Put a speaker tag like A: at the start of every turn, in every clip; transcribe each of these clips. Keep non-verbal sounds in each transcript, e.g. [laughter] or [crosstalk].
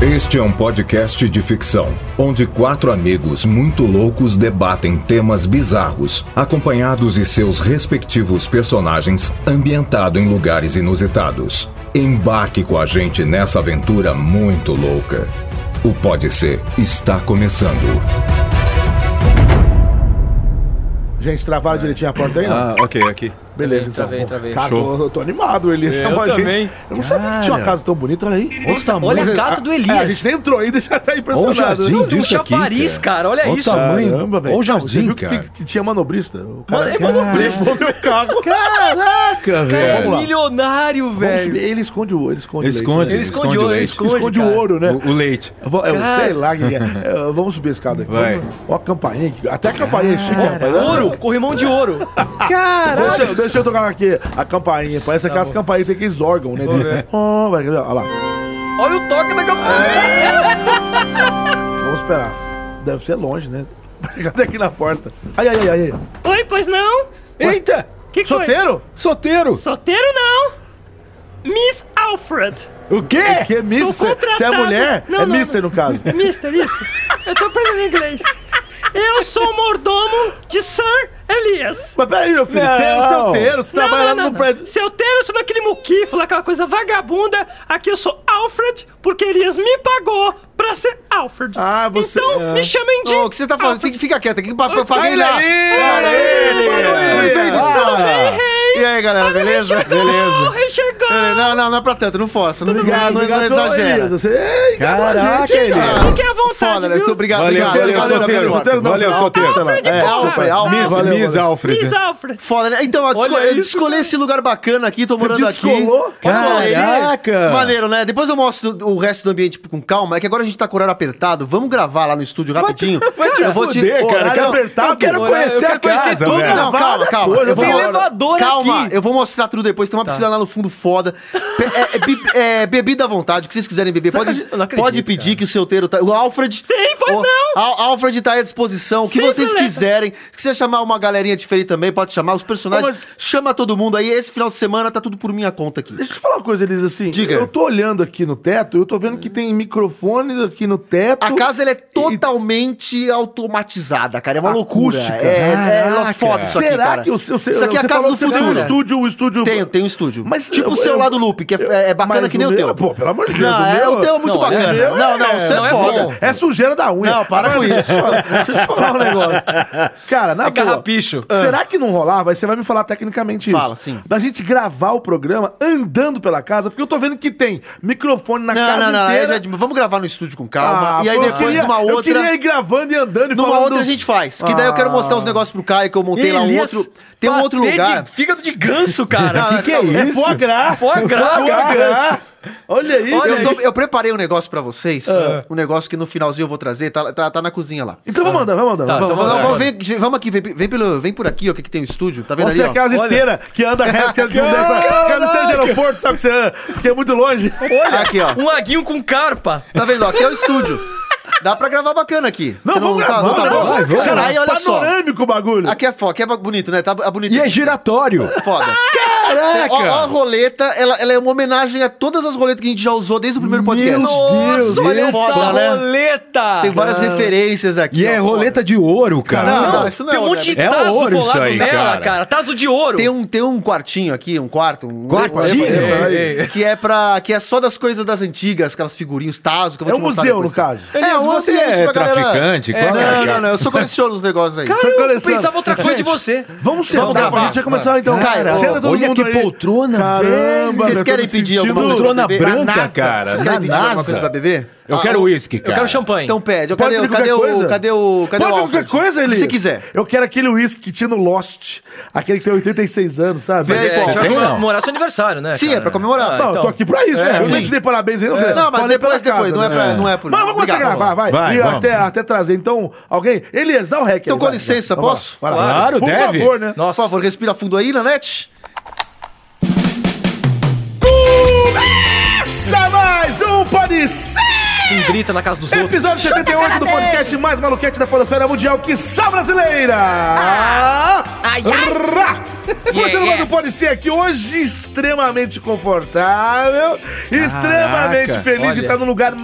A: Este é um podcast de ficção, onde quatro amigos muito loucos debatem temas bizarros, acompanhados de seus respectivos personagens, ambientado em lugares inusitados. Embarque com a gente nessa aventura muito louca. O Pode Ser está começando.
B: Gente,
C: É.
B: travaram direitinho a porta aí, não?
D: Ah, ok, aqui.
B: Beleza, então.
C: Travei,
B: Bom,
C: travei.
B: Cara,
D: Show.
B: tô, eu tô animado, ele chamou a gente.
C: também.
B: Eu não sabia que tinha uma
D: Cara.
B: casa tão bonita, olha aí.
C: Nossa, olha a casa do Elias.
B: É, a gente nem entrou ainda, [laughs] já tá
D: Olha o
B: impressionado.
D: jardim
B: Não,
D: disso
C: um
D: aqui,
C: chafariz, cara, olha
D: Olha o
C: isso.
D: tamanho.
B: Caramba, velho.
D: Olha o
B: Você
D: jardim,
B: viu que,
D: cara.
B: tem- que tinha manobrista? O
C: Mano,
B: cara
C: é manobrista.
B: levou meu carro.
D: Caraca,
C: Cara,
D: velho.
C: é milionário,
B: Vamos subir.
C: velho.
B: Ele esconde o ele esconde. o leite,
D: Esconde,
B: né?
C: Ele esconde o-
D: o
C: ele
D: leite.
B: Ele
C: esconde,
B: esconde
C: cara.
B: o ouro, né?
D: O, o leite.
B: Eu vou- eu
C: Cara.
B: sei lá que
D: [laughs]
B: que é. Eu- Vamos subir a escada aqui.
D: Vai.
B: Vamos- Ó a campainha aqui. Até a campainha é chique, rapaz.
C: Ouro, corrimão de ouro. Caraca.
B: Deixa, deixa eu tocar aqui a campainha. Parece aquelas campainhas que tem aqueles órgãos, né?
C: ver.
B: Oh, vai, quer ver? Olha lá.
C: Olha o toque da campainha.
B: Vamos esperar. Deve ser longe, né? Até aqui na porta. Ai, ai, ai, ai.
E: Oi, pois não?
D: Eita!
E: Que que foi?
B: Solteiro?
D: Soteiro!
E: Solteiro não! Miss Alfred!
D: O quê?
B: Que é mister?
E: Sou contratada.
B: Você é mulher?
E: Não,
B: é
E: não,
B: mister,
E: não.
B: no caso.
E: Mister, isso! Eu tô aprendendo inglês! Eu sou o mordomo de Sir Elias!
B: Mas peraí, meu filho. Você é
D: Não.
B: solteiro, você
E: Não,
B: trabalha
E: não,
B: lá
E: não,
B: no
E: não.
B: prédio.
E: Se eu tenho, eu sou daquele muquifo, aquela coisa vagabunda. Aqui eu sou Alfred, porque Elias me pagou pra ser Alfred.
B: Ah, você-
E: Então,
B: é.
E: me chamem de...
F: Ô, o que você tá
E: ah,
F: falando? Fica, fica quieta, que pra, pra, pra
B: Olha
F: quem dá?
B: ele!
F: Olha ele!
B: Olha ele!
F: Ah,
E: Tudo bem, rei?
F: E aí, galera, beleza?
E: Beleza. O rei chegou.
F: É, Não, não, não é pra tanto, não força, não, não, não, não
B: pelo Elias.
F: exagera. Ah,
B: Você Ei,
D: Caraca,
B: gente,
D: Elias.
B: cara.
E: Fique à vontade,
F: Foda, né?
E: viu?
F: Muito obrigado,
D: Valeu,
F: obrigado.
D: valeu,
F: obrigado,
D: solteiro.
F: obrigado.
B: solteiro, não,
D: Valeu,
B: não,
D: solteiro.
B: não,
E: Alfred,
D: É,
E: porra.
D: Alfred,
F: Alfred.
D: Miss,
B: Valeu,
D: Miss
B: valeu.
D: Alfred.
E: Miss Alfred.
F: Foda, né? Então, eu
C: Olha
F: escolhi, eu
C: isso,
F: escolhi
C: cara.
F: esse lugar bacana aqui, tô morando aqui.
B: descolou?
F: Escolhi.
D: Caraca.
F: Maneiro, né? Depois eu mostro do- o resto do ambiente com calma. É que agora a gente tá com o horário apertado. Vamos gravar lá no estúdio rapidinho. eu vou te.
D: fuder, cara.
B: Horário
D: Não,
B: apertado.
D: Eu quero
C: Olha, eu
D: conhecer
C: quero
D: a
C: conhecer
D: casa,
C: tudo,
D: velho.
F: Não, calma, calma.
B: depois,
F: Eu vou-
C: Tem
B: Uma hora.
C: elevador
F: Calma,
C: aqui.
F: eu vou mostrar tudo depois.
B: Tá.
F: Tem uma piscina lá no fundo foda. Pe- é, é bi- é, bebida à vontade, o que vocês quiserem beber.
B: tá
F: Pode,
C: Eu não acredito,
F: pode pedir que o solteiro tá. O Alfred.
E: Sim, pois
F: o-
E: não.
F: Al- Alfred tá aí à disposição. O que
E: Sim,
F: vocês
E: beleza.
F: quiserem. Se quiser chamar uma galerinha diferente também, pode chamar. Os personagens.
B: Mas-
F: Chama todo mundo aí. Esse final de semana tá tudo por minha conta aqui.
B: Deixa eu te falar uma coisa, Elias, assim.
F: Diga.
B: Eu tô olhando aqui no teto, eu tô vendo que tem microfones aqui no teto.
F: A casa ela é totalmente automatizada, cara. É uma loucura.
B: Acústica.
F: É, é, ela é foda
D: Caraca.
F: isso aqui,
B: Será
F: cara.
B: que o seu... seu-
F: Isso aqui é a
B: você
F: casa
B: falou
F: do
B: que você tem
F: futuro.
B: um estúdio, um estúdio...
F: Tenho, tem um estúdio.
B: Mas
F: tipo
B: eu-
F: o seu
B: eu-
F: lá do Loop, que é,
B: eu-
F: é bacana
B: mas
F: que nem
B: o
F: o
B: meu-
F: teu.
B: pô, pelo amor de Deus,
F: Não,
B: o
F: é,
B: meu-
F: o teu é muito
C: Não,
F: bacana.
C: é-
F: não, não, você
C: não
F: é
C: é
F: foda.
C: bom.
B: É sujeira da unha.
F: Não, para
B: Agora,
F: com isso.
B: Deixa eu, te falar, deixa eu te falar um negócio.
F: [laughs]
B: Cara, na
C: É carrapicho.
B: boa, Será que não rolava? Aí Você vai me falar tecnicamente isso.
F: Ah. Fala, sim.
B: Da gente gravar o programa andando pela casa, porque eu tô vendo que tem microfone na
F: Não,
B: casa
F: não, não. aí
B: inteira.
F: já- vamos gravar no estúdio com calma.
B: Ah,
F: e aí
B: pô, eu
F: depois
B: queria-
F: numa
B: Eu queria
F: outra.
B: ir gravando e andando e
F: Numa
B: falando Ah.
F: outra a
B: dos-
F: gente faz. Que daí eu quero mostrar os negócios pro Caio, que eu montei lá um
C: Elias,
F: outro. Tem um outro
C: patê
F: lugar.
C: De fígado de ganso, cara.
F: Não,
C: que que é
F: tá louco.
C: isso?
B: É foie gras.
C: Foie gras,
B: Foie
C: foie
B: gras. Olha aí.
C: Olha
B: eu tô-
F: Eu, tô- eu preparei um negócio pra vocês.
B: Ah.
F: Um negócio que no finalzinho eu vou trazer. Tá, tá, tá na cozinha lá.
B: Então vamos andando, vamos andando.
C: Tá,
B: vamos.
C: então
F: Vamos,
C: vamos
F: lá,
C: lá,
F: vamos ver- vamos aqui, vem, vem pelo, vem por aqui, ó, que aqui tem o estúdio. Tá vendo
B: Mostra
F: ali? ó?
B: aquelas esteiras que anda reto, que anda dessa, aquelas esteiras de aeroporto, sabe? Que você anda, porque é muito longe.
F: Aqui, ó.
C: Um aguinho com carpa.
F: Tá vendo? ó, Aqui é o estúdio. Dá pra gravar bacana aqui.
B: Não,
F: Você
B: vamos
F: tá-
B: gravar.
F: não tá
B: né?
F: bom?
B: Nossa, cara,
F: Aí, olha só.
B: panorâmico o bagulho.
F: Aqui é foda, aqui é bonito, né? Tá bonito.
D: E é giratório.
F: foda. Ó, ó a
D: Caraca.
F: roleta, ela, ela é uma homenagem a todas as roletas que a gente já usou desde o primeiro podcast.
C: Nossa, olha essa
F: foda, né?
C: roleta.
F: Tem várias referências aqui.
D: E é
F: ó,
D: roleta de ouro, cara.
F: Não, não,
C: Não,
F: isso não é
C: tem um
F: ouro,
C: monte de
D: é
C: taso
D: ouro isso
C: colado
D: aí,
C: nela,
D: cara.
C: cara. Taso de ouro.
F: Tem um, tem um quartinho aqui, um quarto. Um
D: Quartinho?
F: É, é, é,
C: Ei,
F: que é pra. Que é só das coisas das antigas, aquelas figurinhas, Tazo, que eu
B: É
F: vou
B: um
F: te mostrar
B: museu,
F: depois.
B: no caso.
F: É,
D: Elias,
F: um
D: você
F: ambiente
D: é
F: pra galera-
D: traficante? Qual que é,
F: Não,
D: cara?
F: não, não. Eu só coleciono os negócios aí.
B: Só
C: Cara, Ah, eu
B: coleção.
C: pensava outra coisa de você.
B: Vamos sentar
F: Vamos
B: pra
F: gravar.
B: gente já começar então.
F: Cara,
B: Senta
F: ó,
B: todo
D: olha que
B: mundo aí.
D: poltrona, velho.
B: Caramba,
F: Vocês
B: eu tô
F: querem
B: me
F: pedir
B: sentindo-
F: alguma coisa?
D: Poltrona
F: Beber.
D: branca,
F: Na NASA.
D: cara.
F: Vocês
D: na
F: querem pedir alguma coisa
D: NASA.
F: pra beber?
D: Eu
F: Ah,
D: quero uísque,
C: Eu
D: cara.
C: quero champanhe.
F: Então pede.
B: Pode
F: Cadê, o-
B: pedir
F: cadê,
B: qualquer
F: o,
B: coisa?
F: cadê o. Cadê
B: Pode
F: o
B: pedir
F: Alfred?
B: qualquer coisa, Elias.
F: Se quiser.
B: Eu quero aquele uísque que tinha no Lost. Aquele que tem 86 anos, sabe?
C: Mas
F: Vem
C: é,
F: qual?
C: a gente vai
D: Tem, não?
C: comemorar seu aniversário, né?
F: Sim,
C: cara?
F: é pra comemorar.
B: Não, eu
C: então.
B: tô aqui pra isso. né? Eu
F: sim.
B: nem te dei parabéns ainda. eu
F: Não, mas
B: falei pela
F: depois, depois.
B: casa,
F: Não é
B: né?
F: pra. Não é por.
B: Mas vamos começar a
F: Obrigado,
B: gravar, vai.
D: Vai,
B: e eu
D: vamos.
B: até, até trazer. Então, alguém. Elias, dá o rec.
F: Então,
B: aí,
F: com
B: vai,
F: licença,
B: vai. Vamos
F: posso?
B: lá, vai lá.
D: Claro,
B: Por
D: deve.
B: favor, né?
F: Por
C: Nossa.
F: favor, respira fundo aí, Nanete.
B: Começa mais um Pode Ser!
C: Quem grita na casa dos outros.
B: Episódio 78 do podcast mais maluquete da Podosfera Mundial, que sal brasileira!
G: ai,
B: Rá! Começando mais um Pode Ser aqui, hoje extremamente confortável, extremamente feliz de
C: olha.
B: estar num lugar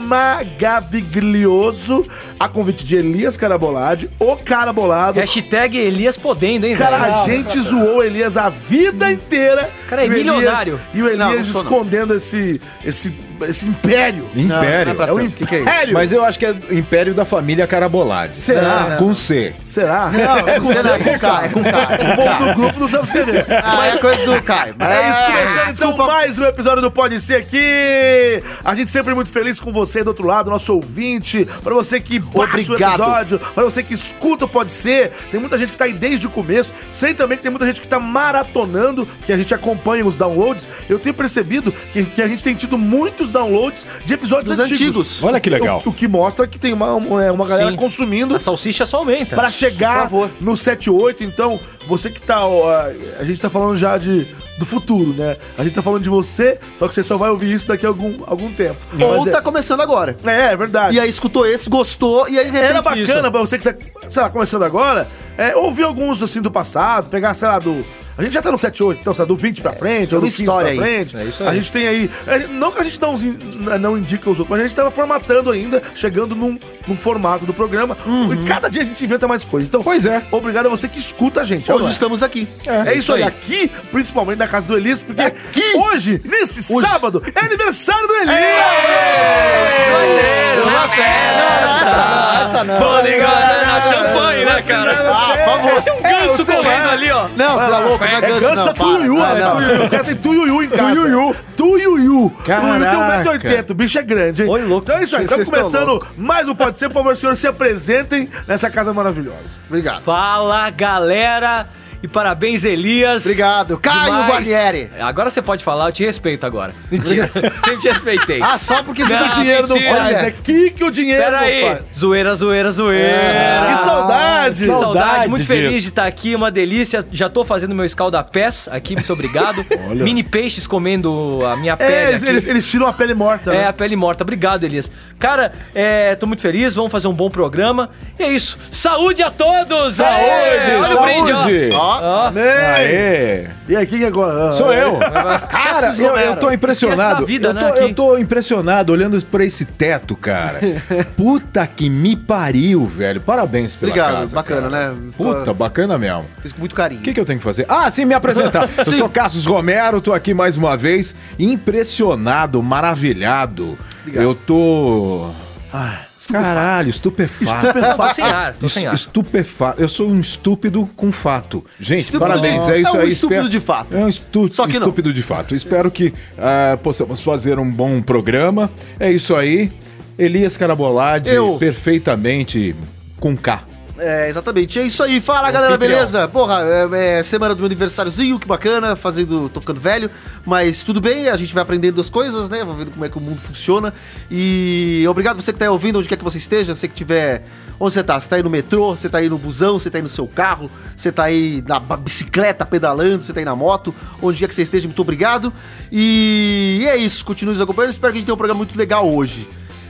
B: magaviglioso, a convite de Elias Carabolade, o Carabolado.
C: Hashtag Elias podendo, hein, velho?
B: Cara, a gente zoou Elias a vida inteira.
C: Cara, é
B: E o Elias-
C: milionário.
B: E o Elias
F: Não, não sou, não.
B: escondendo esse, esse, esse império.
D: Império.
F: Não, não é pra tanto. Que que é isso?
B: Império!
D: Mas eu acho que é Império da Família Carabolade.
B: Será?
D: Não, Com C.
B: Será? [laughs]
F: Não, é com C, não, é com K, é com K.
B: O povo do grupo não sabe escrever.
F: Ah, é coisa do Caio. mas-
B: É isso, começando então
F: Desculpa.
B: mais um episódio do Pode Ser aqui. A gente sempre muito feliz com você do outro lado, nosso ouvinte, pra você que baixa o
F: Obrigado.
B: episódio, pra você que escuta o Pode Ser. Tem muita gente que tá aí desde o começo, sei também que tem muita gente que tá maratonando, que a gente acompanha os downloads. Eu tenho percebido que, que a gente tem tido muitos downloads de episódios
F: Dos
B: antigos.
F: antigos.
D: Olha que legal.
B: O, o que mostra que tem uma, é, uma, uma galera
C: Sim.
B: consumindo
C: A salsicha só aumenta.
B: para chegar
F: Por favor.
B: no 78. Então, você que tá. ó, a- a gente tá falando já de do futuro, né? A gente tá falando de você, só que você só vai ouvir isso daqui a algum, algum tempo. Mas
F: Ou
B: é-
F: tá começando agora.
B: é, é verdade.
F: E aí escutou esse, gostou, e aí de
B: Era
F: repente-
B: bacana pra você que tá, sei lá, começando agora, é, ouvir alguns assim do passado, pegar, sei lá, do. A gente já tá no 78, então, sei lá, do 20 pra frente,
F: é
B: ou do
F: uma
B: 15
F: história
B: pra
F: aí.
B: frente.
C: É isso
B: A
C: aí.
B: gente tem aí. é, Não que a gente não, os in- não indica os outros, mas a gente tava formatando ainda, chegando num, num formato do programa.
F: Uhum.
B: E cada dia a gente inventa mais coisas. Então,
D: Pois é.
B: Obrigado a você que escuta a gente.
F: Hoje
B: Olá.
F: estamos aqui.
B: É isso aí.
C: aí.
B: Aqui, principalmente na casa do Elias, porque
F: Aqui?
B: hoje, nesse
F: Hoje.
B: sábado, é aniversário do Elias!
F: É.
B: tá.
F: Essa não, essa não.
C: Tô ligado na champanhe, né,
B: É,
C: cara?
F: Ah, por favor.
C: Tem um ganso correndo ali, ó.
F: Não, tá louco, não é
B: É
F: ganso,
B: ganso
F: não. para.
B: tuiuiu,
F: Não, não.
B: né? O cara tem tuiuiu em casa. Tuiuiu. Tuiuiu. um Tuiuiu
D: Caraca.
B: tem 1,80m. O bicho é grande, hein?
C: Oi, louco.
B: Então é isso aí.
F: Vocês
B: Estamos
F: estão
B: começando mais um Pode Ser. Por favor, senhores, se apresentem nessa casa maravilhosa.
F: Obrigado.
C: Fala, galera. E parabéns, Elias.
F: Obrigado. Caio
C: Demais.
F: Guarnieri.
C: Agora você pode falar, eu te respeito agora. Mentira. [laughs] Sempre te respeitei.
F: Ah, só porque você
C: Não,
F: tem dinheiro no
C: mentira.
B: Mas
F: faz,
B: é
F: né?
B: que que o dinheiro
C: Pera aí.
B: faz.
C: Zoeira, zoeira, zoeira.
B: Que saudade.
C: Que É. saudade,
D: Saudade
C: muito
D: disso.
C: feliz de estar aqui, uma delícia. Já tô fazendo meu escalda-pés aqui,
B: [laughs]
C: muito obrigado. Mini peixes comendo a minha
B: É,
C: pele
B: eles,
C: aqui.
B: eles- eles tiram a pele morta.
C: É,
B: né?
C: a pele morta. Obrigado, Elias. Cara, é, tô muito feliz, vamos fazer um bom programa. E é isso. Saúde a todos!
D: Saúde,
C: Aê! Olha o brinde, ó.
D: saúde.
F: Ó,
D: Aê.
B: E aí, quem agora? Ah,
D: Sou eu.
F: Cassius
D: eu, eu
F: Romero.
D: tô
C: Esquece
D: impressionado.
C: da vida,
D: eu, tô,
C: né, aqui.
D: eu tô impressionado olhando pra esse teto, cara. [laughs] Puta que me pariu, velho. Parabéns pela
F: Obrigado,
D: casa,
F: bacana,
D: cara.
F: né?
D: Puta, bacana mesmo.
F: fiz com muito carinho.
D: O que, que eu tenho que fazer? Ah, sim, me
F: [laughs]
D: apresentar. Eu sou Cassius Romero, tô aqui mais uma vez, impressionado, maravilhado. Eu tô. Ah, caralho, estupefato.
B: É
C: Tô sem ar, tô sem ar.
D: Estupefato. Eu sou um estúpido com fato. Gente,
F: Estúpido
D: parabéns.
F: de-
D: É isso
F: É um
D: aí.
F: estúpido
D: espero-
F: de fato.
D: É um estu...
F: Só que não.
D: estúpido de fato. Espero que ah, possamos fazer um bom programa. É isso aí. Elias Carabolade,
F: Eu.
D: perfeitamente com K.
F: É, exatamente. É isso aí.
D: um
F: Fala, galera, beleza? Porra, é, é semana do meu aniversáriozinho, que bacana, fazendo. tô ficando velho, mas tudo bem, a gente vai aprendendo as coisas, né? Vamos vendo como é que o mundo funciona. E obrigado você que tá aí ouvindo, onde quer que você esteja, você que tiver. Onde você tá? Você tá aí no metrô, você tá aí no busão, você tá aí no seu carro, você tá aí na ba- bicicleta pedalando, você tá aí na moto, onde quer que você esteja, muito obrigado. E é isso, continue nos acompanhando. Espero que a gente tenha um programa muito legal hoje.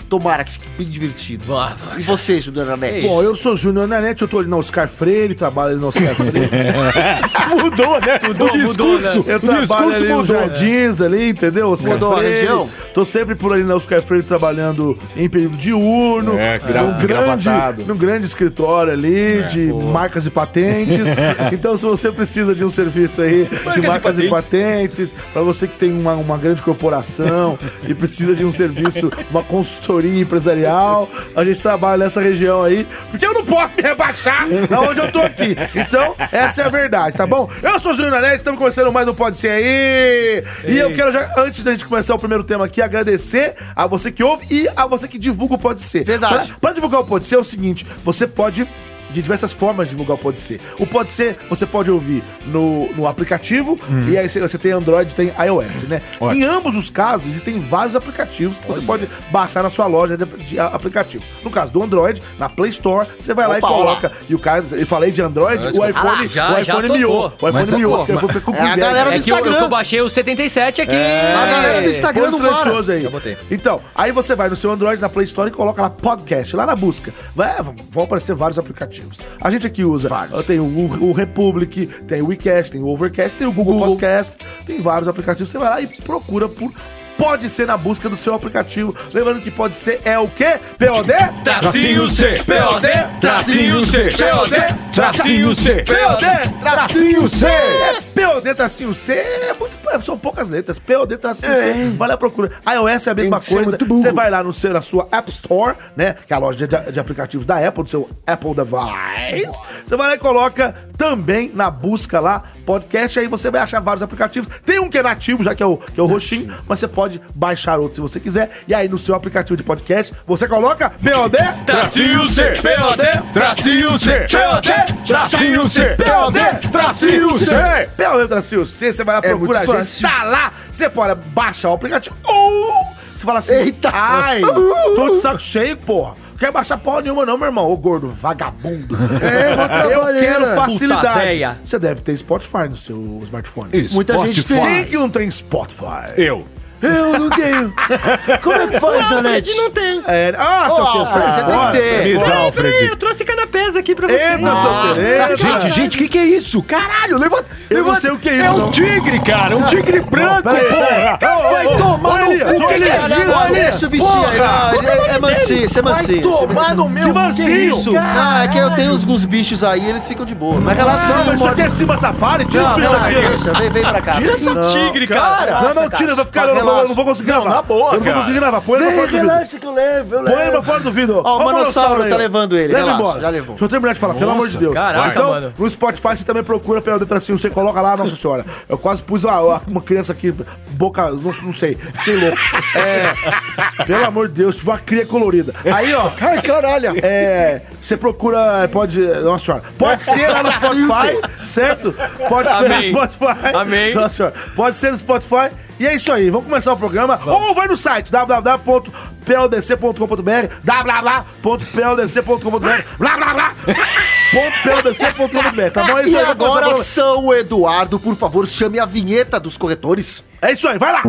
F: Tomara que fique bem divertido.
C: Vá,
F: E você, Juliana Neto?
B: Bom, eu sou Júnior Nanete, eu tô ali na Oscar Freire, trabalho ali na Oscar Freire.
D: [laughs] Mudou, né? o discurso,
B: Eu
D: o
B: trabalho
D: discurso
B: ali nos
D: mudou. né?
B: jardins ali, entendeu? Oscar
F: Mudou a
B: Freire.
F: região?
B: Tô sempre por ali na Oscar Freire trabalhando em período diurno.
D: É, gra- É.
B: num grande,
D: engravatado.
B: num grande escritório ali de marcas
D: [laughs]
B: e patentes. então, se você precisa de um serviço aí de marcas e patentes, pra você que tem uma, uma grande corporação e precisa de um serviço, uma consultoria empresarial, a gente trabalha nessa região aí, porque eu não posso me rebaixar na onde eu tô aqui. Então, essa é a verdade, tá bom? Eu sou o Júnior Nanete, estamos começando mais um Pode Ser Aí! E eu quero já, antes da gente começar o primeiro tema aqui, agradecer a você que ouve e a você que divulga o Pode Ser.
F: Verdade.
B: Pra- Pra divulgar o Pode Ser é o seguinte, você pode de diversas formas de divulgar o Pode Ser. O Pode Ser você pode ouvir no, no aplicativo, e aí você- você tem Android tem iOS, né? Em ambos os casos, existem vários aplicativos que você pode baixar na sua loja de, de aplicativo. No caso do Android, na Play Store, você vai lá e
F: Opa, olá.
B: coloca. E o cara, eu falei de Android, o iPhone,
C: Ah lá, já-
B: o
C: já
B: iPhone
C: tocou.
B: miou. O
D: Mas
B: iPhone miou.
F: tocou.
B: porque Eu vou ficar com
F: É a
B: inveja.
F: galera
B: É
C: É
F: do
C: que eu, eu
F: Instagram.
C: que eu baixei o 77 aqui.
F: A galera do
B: Põe
F: Instagram
B: os
F: não para.
B: silencioso aí.
C: Já botei.
B: Então, aí você vai no seu Android, na Play Store e coloca lá podcast, lá na busca. Vai, é, vão aparecer vários aplicativos. A gente aqui usa. Tem o, o Republic, tem o WeCast, tem o Overcast, tem o Google, Podcast. Tem vários aplicativos. Você vai lá e procura por Pode Ser na busca do seu aplicativo. Lembrando que Pode Ser é o quê? POD?
C: Tracinho C,
B: POD?
C: tracinho C,
B: POD?
C: tracinho C,
B: POD?
D: Tracinho C!
B: É, POD tracinho C é muito. São poucas letras. POD tracinho tá assim, C. Vai lá procura. iOS é a mesma
D: É. Tem que ser
B: coisa.
D: muito burro.
B: Você vai lá no seu, na sua App Store, né? Que é a loja de, de aplicativos da Apple, do seu Apple Device. Você vai lá e coloca também na busca lá podcast. Aí você vai achar vários aplicativos. Tem um que é nativo, já que é o, que é o roxinho, mas você pode baixar outro se você quiser. E aí no seu aplicativo de podcast, você coloca POD
C: Tracinho C,
B: POD
D: Tracinho C!
B: POD
D: Tracinho C!
B: POD
D: Tracinho C!
B: pela letra C, você, você vai lá,
F: É
B: procura a
F: muito
B: gente,
F: fácil.
B: tá lá, você pode baixar o aplicativo ou você fala assim,
F: Eita.
B: ai, tô de saco cheio, porra. Não Quer baixar porra nenhuma não, meu irmão. Ô, gordo, vagabundo.
F: É, uma
B: Eu quero
F: trabalheira.
B: facilidade.
C: véia.
B: Você deve ter Spotify no seu smartphone.
F: Muita gente
D: Spotify.
B: Quem que não tem Spotify?
D: Eu.
F: Eu não tenho. Como é que faz,
E: Não, Fred,
F: Nanete?
E: não tem.
B: É, ah, seu
F: Ó,
B: Pedro, sai
F: você tem
B: fora.
F: que
D: Miss
F: ter.
E: Peraí, peraí,
D: Alfred.
E: eu trouxe canapés aqui pra vocês.
B: Entra,
F: Ah.
B: seu Pedro. entra.
D: Gente, gente, o que, que é isso? Caralho, levanta!
B: Eu não
D: levanta.
B: sei o que é isso,
D: É um
B: não.
D: tigre, cara! Um tigre branco,
B: peraí,
D: porra!
B: peraí. Ô,
D: Vai
B: ô, ô,
D: tomar no
B: olha,
D: cu, que
B: olha,
D: que é
B: olha,
D: isso?
F: Olha esse bichinho
D: Porra!
F: aí. não, ele É, é mansinho, você é
D: Vai
F: mansinho.
D: tomar no meu
B: De mansinho.
D: cu, que é isso?
F: Ah, é que eu tenho uns, uns bichos aí, eles ficam de boa. Mas relaxa que eu
B: Não,
F: não
B: mas você
F: mordo.
B: quer cima safari? Tira os
F: Não,
B: Pedro
F: não,
B: daqui.
F: deixa, vem, vem pra cá.
C: Tira essa tigre, cara.
B: Não, não, tira, eu vou ficar. Eu não, vou- eu não vou conseguir gravar.
D: na boa,
B: Eu não vou
D: cara.
B: conseguir gravar. Põe ele pra
F: Vem,
B: fora do vidro.
F: relaxa que eu levo, eu
B: Põe ele pra
F: levo.
B: fora do vidro.
F: Ó, o
B: Ó,
F: manossauro
B: aí,
F: tá
B: ó.
F: levando ele,
B: Leva
F: relaxa,
B: embora.
F: já levou.
B: Deixa eu terminar de falar, pelo amor de Deus.
C: caraca,
B: então,
C: mano.
B: no Spotify você também procura pela letra assim, você coloca lá, Nossa Senhora. Eu quase pus uma, uma criança aqui, boca, não, não sei, fiquei louco. É, pelo amor de Deus, tive uma cria colorida. Aí, ó,
F: Ai, caralho.
B: é, você procura, pode, nossa senhora,
F: [laughs]
B: pode ser lá no Spotify, certo? Pode ser
C: Amém.
B: no Spotify.
C: Amém.
B: Nossa senhora, pode ser no Spotify. E é isso aí, vamos começar o programa. Ou vai no site www.pldc.com.br, www.pldc.com.br, blá blá blá. ponto .pldc.com.br, tá bom? É isso
F: E
B: aí, vamos começar o
F: agora,
B: programa.
F: São Eduardo, por favor, chame a vinheta dos corretores.
B: É isso aí, vai lá.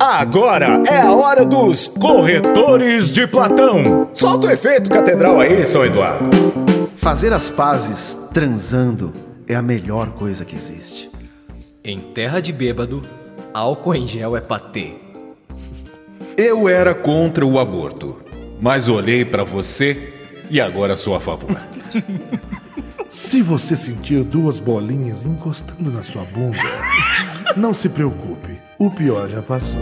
H: Agora é a hora dos corretores de Platão. Solta o efeito catedral aí, São Eduardo.
F: Fazer as pazes transando é a melhor coisa que existe.
C: Em terra de bêbado, álcool em gel é patê.
D: Eu era contra o aborto, mas olhei pra você e agora sou a favor.
B: Se você sentir duas bolinhas encostando na sua bunda, não se preocupe, o pior já passou.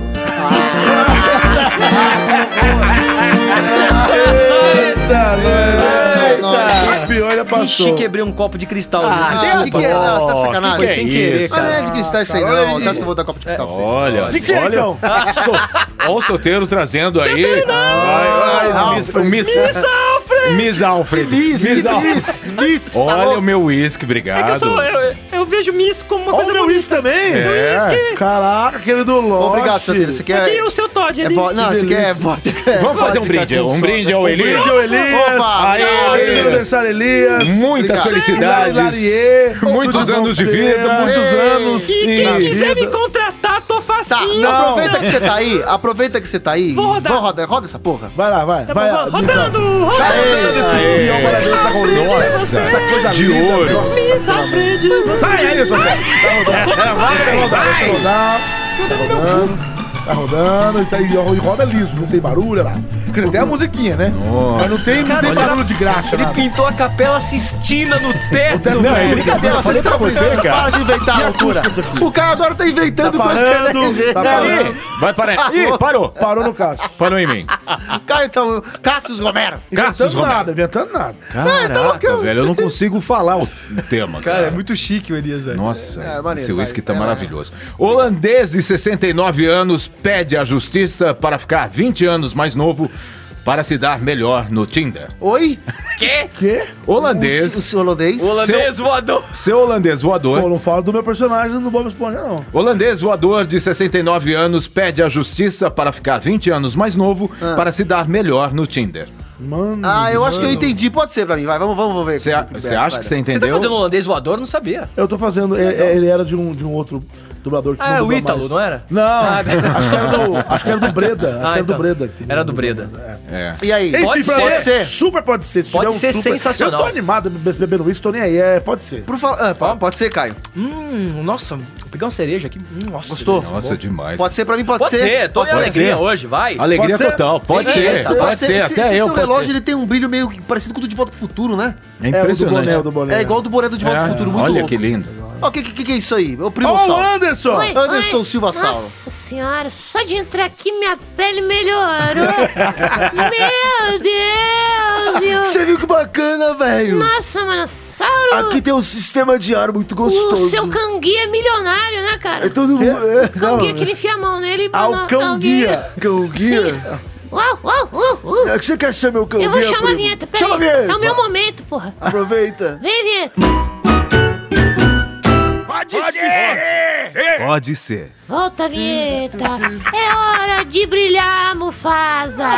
B: O pior já
C: Ixi, quebrei um copo de cristal.
F: Ah,
C: Desculpa.
F: o que, que é? Ah, você tá de sacanagem?
C: Foi sem querer,
F: Mas não
C: cara.
F: é de cristal isso aí, não. Você acha que eu vou dar copo de cristal pra você?
D: Olha,
B: De que,
D: olha,
B: então?
D: so, olha o solteiro trazendo aí.
H: É,
D: Vai, vai, Miss, Miss, Alfred! Miss Alfred! Miss, Alfred!
F: Miss.
D: Olha o meu uísque, obrigado.
E: É que eu, sou, eu, eu vejo Miss como um uma
B: Olha o
E: coisa
B: meu
E: bonita.
B: uísque também!
D: É.
B: Caraca, aquele do Lost.
F: Obrigado, Santana. Você quer...
E: Aqui o seu Todd,
F: É
E: ele...
F: vo... Não,
B: Que
C: assim,
F: você quer...
B: delícia.
D: Vamos fazer um brinde. Um brinde ao Elias.
B: Brinde ao Elias.
F: Opa,
B: Aê,
D: obrigado,
B: Feliz
D: Elias.
B: aniversário, Elias.
D: Muitas
F: Obrigado.
B: Hilari,
D: felicidades.
B: Lariê.
D: Muitos
B: Tudo
D: anos de
B: bom pra
D: vida.
B: você? Muitos
F: Ei.
B: anos.
E: E
B: na
E: quem quiser
B: vida.
E: me contratar, tô
F: Tá,
E: facinho.
F: aproveita que você tá aí. Aproveita que você tá aí.
E: Vou rodar.
F: Vamos rodar. Roda essa porra.
B: Vai lá, vai.
E: Tá
B: vai,
E: bom,
B: Miss Alfred.
E: rodando, rodando.
B: Esse
D: Aê.
B: peão maravilhoso, essa roleta.
D: Nossa.
B: essa coisa
D: De
B: linda,
D: ouro.
B: nossa.
E: Miss Alfred.
B: Sai aí, sua cara. Vai rodar, vai rodar. Tá rodando, tá rodando e, tá, e ro- e roda liso, não tem barulho, olha lá. Quer dizer, tem a musiquinha, né? Mas não tem, não tem barulho de graxa,
C: Ele
B: nada.
C: pintou a capela Sistina no teto.
B: Não, é
F: Brincadeira,
D: Eu
F: vocês
D: falei pra
F: estão
D: você,
F: brincando.
D: cara.
F: Para de inventar loucura. O cara agora tá inventando
B: Tá
F: coisa que ele
B: parando,
F: nem vê.
B: tá
F: Não,
B: parando.
D: Vai parar. Ih, parou.
B: Parou no caso.
D: Parou em mim.
F: Cara, então, Cassius Romero.
D: Cassius
B: Inventando
D: Romero.
B: nada, inventando nada.
D: Caraca, velho, eu não consigo falar o o tema, cara.
C: muito chique o Elias, velho.
D: Nossa,
F: É, maneiro,
D: esse uísque
F: vai.
D: tá
F: É,
D: maravilhoso. Holandês de 69 anos pede à justiça para ficar 20 anos mais novo para se dar melhor no Tinder?
F: Oi?
C: Quê?
B: Quê?
D: Holandês.
F: O, ci- o ci- holandês?
C: Holandês voador.
D: Seu holandês voador.
B: Pô, não fala do meu personagem no Bob Esponja, não.
D: Holandês voador de 69 anos pede à justiça para ficar 20 anos mais novo para se dar melhor no Tinder.
B: Mano.
F: Ah, eu acho que eu entendi. Pode ser pra mim, vai. Vamos, vamos, vamos ver.
D: Você a- você acha que você
C: Você tá
D: entendeu?
C: fazendo holandês voador? Não sabia.
B: Eu tô fazendo. é- é- Ele era de um, de um outro dublador que
C: Ah, é o
B: dubla
C: Ítalo,
B: mais.
C: não era?
B: Não,
C: Ah, beleza.
B: acho, que era do, acho que era do Breda. Acho
C: [laughs] Ah,
B: que era do
C: então.
B: Breda. que-
C: Era do Breda.
D: É.
F: E aí?
B: Enfim,
C: Pode
B: pra
C: ser.
B: mim, Super pode ser. Se
C: Pode
B: tiver um
C: ser
B: super-
C: sensacional.
B: Eu tô animado be- bebendo isso, tô nem aí. É, pode ser.
F: Por fa- ah, po- pode ser, Caio.
C: Hum, nossa, vou pegar uma cereja aqui. Hum, nossa,
F: Gostou?
C: cereja,
D: Nossa,
C: bom.
D: demais.
F: Pode ser pra mim, pode,
C: Pode
F: ser.
C: ser, tô em
F: pode ser.
C: alegria hoje, vai.
D: Alegria
B: Pode ser?
D: total. Pode
C: Tem
D: ser.
C: essa,
F: É, Pode,
D: Pode,
F: ser.
D: ser.
F: Esse,
D: Até
F: esse
D: eu.
F: seu
D: pode
F: relógio
D: ser.
F: ele tem um brilho meio que parecido com o do De Volta pro Futuro, né?
D: É
B: É o do
D: impressionante.
B: boné, o do boné.
F: É igual o do Boné do De Volta pro Futuro, muito
D: Olha
F: louco.
D: que lindo.
F: Ó, o que, que, que é isso aí? É o Primo
B: Ó, o
F: Sal.
B: Anderson!
G: Oi,
F: Anderson Silva
G: Nossa
F: Saulo.
G: senhora, só de entrar aqui minha pele melhorou.
F: [laughs]
G: Meu Deus! e o-
F: Você viu que bacana, velho?
G: Nossa, manossauro!
F: Aqui tem um sistema de ar muito
G: o
F: gostoso.
G: seu canguia é milionário, né, cara?
F: É todo mundo. É, não.
G: Canguia que ele enfia a mão nele e
B: Ao
G: não-
B: cão-guia.
F: Cão guia.
G: Sim. Uau, uau, uh, uh.
F: É que você quer ser meu cão
G: Eu vou
F: guia,
G: chamar a
F: primo?
G: vinheta, peraí.
F: Chama a vinheta.
G: É o meu momento, porra.
F: Aproveita.
G: Vem, vinheta.
D: Pode ser.
G: Volta a vinheta. É hora de brilhar, Mufasa.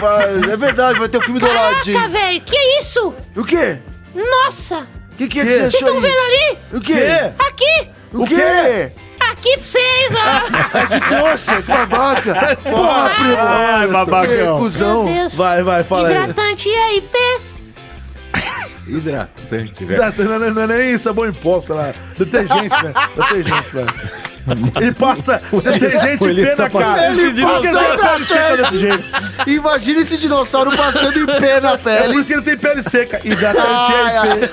F: Vai, É verdade, vai ter o filme do Aladdin.
G: Caraca, velho, que isso?
F: O quê?
G: Nossa!
F: O que, que é que você
G: Vocês
F: achou
G: estão
F: aí?
G: vendo ali?
F: O quê?
G: Aqui!
F: O quê?
G: Aqui pra vocês,
B: [laughs]
G: ó!
F: Nossa, que babaca. Porra, primo.
B: Ai,
F: Que
B: babacão.
F: cuzão.
G: Meu Deus!
B: Vai, vai, fala aí.
G: Hidratante EIP!
D: Hidratante, velho.
B: Não, não, não, não é né? nem sabão em pó, sei lá. Detergente, velho. Detergente, velho. Ele né? passa detergente
D: ele
B: e pé
D: tá
B: na cara.
F: passando- Ele
B: Por que
F: passa
B: ele tem pele seca desse jeito?
F: Imagina esse dinossauro passando em pé na
B: É por
F: pele.
B: isso que ele tem pele seca. Hidratante
F: Ai,
B: é
F: ai.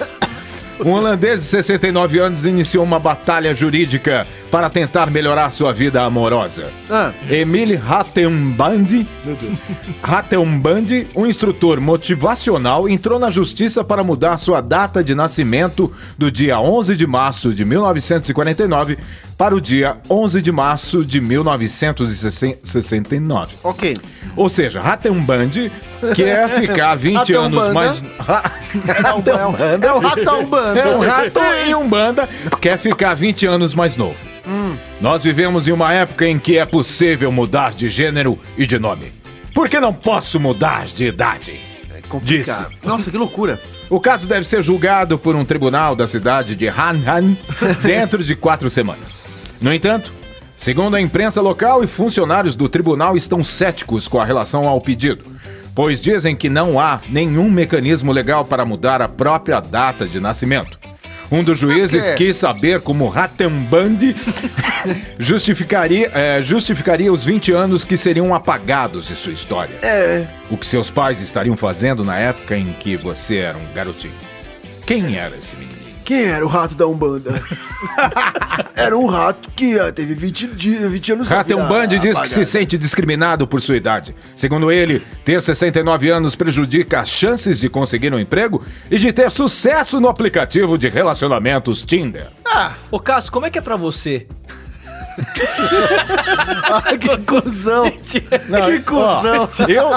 D: Um holandês de 69 anos iniciou uma batalha jurídica para tentar melhorar sua vida amorosa.
F: Ah.
D: Emile Rattenband, Rattenband, um instrutor motivacional, entrou na justiça para mudar sua data de nascimento do dia 11 de março de 1949 para o dia 11 de março de 1969.
F: Ok.
D: Ou seja, Rattenband quer ficar 20
F: Rattenbanda.
D: anos mais...
F: É o Ratão Bando.
D: É um rato e um banda quer ficar 20 anos mais novo. Nós vivemos em uma época em que é possível mudar de gênero e de nome. Por que não posso mudar de idade?
F: É Complicado. Nossa, que loucura.
D: O caso deve ser julgado por um tribunal da cidade de
F: [laughs]
D: Hanhan dentro de quatro semanas. No entanto, segundo a imprensa local e funcionários do tribunal estão céticos com a relação ao pedido, pois dizem que não há nenhum mecanismo legal para mudar a própria data de nascimento. Um dos juízes
F: Por quê?
D: quis saber como Ratambandi [laughs] justificaria, eh, justificaria os 20 anos que seriam apagados de sua história. O que seus pais estariam fazendo na época em que você era um garotinho? Quem era esse menino?
F: Quem era o rato da Umbanda? era um rato que ah, teve 20, dias, 20 anos
D: Ratem
F: da vida
D: Band um diz que
F: apagada.
D: se sente discriminado por sua idade. Segundo ele, ter 69 anos prejudica as chances de conseguir um emprego e de ter sucesso no aplicativo de relacionamentos Tinder.
C: Ô, Cássio, como é que é pra você?
F: Ai, que cuzão. [laughs] que cuzão.
D: Eu,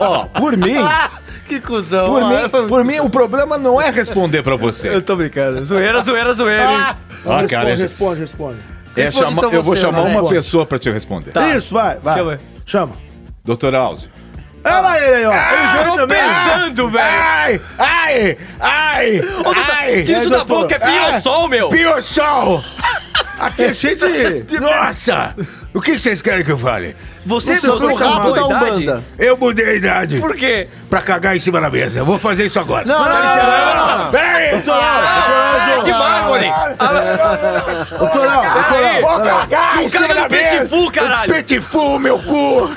D: ó, por mim,
F: [laughs] que cuzão.
D: por
F: Ah, foi-
D: mim, por mim, o problema não é responder pra
F: [laughs]
D: você.
F: tô brincando.
C: Zoeira, zoeira, zoeira, hein?
D: Ah, cara, é-
B: Responde, responde.
D: é
F: responde
D: chama-
F: então
D: eu vou
F: você,
D: chamar
F: né?
D: uma
B: Responde.
D: pessoa pra te responder.
C: Tá.
B: Isso, vai, vai.
C: Chama.
B: Chama.
D: Doutor Alzio.
B: Olha lá ele aí, ó. ele veio também. Ah,
C: Pesando, velho.
D: Ai, ai, ai, ai.
C: Tira isso
B: é,
C: da
B: doutor.
C: boca, é pinho-sol, meu.
D: Pior sol!
B: Aqui é cheio de...
D: Nossa! O que que vocês querem que eu fale?
C: Você,
F: Você foi o rato da Umbanda.
D: Eu mudei a idade
C: Por quê?
D: pra cagar em cima da mesa. Eu vou fazer isso agora.
F: Não, não, não, não, não.
D: Peraí!
C: Ah, de mármore.
B: Doutor Al, doutor Al,
D: Vou cagar em
C: O cara
D: cima
C: é
D: da
C: um petit
D: mesa!
C: fu, caralho.
D: Petifu, meu cu!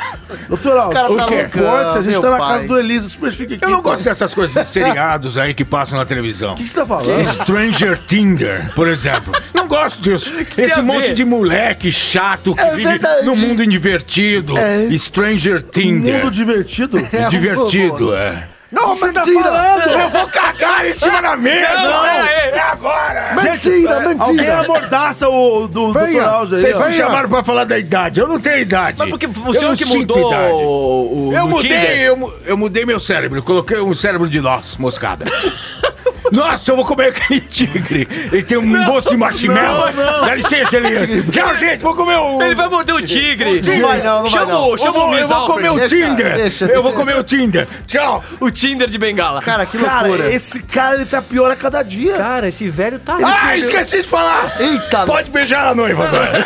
B: doutor Al,
F: cara
B: o
F: tá
B: que
F: loucão,
B: importa, a gente
F: meu
B: tá na
F: pai.
B: casa do Elisa, super chique aqui.
D: Eu não
B: pô.
D: gosto dessas coisas de
H: [laughs]
D: seriados aí que passam na televisão.
B: O que você tá falando?
D: Stranger Tinder, por exemplo. Não gosto disso.
C: a
D: Esse monte
C: ver?
D: de moleque chato
H: É
D: que vive
F: verdade.
D: no mundo indivertido.
F: É.
D: Stranger Tinder.
B: Mundo divertido?
F: É um
D: Divertido,
F: robô.
D: é.
B: Não,
F: Você tá
B: falando!
H: Eu vou cagar em cima da mesa!
C: Não, pera
H: É agora!
F: Mentira,
B: é, Alguém
F: mentira!
B: amordaça o, o do Dr.
F: Venha.
B: House aí,
H: Vocês
B: ó.
H: me chamaram pra falar da idade. Eu não tenho idade.
C: Mas porque o
H: Eu
D: é
C: senhor
H: não
C: que
H: sinto
C: mudou
H: idade.
C: o, o
H: Eu
C: o Tinder.
H: mudei, eu, mu- eu mudei meu cérebro. Coloquei um cérebro de
D: [laughs]
H: nós, moscada. Nossa, eu vou comer aquele tigre. Ele tem um gosto de marshmallow. Dá licença, Elias. Tchau, gente. Vou comer o...
C: Ele vai morder o tigre.
F: Não vai não, não vai
C: Chama
F: não.
C: o-
H: Eu
C: chama o
H: vou, eu
C: Luiz
H: vou comer
C: Alfred.
H: o
F: Deixa,
H: Tinder.
F: deixa.
H: Eu vou comer o Tinder. Tchau.
C: O Tinder de Bengala.
F: Cara, que
B: Cara,
F: loucura!
B: esse cara ele tá pior a cada dia.
C: Cara, esse velho tá...
H: Ah, esqueci de falar.
F: Eita,
H: Pode beijar a noiva agora.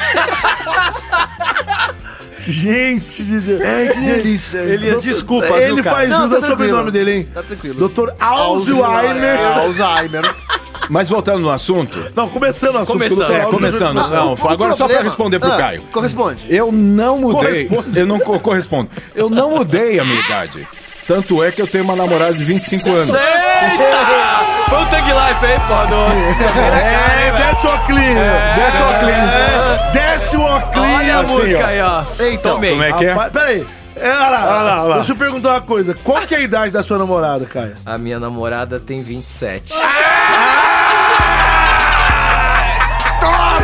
B: Gente de Deus.
F: É, que delícia!
C: Elias, desculpa, viu,
B: Ele
C: cara?
B: faz
F: Não,
B: jus
F: tá
B: ao sobrenome
F: tranquilo.
B: dele, hein?
F: Tá tranquilo.
B: Dr. Alzheimer.
F: É, Alzheimer.
D: [laughs] Mas voltando no assunto.
B: Não, começando o assunto.
C: Começando.
B: Dr.
C: É,
B: Alzheimer.
D: começando.
B: Ah,
D: Não,
F: O- o
D: agora só pra
F: problema-
D: responder pro
F: Ah,
D: Caio.
F: Corresponde.
D: Eu não mudei.
B: Corresponde.
D: Eu não co- correspondo. Eu não mudei a minha idade. Tanto é que eu tenho uma namorada de 25 anos.
C: Eita! Foi o Tang Life aí, porra.
B: É, desce o Oclin.
D: Desce o óculos.
B: Desce o Oclin.
C: Olha a
D: assim,
C: música
D: ó.
C: aí, ó.
F: Então,
C: Tomei.
D: Como é que é?
B: Rapaz, Peraí. É, olha lá,
D: lá, olha lá.
B: Deixa eu perguntar uma coisa. Qual que é a idade da sua namorada, Caio?
C: A minha namorada tem 27. Toma!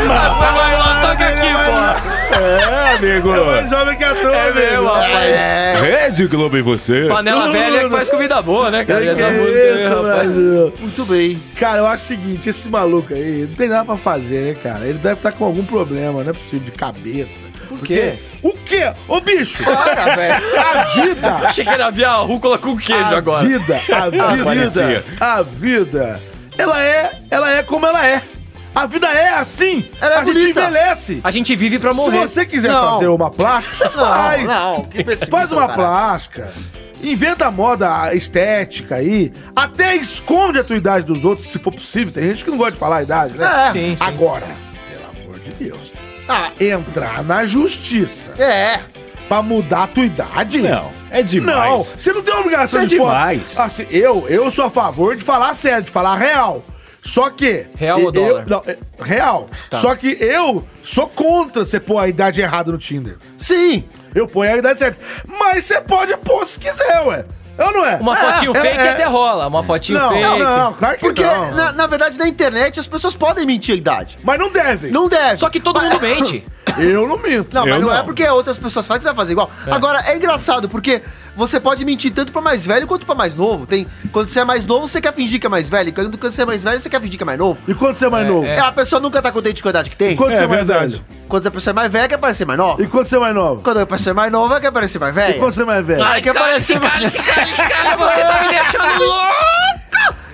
C: Essa vai lá, toca aqui, porra.
D: É, amigo.
B: Mais jovem que a tua,
C: É
B: amigo.
C: meu, rapaz.
F: É,
D: Rede Globo e você.
C: Panela velha é que faz comida boa, né, cara?
B: Que
C: Pelo amor de Deus,
B: isso,
C: rapaz.
B: Brasil.
F: muito bem.
B: Cara, eu acho o seguinte, esse maluco aí, não tem nada pra fazer, né, cara? Ele deve estar com algum problema, não é possível, de cabeça. Por
C: quê?
B: O quê? Ô, bicho!
C: Para, velho.
B: A vida!
C: Achei que era via rúcula com queijo
B: A
C: agora.
B: vida,
C: Ah,
B: a vida,
D: parecia.
B: a vida, ela é, ela é como ela é. A vida é assim.
F: Ela é
B: a gente
F: bonita.
B: envelhece.
C: A gente vive pra
B: Se
C: morrer.
B: você quiser
F: Não.
B: fazer uma plástica, você faz.
F: não, que pessimista,
B: faz uma
F: cara.
B: plástica. Inventa moda estética aí. Até esconde a tua idade dos outros, se for possível. Tem gente que não gosta de falar a idade, né?
F: É.
C: Sim, sim.
B: Agora, pelo amor de Deus,
F: Ah,
B: entrar na justiça
F: é.
B: pra mudar a tua idade?
D: Não, é
B: Não,
D: demais.
B: você não tem obrigação
D: Isso é
B: de pôr-
D: demais.
B: Assim, eu, eu sou a favor de falar sério, de falar real. Só que.
C: Real ou
B: eu,
C: dólar?
B: não, é, real.
D: Tá.
B: Só que eu sou contra você pôr a idade errada no Tinder.
F: Sim.
B: Eu ponho a idade certa. Mas você pode pôr se quiser, ué. Eu não é?
C: Uma
B: É,
C: fotinho
B: é,
C: fake
B: é.
C: até rola. Uma fotinho
B: Não,
C: fake.
B: não, não, claro que
F: Porque,
B: não.
F: na, na verdade, na internet as pessoas podem mentir a idade.
B: Mas não deve.
F: Não deve.
C: Só que todo
F: Mas-
C: mundo mente.
B: Eu não minto.
F: [laughs] Não, mas
D: Eu
F: não, é
D: não.
F: porque outras pessoas fazem que você vai fazer igual. Agora, é engraçado, porque você pode mentir tanto pra mais velho quanto pra mais novo. Tem, quando você é mais novo, você quer fingir que é mais velho. Quando quando você é mais velho, você quer fingir que é mais novo.
B: E quando você é mais novo?
F: É, A pessoa nunca tá contente com a idade que tem.
B: E quando
D: É
B: você é mais
D: verdade.
B: velho?
F: Quando a pessoa é mais velha, quer parecer mais nova.
B: E quando você é mais novo?
F: Quando a pessoa é mais nova, quer parecer mais
B: E
F: velha.
B: quando você é mais velho?
F: Aí quer parecer mais...
C: Você tá me [laughs] deixando louco!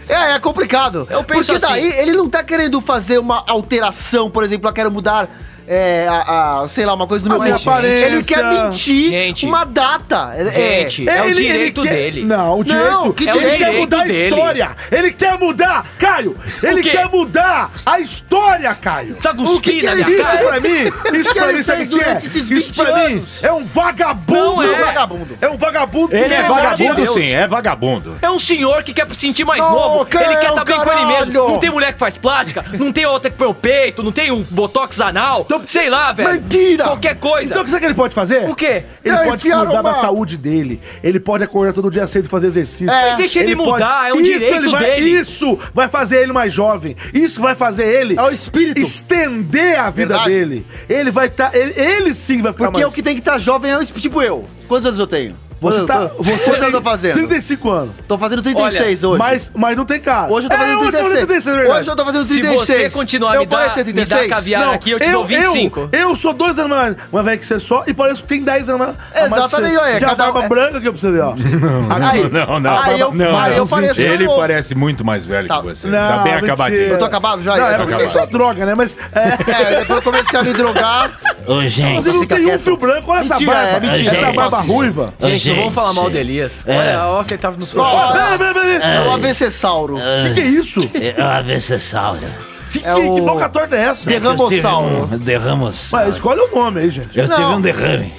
F: É, é complicado.
C: Eu penso assim.
F: Porque daí ele não tá querendo fazer uma alteração, por exemplo, eu quero mudar, é, a, a- sei lá, uma coisa do meu
B: minha
F: corpo.
B: aparência.
F: Ele quer mentir
C: Gente.
F: uma data. É-
C: Gente, é, o direito
B: quer-
C: dele.
B: Não, o direito.
F: Não, é que
B: Ele
F: direito
B: quer mudar
C: dele.
B: a história. Ele quer mudar, Caio. Ele
C: quê?
B: quer mudar a história, Caio.
C: Tá
F: O que que
C: cuspindo na
F: ele
C: minha
B: é Isso
C: cara.
B: pra mim, isso
F: que
B: pra
F: ele
B: mim, sabe o
F: fez
B: que é?
F: durante esses
B: Isso
F: 20
B: pra mim
F: anos?
B: é um vagabundo.
C: Não é.
F: Vagabundo.
B: É um vagabundo.
D: Ele é
B: que-
D: vagabundo,
C: Deus.
D: sim, é vagabundo.
C: É um senhor que quer se sentir mais
F: Ô,
C: novo. ele
F: Caio,
C: quer estar bem com ele mesmo.
F: caralho.
C: Não tem mulher que faz plástica, não tem outra que põe o peito, não tem um botox anal. sei lá, velho.
F: Mentira!
C: Qualquer coisa.
B: Então, sabe o que ele pode fazer?
C: Então, O quê?
B: Ele
F: Não,
B: pode
F: enfiaram
B: cuidar da
F: uma-
B: saúde dele. Ele pode acordar todo dia cedo e fazer exercício.
F: Mas
C: deixa ele mudar, é um direito
B: ele vai-
C: dele.
B: Isso vai fazer ele mais jovem. Isso vai fazer ele
F: É o espírito.
B: estender a vida
F: Verdade.
B: dele. Ele vai estar. ele, ele sim vai ficar
F: Porque
B: mais.
F: o que tem que estar jovem é o esp- tipo eu. Quantos anos eu tenho?
C: Ah,
B: Você tá.
F: Quantos
B: Você
F: anos eu tô
B: tem
F: fazendo?
B: 35 anos.
F: Tô fazendo 36 hoje.
B: Mas, mas não tem cara.
F: Hoje eu tô
B: É,
F: fazendo
B: Hoje eu tô
F: 36.
B: fazendo 36, verdade.
F: Hoje eu tô fazendo
C: Se
F: 36.
C: você continuar
F: eu
C: me dar,
F: pareço
C: me dar caviar aqui, eu te dou 25.
B: Eu, eu sou dois anos mais, mais velho que você só e parece que tem 10 anos mais. a mais
F: Exatamente,
B: que você.
F: olha,
B: Tem a
F: cada um-
B: barba
F: é-
B: branca aqui pra você ver, ó.
F: Aí,
D: [laughs] Não, não.
F: Aí eu,
D: não,
F: aí
D: não.
F: eu pareço
B: assim,
I: assim,
D: Ele
F: novo.
D: parece muito mais velho
F: Tá.
D: que você. tá bem
B: mentira.
D: acabadinho.
F: Eu tô acabado já?
B: Não,
F: Eu
B: é
F: tô
B: porque
F: acabado.
B: isso é droga, né? Mas. É,
F: É, depois eu comecei a me drogar.
I: Ô, gente,
B: você não
F: fica
B: tem um
F: quieto.
B: fio branco, olha essa
F: Mentira,
B: barba.
F: é, mentira.
B: Essa
I: Gente.
B: barba ruiva.
I: Ô,
C: Gente, não vamos
I: gente.
C: falar mal do Elias.
I: É.
C: Olha, ó, que ele tava nos
B: Ó,
C: proporcionando.
B: peraí, peraí, peraí.
F: É o AVC-sauro.
B: O que, que é isso?
I: é uma avessessaura.
B: Que,
F: É
B: que,
F: o-
B: que boca torta é essa?
F: Derramossauro.
B: um- Mas
I: Derramos.
B: escolhe o nome aí, gente.
I: Eu tive
F: Não.
I: um derrame.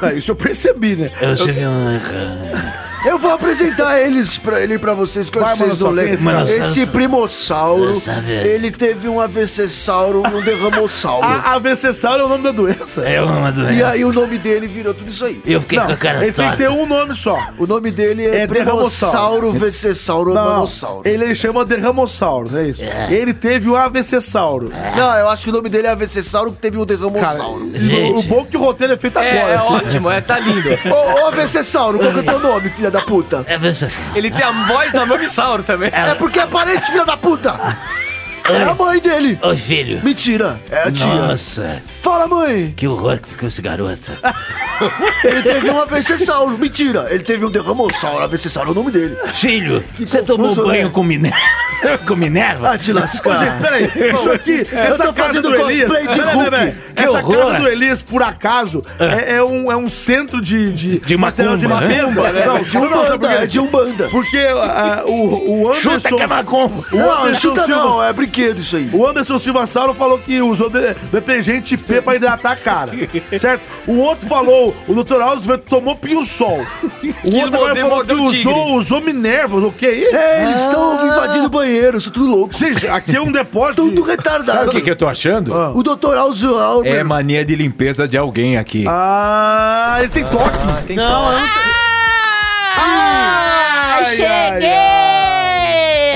B: É, Isso eu percebi, né?
I: Eu tive um derrame. Eu vou apresentar eles pra, ele pra vocês, que
B: Vai,
I: vocês
B: mano,
I: não
B: sua
I: lembram.
B: frente, cara.
I: Esse primossauro,
J: Essa vez.
I: ele teve um AVC-sauro e um derramossauro.
B: A AVC-sauro é o nome da doença.
J: É uma
B: ah,
J: doença.
I: E aí o nome dele virou tudo isso aí.
J: Eu fiquei
B: Não,
J: com a cara
B: ele tem que
J: torta.
B: ter um nome só.
I: O nome dele é,
B: É
I: primossauro, VC-sauro,
B: Não,
I: manossauro.
B: Ele, ele chama derramossauro, não é isso? Ele teve o AVC-sauro.
I: Não, eu acho que o nome dele é AVC-sauro, que teve um
B: Cara, [laughs]
I: derramossauro.
B: o, o bom é que o roteiro é feito
C: É,
B: agora.
C: é
B: assim.
C: ótimo, é, tá lindo.
I: Ô, ô AVC-sauro, qual que é o teu nome, filha da puta?
J: É necessário.
C: Ele tem a voz do Amamissauro também.
I: É porque é parente, filha da puta! É a mãe dele!
J: Ô, filho.
I: Mentira, é a tia.
J: Nossa,
I: Fala, mãe!
J: que horror que ficou esse garoto.
I: Ele teve um AVC-sauro, mentira! Ele teve um derramossauro, AVC-sauro é o nome dele.
J: Filho, você tomou
I: confuso,
J: banho
I: né?
J: com Minerva? [laughs] com Minerva?
I: Ah, te lascar.
B: Peraí, isso aqui, essa
I: tô
B: casa
I: fazendo
B: do Elias,
I: cosplay de
B: Peraí,
I: Hulk.
B: peraí,
J: Que
B: essa
J: horror.
B: casa do Elias, por acaso, é, é um, é um centro de, de,
J: De
B: material de
J: macumba, né?
B: limpeza.
F: É.
B: Não,
I: é De
B: não, não, sabe por
I: Umbanda,
B: quê?
I: é
F: um-
I: de Umbanda.
B: Porque ah, o, o
J: Chuta
I: um
B: Anderson...
J: que é macumba.
B: o
I: Não, não
B: Anderson
I: chuta
B: Silva-
I: não, é brinquedo isso aí.
B: O Anderson Silva Sauro falou que usou de- detergente P pra hidratar a cara, certo? O outro falou, o Dr. Alves falou que tomou pinho-sol. O outro agora
C: morder-
B: falou que
C: mordeu o tigre.
B: usou, usou Minerva, o que é isso?
I: É, eles estão invadindo o banheiro, isso é tudo louco.
B: Gente, aqui é um depósito...
I: Tudo
B: de-
I: retardado.
D: Sabe o que, que eu tô achando?
I: O doutor Alzo
D: É
I: Almer.
D: mania de limpeza de alguém aqui.
B: Ah, ele tem toque.
K: Ah,
B: Ai,
K: cheguei!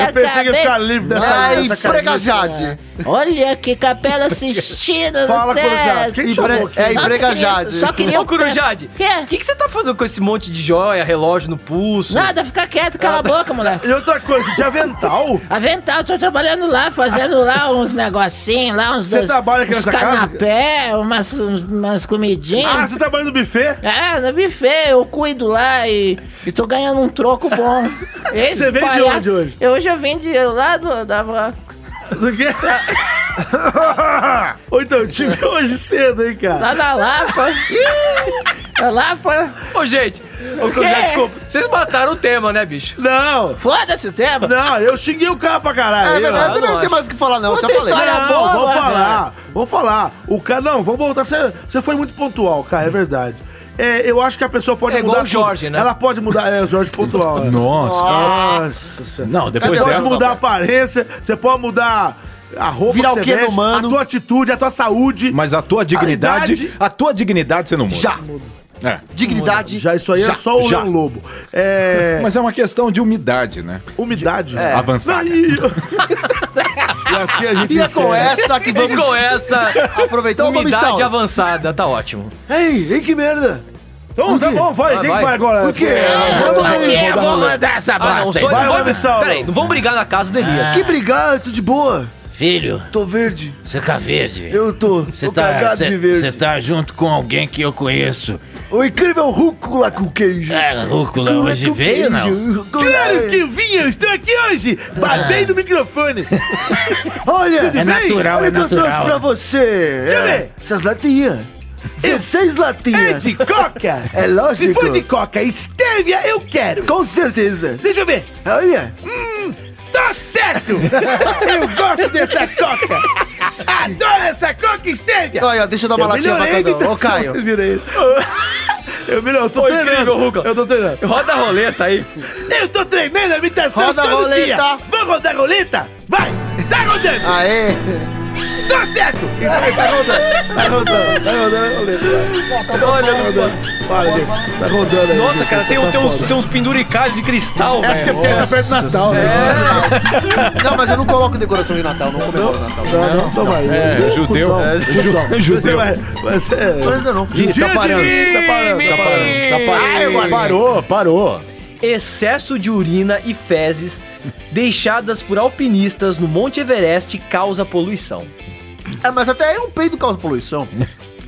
B: Eu pensei que ia
K: Acabei-
B: ficar livre dessa,
I: Ai,
B: dessa carinha.
I: empregajade.
K: Olha que capela assistida,
B: Fala,
K: não tem?
B: Corujade. Quem te chamou aqui?
I: É
K: Nossa,
I: empregajade.
K: queria- Só queria... um
C: Ô, Corujade, o
K: Quê?
C: que, que você tá fazendo com esse monte de joia, relógio no pulso?
K: Nada, fica quieto, cala a boca, moleque.
B: E outra coisa, de avental?
K: Avental, tô trabalhando lá, fazendo lá uns negocinhos, lá uns,
B: Você
K: uns,
B: trabalha aqui
K: uns
B: nessa casa?
K: canapé, umas, uns- umas
B: Ah,
K: comidinhas.
B: você tá banhando no buffet?
K: É, no buffet, eu cuido lá e, e tô ganhando um troco bom.
B: [laughs]
K: Esse
B: Você vem de
K: palhaço-
B: onde hoje?
K: Eu, hoje eu vim de lá do, da...
B: Do quê? Ou então, eu te vi hoje cedo, hein, cara?
K: Lá na Lapa. Na Lapa.
C: Ô, gente, ô, Corujade, desculpa. Vocês mataram o tema, né, bicho?
B: Não,
K: Foda-se o tema.
B: não, eu xinguei o cara pra
I: É
B: caralho.
I: verdade,
B: ó.
I: também não
C: lógico.
I: tem mais o que falar não,
K: Ah, Outra
I: já falei.
K: história.
B: não,
K: boa,
B: vamos
K: né?
B: falar, vamos falar. O cara, não, vamos voltar. Você você foi muito pontual, cara, é verdade. É, eu acho que a pessoa pode
C: É igual
B: mudar.
C: o Jorge,
B: tudo.
C: né?
B: Ela pode mudar. É, o Jorge pontual. é.
D: Nossa.
B: Nossa Senhora.
D: Não, depois
B: Você
I: Cadê
B: pode
I: dessa-
B: mudar a aparência, você pode mudar a roupa
I: Virar
B: que
I: o
B: você
I: quê no
B: veste, a
I: mano?
B: tua atitude, a tua saúde.
D: Mas a tua dignidade,
B: A idade-
D: a tua dignidade você não muda.
I: Já.
D: É.
I: Dignidade.
B: Já isso aí é só o
D: já.
B: Leão Lobo. É.
D: [laughs] Mas é uma questão de umidade, né?
B: Umidade.
I: É.
D: Avançada.
B: Aí- e assim a gente
I: E é com
B: encerra.
I: essa que
C: E
I: vamos
C: [laughs] com essa Então,
I: aproveitar o
C: umidade
I: comissão.
C: avançada, tá ótimo.
I: Ei, ei, que merda.
B: Então tá bom, vai.
C: Vai,
B: Quem
C: vai.
B: vai agora?
I: O quê?
J: Porque eu vou mandar essa
C: Ah, não, os
J: bosta
C: dois-
J: aí.
B: Vai,
C: não
B: vai, Bissau.
C: vamos, peraí, não vamos brigar na casa do Elias.
I: Que brigar, tô de boa.
J: Filho,
I: Tô verde.
J: você tá verde.
I: Eu tô.
J: Você
I: tô
J: tá,
I: cagado
J: cê-
I: de verde.
J: cê tá junto com alguém que eu conheço.
I: O incrível rúcula com queijo.
J: É, Rúcula
I: Rúcula
J: hoje
I: com
J: veio, não?
I: queijo. Rúcula.
B: Claro que vinha, eu estou aqui hoje. Batei no microfone.
I: Olha,
J: É natural,
I: olha
J: é
I: o que eu trouxe pra
J: natural.
I: você.
B: eu
I: É,
B: ver.
I: Essas latinhas. 16
B: É
I: latinhas.
B: de coca.
I: É lógico.
B: Se for de coca, estevia, eu quero.
I: Com certeza.
B: Deixa eu ver.
I: Olha.
B: Tá certo. eu gosto dessa coca. Adoro essa coca, estevia.
I: Olha, ó, deixa eu dar uma latinha pra cada um. Ô, Caio.
B: Vocês viram isso? [laughs] Eu melhor, eu tô
C: Ô,
B: treinando.
C: incrível, Ruca.
B: Eu tô treinando.
C: Roda a
B: [laughs]
C: roleta aí.
B: Eu tô treinando a imitação
I: Roda a
B: todo dia.
I: roleta.
B: Vamos rodar a roleta? Vai! Tá rodando!
I: Aê.
B: Tá certo! Tá rodando, tá rodando, tá rodando a roleta.
C: Olha,
B: Tá rodando. Olha, gente, tá rodando aí.
C: Nossa, cara, tem, um- tem uns, tem uns penduricalhos de cristal, velho.
B: Acho que é porque tá perto do Natal, né?
C: É,
I: Não, mas eu não coloco decoração de Natal, não comemoro Natal.
B: Não, não, toma aí.
D: É, judeu.
B: Então né? Cusão,
D: É,
B: cusão.
D: ju- judeu.
B: Vai, vai ser...
I: Ainda não.
B: Ih, tá parando, tá parando, tá parando, tá parando.
D: Parou, parou.
C: Excesso de urina e fezes deixadas por alpinistas no Monte Everest causa poluição.
I: É, mas até aí é um peido causa poluição.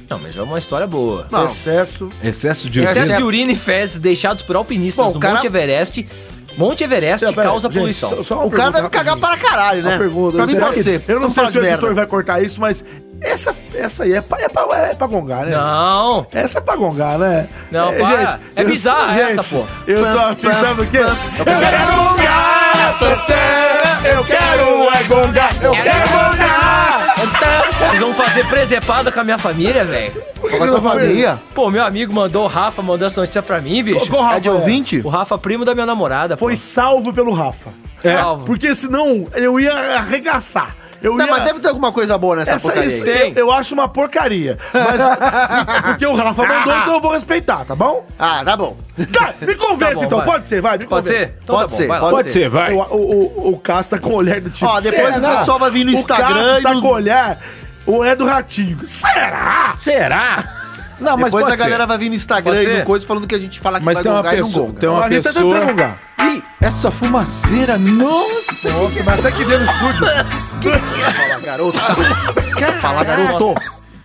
C: Não, mas é uma história boa.
I: Não.
B: Excesso.
D: Excesso
F: É,
D: de
C: Excesso
I: Excesso-
C: de urina e fezes deixados por alpinistas
I: Bom, o
C: no
I: cara-
C: Monte Everest. Monte Everest
B: Pera, pera,
C: causa
B: gente,
C: poluição.
B: só- só uma
I: O cara
B: pergunta
I: deve cagar
B: rapidinho.
I: para caralho, né?
B: Uma pergunta.
I: pra mim
B: será
I: pode
B: que-
I: ser.
B: Eu não sei
I: Vamos falar
B: se
I: de
B: o
I: merda.
B: editor vai cortar isso, mas essa, essa aí é pra, é, pra, é pra gongar, né?
C: Não.
B: Essa é pra gongar, né?
C: Não,
B: é,
C: para. É
B: eu-
C: bizarra essa, pô.
B: Eu tô afim, sabe o quê? Eu quero gongar, eu quero é gongar, eu quero gongar,
C: Vocês vão fazer presepada com a minha família, velho?
F: Qual é a tua família?
C: Pô, meu amigo mandou o Rafa, mandou essa notícia pra mim, bicho.
B: Ô, Rafa,
F: É de ouvinte?
C: O Rafa, primo da minha namorada.
B: Foi salvo pelo Rafa.
C: pô. Salvo.
B: É, Porque senão eu ia arregaçar. Eu
F: Não,
B: ia...
F: mas deve ter alguma coisa boa nessa
B: Essa
F: porcaria.
B: isso,
F: aí.
C: Tem.
B: eu, eu acho uma porcaria. Mas porque o Rafa mandou, então eu vou respeitar, tá bom?
F: Ah, tá bom.
B: Tá, me convence
C: bom,
B: então,
C: vai.
B: pode ser, vai, me
C: Pode
B: convence.
C: ser? Então
F: Pode
C: tá bom,
F: ser,
C: vai lá.
F: pode
H: Pode ser, vai.
B: O, o, o, o Cássio tá com o olhar do tipo.
F: Ó, depois
B: "Será?"
F: o pessoal vai vir no
B: O
F: Instagram
B: Cássio
F: e
B: tá
F: no-
B: com o olhar, o olhar do ratinho. Será?
H: Será?
F: Não, mas Depois
H: pode
F: a galera
H: ser.
F: vai vir no Instagram
C: Pode
F: e
C: ser?
F: no coisa falando que a gente fala que
H: Mas
F: vai
H: tem uma
F: gongar e não
H: pessoa.
F: gonga.
H: Tem uma
B: a gente tá
H: pessoa.
B: tentando lugar.
H: Ih, essa fumaceira, nossa!
B: Nossa, mas até que deu no estúdio.
F: Fala, garoto. Fala, garoto.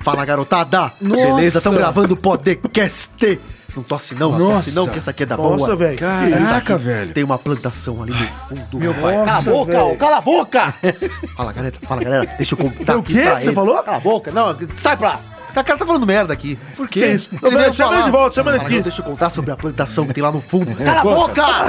F: Fala, garotada. Beleza, estamos gravando o podcast. Não tosse não, não tosse não, que essa aqui é da
B: Nossa,
F: boa.
B: velho.
H: Caraca, velho.
F: Tem uma plantação ali no fundo. Meu
B: Nossa, velho.
F: cala a boca! Fala, galera, fala, galera. Deixa eu contar
B: O quê? Você falou?
F: Cala a boca. Não, sai pra lá. A cara tá falando merda aqui. Por
B: Que isso? Não,
F: Ele
B: pera,
F: veio
B: chama
F: falar.
B: ele de volta, chama ele
F: Fala,
B: aqui.
F: "Não, Deixa eu contar sobre a plantação que tem lá no fundo. Cala a boca! Cala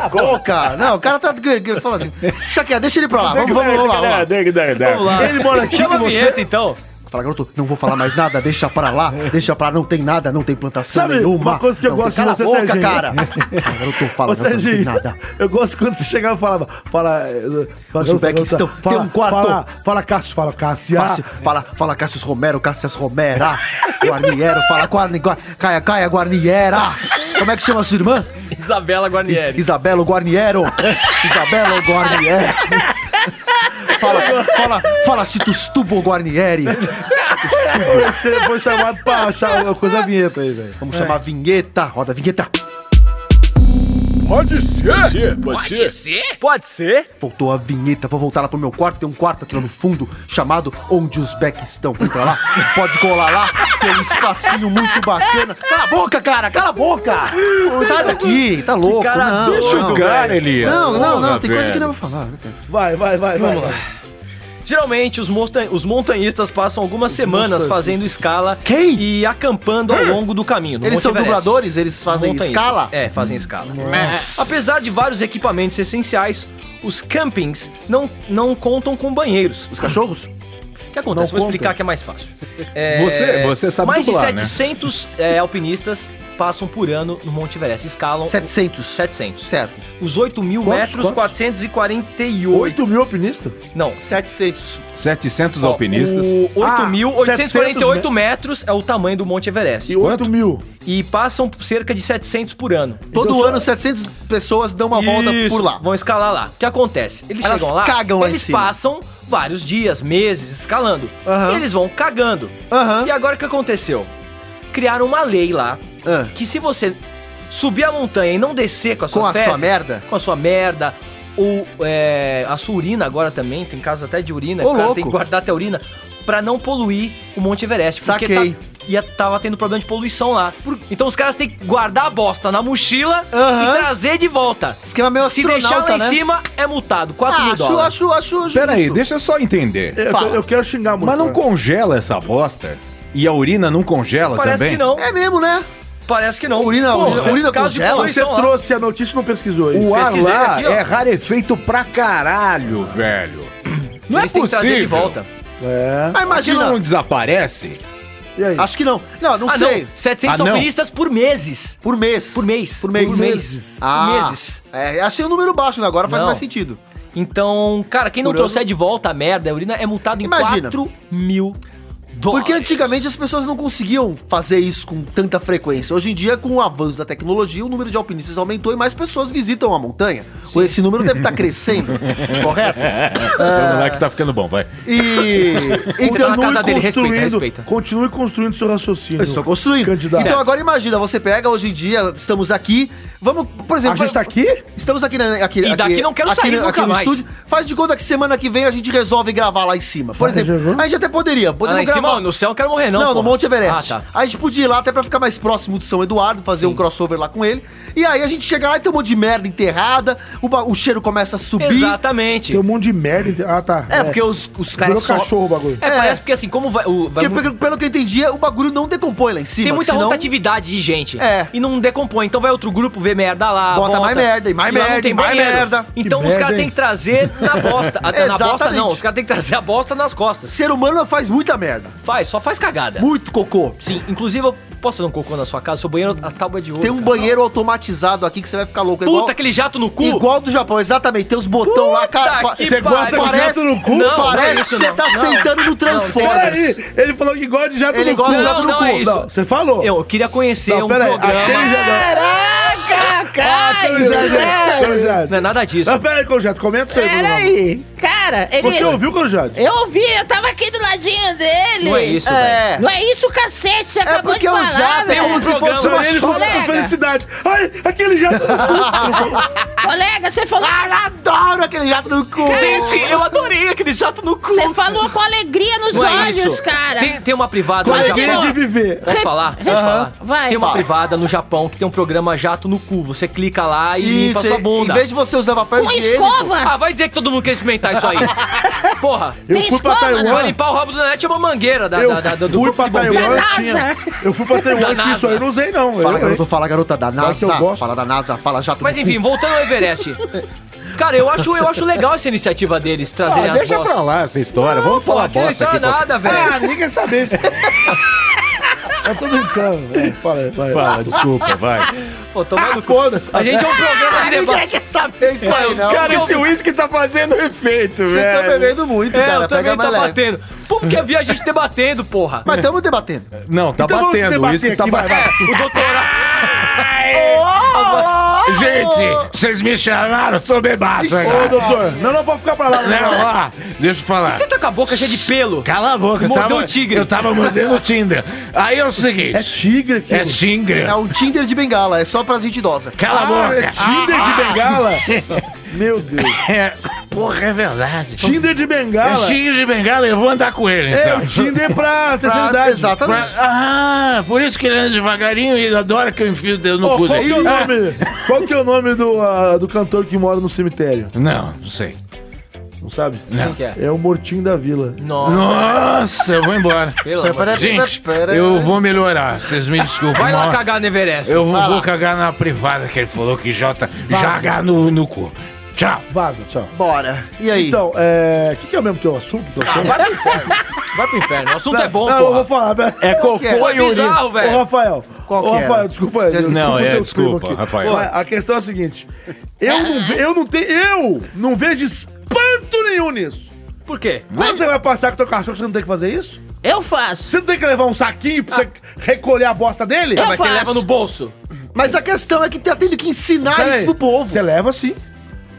F: a boca! Não, o cara tá falando. Chaqueira, deixa ele pra lá. Vamos, vamos, vamos lá, vamos lá.
C: Vamos lá.
B: Ele mora aqui
C: Chama a
B: com você.
C: vinheta, então.
F: Fala, garoto, não vou falar mais nada, deixa
B: [laughs]
F: pra lá, deixa pra lá, não tem nada, não tem plantação
B: Sabe
F: nenhuma.
B: uma coisa que eu
F: Não tem-
B: gosto de
F: cala
B: você,
F: a boca,
B: Serginho? [laughs]
F: cara. Fala,
B: Ô,
F: garoto, fala, garoto, não tem
B: Serginho,
F: nada.
B: é eu gosto quando você chegava e falava, fala, eh, fala,
F: Os Uzbequistão, tem
B: fala,
F: um quarto.
B: fala, fala, Cássio, fala, Cássio,
F: Fácil, fala, fala Cássius Romero, Cássias Romera, Guarniero, fala Guarni, Gua- Caia, Caia, Guarniera. Como é que chama a sua irmã?
C: [laughs] Isabela Guarnieri.
F: Isabelo Guarniero. Isabelo Guarnieri. Fala, fala, fala Chitustubo Guarnieri.
B: Você foi chamado pra achar uma coisa vinheta aí, velho.
F: Vamos
H: É.
F: chamar a vinheta, roda a vinheta.
H: Pode ser. Pode ser, pode ser.
C: Pode ser?
F: Voltou a vinheta, vou voltar lá pro meu quarto. Tem um quarto aqui lá no fundo, chamado Onde os Beck estão. Vem pra lá, pode colar lá, tem um espacinho muito bacana. Cala a boca, cara, cala a boca! Sai daqui, tá louco.
C: cara
F: não,
C: duro,
F: não,
H: Cara, Elias.
F: não, não, não, tem coisa que
H: velho.
F: não vou falar. né,
B: Vai, vai, vai, Vamos vai. lá.
C: Geralmente, os, monta- os montanhistas passam algumas semanas
B: montanhistas.
C: fazendo escala
F: Quem?
C: e acampando ao longo do caminho. no
F: Eles
C: Monte
F: são
C: Everest.
F: dubladores, eles fazem
C: Montanhistas.
F: escala.
C: É, fazem escala. Apesar de vários equipamentos essenciais, os campings não, não contam com banheiros.
F: Os cachorros?
C: O que acontece?
B: Não
C: Vou explicar
B: conta.
C: que é mais fácil. É,
H: Você- você sabe
C: Mais
H: dublar,
C: de
H: né?
C: 700 é, alpinistas passam por ano no Monte Everest. Escalam
F: 700.
C: 700.
F: Certo.
C: Os 8 mil
B: Quantos, quantos?
C: metros, 448.
B: 8 mil alpinistas?
C: Não.
F: 700.
H: 700
C: Ó,
H: alpinistas.
C: o
B: Ah,
C: 8.848 metros é o tamanho do Monte Everest.
B: E 8 mil.
C: E passam cerca de 700 por ano.
F: Todo
B: Então, só-
F: ano, 700 pessoas dão uma volta
C: Isso,
F: por lá.
C: Vão escalar lá. O que acontece? Eles
F: Elas
C: chegam lá,
F: cagam lá em
C: eles
F: cima.
C: passam vários dias, meses escalando.
F: Aham.
C: E eles vão cagando.
F: Aham.
C: E agora o que aconteceu? Criaram uma lei lá
F: Ah.
C: que se você subir a montanha e não descer com as
F: Com
C: suas
F: a sua
C: fezes,
F: merda?
C: Com a sua merda. Ou é, a sua urina agora também, tem casos até de urina.
F: Ô,
C: o cara
F: louco.
C: tem que guardar até a urina pra não poluir o Monte Everest.
F: Saquei.
C: tá- ia, tava tendo problema de poluição lá. Por- Então os caras têm que guardar a bosta na mochila
F: Aham.
C: e trazer de volta.
F: Esquema meio
C: Se deixar
F: astronauta,
C: lá em
F: né?
C: cima, é multado. 4
F: Ah,
C: mil
F: acho,
C: dólares.
F: acho, acho, acho.
H: Pera aí, deixa eu só entender.
B: É, Eu,
F: Fala.
B: eu quero xingar muito. né?
H: Mas não
B: cara.
H: congela essa bosta? E a urina não congela
C: Parece
H: também?
C: que não.
F: É mesmo, né?
C: Parece que não.
F: Urina-
C: Porra,
F: urina
C: caso de
B: Você
F: congela?
C: poluição lá.
B: trouxe a notícia e não pesquisou aí.
H: O ar
C: Pesquisei
H: lá
C: aqui, ó.
H: é rarefeito pra caralho, velho. Não
C: Eles
H: é
C: têm que trazer
H: possível.
C: de volta.
B: É.
F: Ah,
H: Aquilo
F: imagina.
H: não desaparece?
B: E aí?
F: Acho que não. Não, não
C: Ah,
F: sei.
C: não. 700
H: Ah, não.
C: alpinistas por meses.
F: Por mês.
C: Por mês.
F: Por mês.
C: Por meses.
F: Ah,
C: Por meses.
F: É, achei um número baixo, né? agora faz
C: Não.
F: mais sentido.
C: Então, cara, quem não
F: Por
C: trouxer de volta a merda, a urina, é multado em
F: Imagina.
C: 4 mil dólares.
F: Porque antigamente as pessoas não conseguiam fazer isso com tanta frequência. Hoje em dia, com o avanço da tecnologia, o número de alpinistas aumentou e mais pessoas visitam a montanha. Esse número deve estar
C: [laughs]
F: crescendo, correto? Ah.
H: Vamos lá que tá ficando bom, vai.
C: [laughs]
F: E.
C: tá na
F: Então,
C: casa dele, respeita,
B: construindo,
C: respeita.
B: continue construindo seu raciocínio.
F: eu estou construindo.
B: Candidato.
F: Então agora imagina, você pega hoje em dia, estamos aqui, vamos, por
B: A
F: exemplo,
B: gente tá aqui?
F: Estamos aqui, na, aqui
C: E daqui não quero sair nunca mais.
F: Faz de conta que semana que vem a gente resolve gravar lá em cima. Por
B: Vai,
F: exemplo,
B: já viu?
F: a gente até poderia.
C: Ah, lá em
F: Podemos
C: cima Não, no céu eu não quero morrer, não.
F: Não, no
C: porra.
F: Monte Everest.
C: Ah, tá.
F: A gente podia ir lá até pra ficar mais próximo do São Eduardo, fazer um crossover lá com ele. E aí a gente chega lá e tem um monte de merda enterrada, o, ba- o cheiro começa a subir.
C: Exatamente.
B: Tem um monte de merda. inte- Ah, tá.
F: É, porque os, os caras
B: Virou
F: só...
B: cachorro o bagulho.
C: É, parece porque assim, como vai. o- vai
F: Porque,
C: mu-
F: pelo, pelo que eu entendi, o bagulho não decompõe lá em cima.
C: tem muita
F: senão-
C: rotatividade de gente.
F: É.
C: E não decompõe. Então vai outro grupo ver merda lá.
F: Bota mais merda, e mais
C: lá não
F: merda,
C: tem
F: e mais
C: banheiro.
F: merda.
C: Então
B: Que
C: os
B: merda,
C: caras
B: hein?
C: têm que trazer
F: [laughs]
C: na bosta. Ah, na bosta
F: Exatamente.
C: não, os caras têm que trazer a bosta nas costas.
F: Ser humano faz muita merda.
C: Faz, só faz cagada.
F: Muito cocô.
C: Sim, inclusive eu posso fazer um cocô na sua casa, seu banheiro, a tábua é de ouro.
F: Tem um
C: cara.
F: banheiro automatizado aqui que você vai ficar louco. é
C: Puta,
F: igual-
C: aquele jato no cu.
F: Igual do Japão, exatamente. Tem os botão lá, cara. pa-
C: que
F: Você
C: pariu.
F: parece,
B: jato no cu?
C: Não,
F: parece
C: não é isso,
F: que você
C: não.
F: tá
C: Não.
F: sentando
B: Peraí,
F: no Transformers.
B: ele falou que gosta de jato
F: Ele
B: no
F: gosta
B: cu.
F: de jato
C: Não,
F: no
C: não
F: cu.
C: é isso.
B: Não, você falou?
C: Eu queria conhecer
B: não,
C: um
B: peraí.
C: programa.
B: Aquele jato... Ah,
I: Caraca,
B: Aquele
G: né?
B: jato... Aquele jato...
C: Não é nada disso.
B: Não, peraí, Conjado, comenta isso aí. Bruno.
I: Peraí.
G: Cara, ele.
B: Você ouviu, Conjado?
G: Eu ouvi, eu tava aqui do ladinho dele.
C: Não é isso, velho.
F: É.
G: Não é isso, cacete, você
F: É
G: acabou
F: porque
G: de
F: o
G: falar. né?
F: jato é
G: velho.
F: como
C: um
F: se
C: programa,
F: fosse uma
B: Ele
G: Colega.
B: falou com felicidade. Ai, aquele jato no cu.
G: Colega, você falou.
F: Ah, adoro aquele jato no cu.
C: Gente, eu adorei aquele jato no cu.
G: Você falou com alegria nos
C: Não é
G: olhos,
C: isso.
G: cara.
C: Tem, tem uma privada no
G: Fala
C: Japão.
G: de
B: Queria
G: novo.
B: de viver.
C: Posso falar? Posso falar?
G: Vai.
C: tem uma
G: Fala.
C: privada no Japão que tem um programa jato no cu. Você clica lá e
F: Isso,
C: limpa sua
F: em
C: bunda.
F: vez de você usar papel
G: Com
F: higiênico-
G: escova.
C: Ah, vai dizer que todo mundo quer experimentar isso aí. Porra.
B: Eu
G: Tem
B: fui pra
G: escola, né?
C: Pra
B: Taiwan.
C: limpar o rabo do Nanete é uma mangueira da,
B: Eu
C: da, da- do
B: fui
C: corpo
B: pra
C: de bombeiro.
B: Taiwan.
G: Da
B: Tinha.
G: NASA.
B: Eu fui pra
C: Da
B: Taiwan, tinha isso aí. Eu não usei, não.
F: Fala,
B: eu,
F: garoto, fala, garota da
B: Fala que eu
F: NASA.
B: gosto.
F: Fala da NASA, fala jato
C: Mas
F: no
C: enfim, voltando ao Everest. Cara, eu acho, eu acho legal essa iniciativa deles, trazerem
D: Ah,
C: as
D: deixa
C: bostas.
D: pra lá essa história. Vamos
C: Pô,
D: falar
C: aqui não
D: bosta
C: está
D: aqui. pô.
C: nada, velho.
B: Ah, ninguém quer saber isso. Eu tô brincando. velho. Fala aí, vai.
D: Fala, desculpa,
H: [laughs]
D: vai.
C: Pô, tomando cu.
B: Foda-se.
C: A gente é um programa de
F: cu.
C: debate.
F: Ninguém quer saber isso aí, não.
C: cara,
F: Porque
C: esse
F: eu-
D: uísque tá fazendo efeito,
F: Vocês estão bebendo muito,
C: É,
F: cara.
C: eu também
F: Pega
C: tô
F: mais leve.
C: batendo. O povo quer ver a gente debatendo, porra.
F: Mas estamos debatendo.
D: Não, tá
B: Então vamos se
D: batendo. O uísque
B: debater
D: tá
B: aqui, vai,
D: batendo.
B: vai.
C: O doutorado.
H: Gente, vocês me chamaram, tô bebaço
B: Ô,
H: agora.
B: doutor. Não, não, pode ficar pra lá.
H: Não,
B: Não,
H: ó, deixa eu falar.
C: Você tá com a boca cheia de pelo.
H: Cala a boca, eu
C: Mordeu
H: tava...
C: o tigre.
H: Eu tava mordendo o Tinder. Aí é o
B: É
H: seguinte,
B: tigre aqui.
H: é tigre.
F: É um Tinder de bengala, é só pra gente idosa.
H: Cala a
B: Ah, é
H: boca.
B: Tinder de bengala? Meu Deus.
H: É, porra, é verdade.
B: Tinder de
H: É
B: bengala?
H: tigre de bengala, eu vou andar com ele,
B: É,
H: então.
B: o Tinder pra
C: é
B: terceira
F: Pra-
B: idade.
H: Pra-
F: Exatamente.
H: Ah, por isso que ele anda devagarinho e adora que eu enfio o dedo no
B: Ô,
H: cu
B: qual, que
H: dele.
B: é o
H: Ah,
B: nome, qual que é o nome do, ah, do cantor que mora no cemitério?
H: Não, não sei.
B: Não sabe?
H: Não.
C: que é?
B: É o Mortinho da Vila.
C: Nossa,
H: Nossa, eu vou
C: [laughs]
H: embora.
C: pelo amor de Deus.
H: Gente, eu vou melhorar. Vocês me desculpem.
C: Vai lá
H: uma-
C: cagar no Everest.
H: Eu vou, vou cagar na privada que ele falou que Jota jaga no, no cu. Tchau.
B: Vaza, tchau.
F: Bora. E aí?
B: Então, é. O que, que é o mesmo teu assunto? Teu assunto?
C: Vai pro inferno. Vai pro inferno. O assunto é bom,
B: não, eu vou
C: porra.
B: falar. pera-
D: É cocô
F: Qual
D: e
C: É
D: urina.
C: bizarro,
B: Ô,
C: velho.
B: Rafael.
F: Qual
B: Ô,
F: que era?
B: Rafael, desculpa.
F: Não,
B: desculpa
D: é,
B: teus primos
D: desculpa,
B: aqui.
D: Rafael.
B: Mas A questão é a seguinte: eu não, ve- eu não tenho. Eu não vejo espanto nenhum nisso.
C: Por quê?
B: Quando você vai passar com teu cachorro, você não tem que fazer isso?
G: Eu faço.
B: Você não tem que levar um saquinho pra você recolher a bosta dele?
F: É,
G: Eu
C: Mas você
G: faço.
C: leva no bolso.
F: Mas a questão é que tá tendo que ensinar
B: Pera aí,
F: isso pro povo.
B: Você leva assim,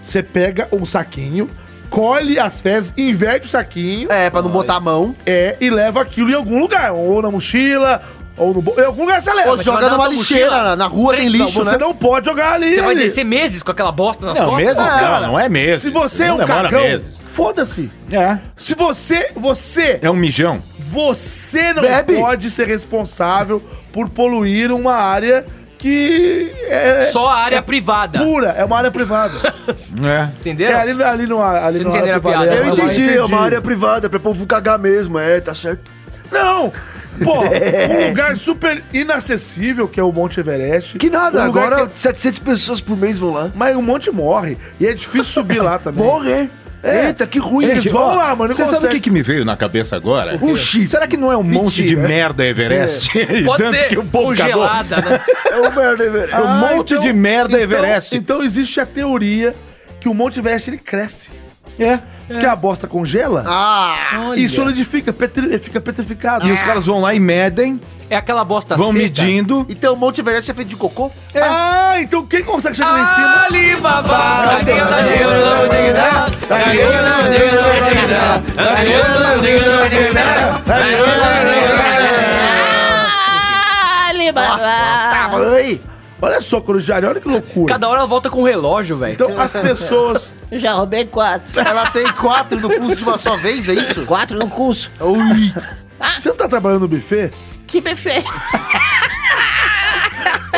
B: você pega um saquinho, colhe as fezes, inverte o saquinho
F: É, pra não botar a mão.
B: é, e leva aquilo em algum lugar. Ou na mochila, ou no bolso. Em algum lugar você leva.
F: Ou
B: É, Mas
F: joga
C: mandar
F: numa
C: tua
F: lixeira,
C: mochila?
F: na- na rua tem
C: Tem-
F: lixo,
B: você
F: né?
B: não pode jogar ali.
C: Você vai
B: ali.
C: descer meses com aquela bosta nas
D: Não,
C: costas?
D: meses não, não é meses.
B: Ah, Se você é
D: não
B: um
D: demora
B: cagão,
D: meses.
B: foda-se.
D: É.
B: Se você, você,
D: É um mijão.
B: você não
F: Bebe.
B: pode ser responsável por poluir uma área que é
C: Só a área privada.
B: pura, é uma área privada.
D: É.
B: é
C: Entenderam?
B: ali, ali não há, ali
C: Vocês
B: não há área
C: entenderam a
B: privada.
C: piada?
B: é
C: Eu
B: uma-
F: privada, pra povo cagar mesmo. É, tá certo.
B: Não! Pô, um lugar super inacessível que é o Monte Everest.
F: Que nada,
B: Um lugar
F: agora
B: que-
F: 700 pessoas por mês vão lá.
B: Mas um monte morre. E é difícil subir lá também.
F: Morre.
B: É.
F: Eita, que ruim.
B: Eles
D: Gente,
B: vão
D: ó,
B: lá, mano.
D: Você sabe o que, que me veio na cabeça agora?
F: Um chifre.
D: Será que não é um monte de
F: Mentira.
D: merda Everest? [laughs] E
C: É. Pode
D: tanto
C: ser
D: que o povo cagou?
C: congelada, né?
F: É o merda,
B: [laughs]
F: velho.
D: um monte de merda Everest.
B: Ah, Então existe a teoria que o Monte Everest ele cresce. É. Porque a bosta congela
F: Ah,
B: e solidifica, petri- fica petrificado.
D: E os caras vão lá e medem,
C: É aquela bosta
D: vão
C: seca.
D: medindo.
F: então o Monte Everest é feito de cocô?
B: É. Ah, então quem consegue chegar lá em cima?
C: Ali, babá. né?
G: Ah, Libabá.
F: mãe!
B: Olha só, Corujari, olha que loucura.
C: Cada hora ela volta com um relógio, velho.
B: Então as pessoas.
G: Eu Já roubei quatro.
F: Ela tem quatro no pulso de uma só vez, é isso?
G: Quatro no curso.
F: Ui.
B: Você não tá trabalhando no buffet?
G: Que buffet.
B: Pô,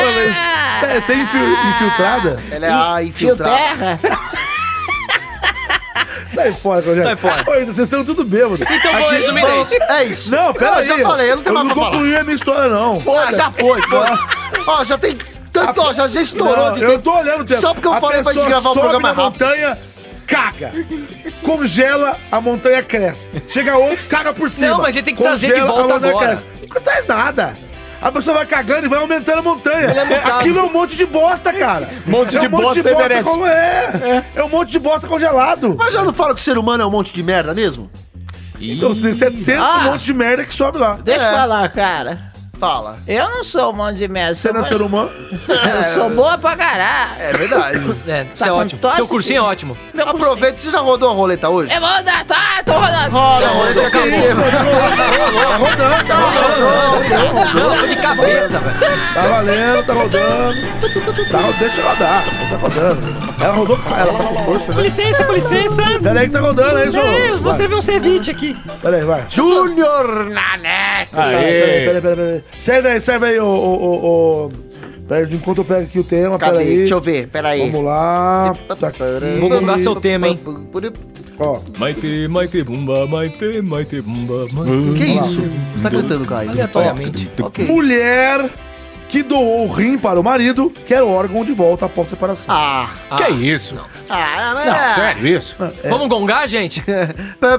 B: mas você tá- você é infil- infiltrada?
F: Ela é a
G: Fio
F: infiltrada.
G: terra.
B: Sai fora, Rogério.
C: Sai fora.
B: Oi, vocês estão tudo bêbados.
C: Então vou resumir daí.
F: É isso.
B: Não, pera aí.
F: Eu já falei, eu não tenho mais pra falar.
B: concluí a minha história, não.
F: Ah,
B: [laughs]
F: já foi, pô. Ó, já tem tanto, ó, já, já estourou
B: Não,
F: de
B: eu
F: tempo.
B: tô olhando o tempo.
F: Só porque eu
B: A
F: falei pra gente
B: pessoa
F: gravar o
B: sobe
F: programa
B: na
F: rápido.
B: montanha, caga. Congela, a montanha cresce. Chega outro, caga por cima.
C: mas ele tem que trazer de
B: Congela,
C: volta
B: a montanha
C: agora.
B: cresce. Não traz nada. A pessoa vai cagando e vai aumentando a montanha.
C: Ele é mutado.
B: Aquilo é um monte de bosta, cara.
D: Monte
B: é
D: de
B: um monte
D: bosta
B: de bosta
D: Everest.
B: como é. é. um monte de bosta congelado.
F: Mas já não fala que o ser humano é um monte de merda mesmo?
B: Então, tem 700
F: Ah.
B: monte de merda que sobe lá.
G: Deixa
F: É.
G: eu falar, cara.
F: Fala.
G: Eu não sou um monte de merda.
B: Você não é ser um- humano?
G: Eu sou boa pra caralho.
B: [laughs]
F: É verdade. [laughs]
C: É, isso
G: Tá
C: é
G: com
C: ótimo.
G: tosse,
C: Teu cursinho é ótimo.
G: filho?
F: Aproveita, você já rodou a roleta hoje?
G: Eu vou dar, tá, tô rodando.
F: Roda a roleta, já acabou.
B: Tá rodando, tá rodando.
C: Não, tô de cabeça, velho.
B: Tá valendo, tá rodando. Tá, ro- deixa rodar, tá rodando. Ela rodou, ela tá com força,
E: Com
B: né?
E: licença, com licença.
B: Pera aí que tá rodando, é isso?
E: Peraí, eu vou
B: Vai,
E: servir um ceviche aqui.
B: Pera aí, vai.
F: Júnior Nanete.
B: Tá, Peraí, peraí, peraí, peraí. Serve aí, serve aí, ô, ô, ô, ô. Peraí, enquanto eu pego aqui o tema,
F: Cadê?
B: peraí.
F: Deixa eu ver, peraí.
B: Vamos lá. Tá aqui,
C: Vou bombar seu tema, hein?
B: ó.
H: Maite, maite, bumba, maite, maite, bumba,
F: Que isso? Você tá cantando, Caio?
C: Aleatoriamente.
F: Ok.
B: Mulher que doou o rim para o marido quer órgão de volta após separação.
F: Ah,
D: Que isso?
F: ah, mas-
D: Não, sério isso?
C: Vamos gongar, gente?
B: E
C: ah,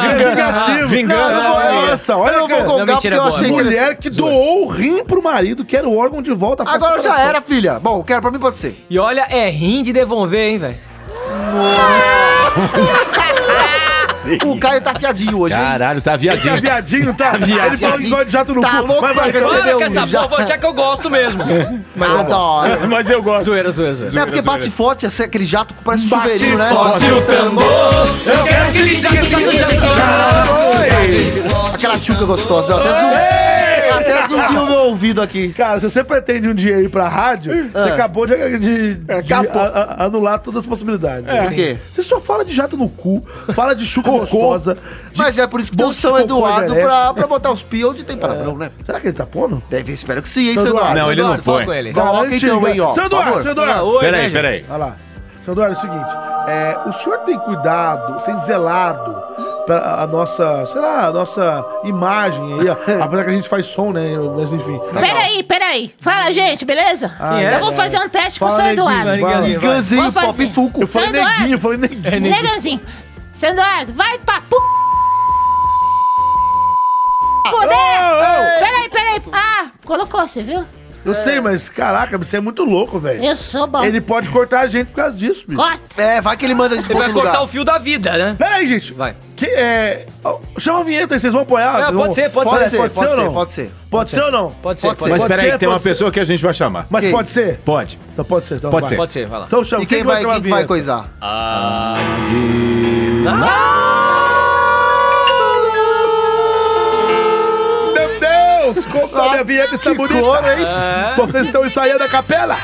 B: vem, vingativo.
D: vingança.
B: Não, Olha só,
F: Eu
B: olha
F: não
B: que-
F: vou
C: Não,
F: congar porque
C: mentira,
F: eu
C: boa.
F: achei
B: Mulher que doou o rim pro marido, quer o órgão de volta após
F: Agora já
B: separação.
F: era, filha. Bom, quero pra mim pode ser.
C: E olha, é rim de devolver, hein, velho?
F: O Caio tá afiadinho hoje, hein?
D: Caralho, tá
B: Tá
D: viadinho.
B: viadinho, tá?
F: [laughs]
B: Ele falou que gosta de jato no
F: Tá
B: cu.
F: louco
B: Mas
F: pra
B: vai,
F: crescer. Você
C: Olha
F: deu
C: que
F: um
C: essa
F: já.
C: porra, vou achar que Ah, eu gosto mesmo. Mas eu gosto.
F: Adoro.
D: Mas eu gosto.
C: Zoeira, zoeira, zoeira.
F: Não é porque bate forte, assim, aquele jato que parece um chuveirinho, né?
C: Bate o tambor, eu quero que ele já
F: Aquela tchuca gostosa, né? Até zumbi. Até zumbi o meu ouvido aqui.
B: Cara, se você pretende um dia ir pra rádio,
F: É.
B: você acabou de, de- de a- a- anular todas as possibilidades. Assim,
F: Por quê?
B: Você só fala de jato no cu, fala de chuca gostosa. de-
F: Mas é por isso que tem o
B: bolsa
F: São
B: de cocô
F: Eduardo
B: elétrico.
F: pra, pra botar os pios onde tem palavrão, né?
B: Será que ele tá pondo?
F: Deve, espero que sim, hein,
B: São
F: São Eduardo.
B: Eduardo.
D: Não, ele não
C: Fala
D: foi.
C: com ele.
F: Coloca
B: Garante-
F: então aí, ó.
B: Seu Eduardo,
F: por favor.
B: seu Eduardo.
C: Oi,
D: Peraí,
C: né,
D: peraí.
B: Olha lá. Seu Eduardo, é o seguinte: é, o senhor tem cuidado, tem zelado pra a nossa, sei lá, a nossa imagem [laughs] aí, ó. apesar que a gente faz som, né? Mas enfim.
G: Peraí, peraí. Fala, gente, beleza?
B: Ah,
G: eu vou
B: é.
G: fazer um teste com o
B: Fala,
G: seu
B: neguinho,
G: Eduardo.
B: vai.
C: Ninguém vai.
F: Ganzinho,
G: Vamos
F: pop
G: fazer.
F: e fuco.
B: Eu falei
G: Seu Eduardo.
B: neguinho, eu falei neguinho.
G: Negãozinho. Seu Eduardo, vai pra p... Foder! Peraí, peraí. Ah, colocou, você viu?
B: Eu sei, mas caraca, você é muito louco, velho.
G: Eu sou bom.
B: Ele pode cortar a gente por causa disso, bicho.
G: Então. Corta.
F: É, vai que ele manda de
C: Ele vai
F: outro lugar.
C: cortar o fio da vida, né?
B: Pera aí, gente.
C: Vai.
B: Que, é... ó, Chama a vinheta aí, vocês vão apoiar?
C: Ah,
B: Vocês
C: pode
B: vão-
C: ser, pode
F: Pode ser,
B: Pode ser ou não?
F: pode ser.
B: Pode ser ou não?
C: Pode ser,
F: Pode
C: pode
F: ser.
C: ser.
D: Mas
B: Pode
D: peraí,
B: ser,
D: que tem uma
B: pode ser.
D: pessoa que a gente vai chamar.
B: Mas
F: Ok.
B: pode ser?
D: Pode.
B: Então pode ser. Então,
D: Pode
B: vai.
D: ser.
C: Pode ser, vai lá.
B: Então chama.
F: E quem vai, quem vai coisar? Então,
C: Ah,
B: Meu Deus, como a minha vinheta está
D: Tipo,
B: bonita.
C: É.
B: Vocês estão ensaiando a capela?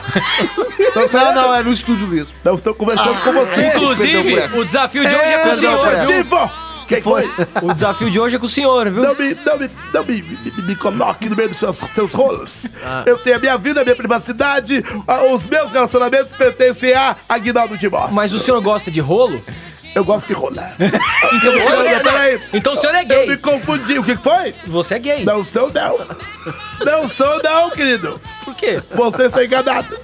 B: Estão
F: Não,
B: ensaiando?
F: não, é no estúdio mesmo.
B: Não, estão conversando com vocês.
F: Perdão
C: Inclusive,
F: por essa.
C: o desafio de hoje Ah, é com
B: É
C: o senhor, viu?
B: vivo. Quem foi?
C: O desafio de hoje é com o senhor, viu?
B: Não me, não me, não me, me- me- me coloque no meio dos seus, seus rolos.
C: Ah.
B: Eu tenho a minha vida, a minha privacidade, a- os meus relacionamentos pertencem a Aguinaldo de Mostra.
C: Mas o senhor gosta de rolo?
B: Eu gosto de rolar.
C: [laughs] Então o senhor é,
B: Peraí.
C: então o senhor é
B: Eu me
C: gay.
B: confundi. O que que foi?
C: Você é gay.
B: Não sou, não. Não sou, não, querido.
C: Por quê?
B: Você está enganado.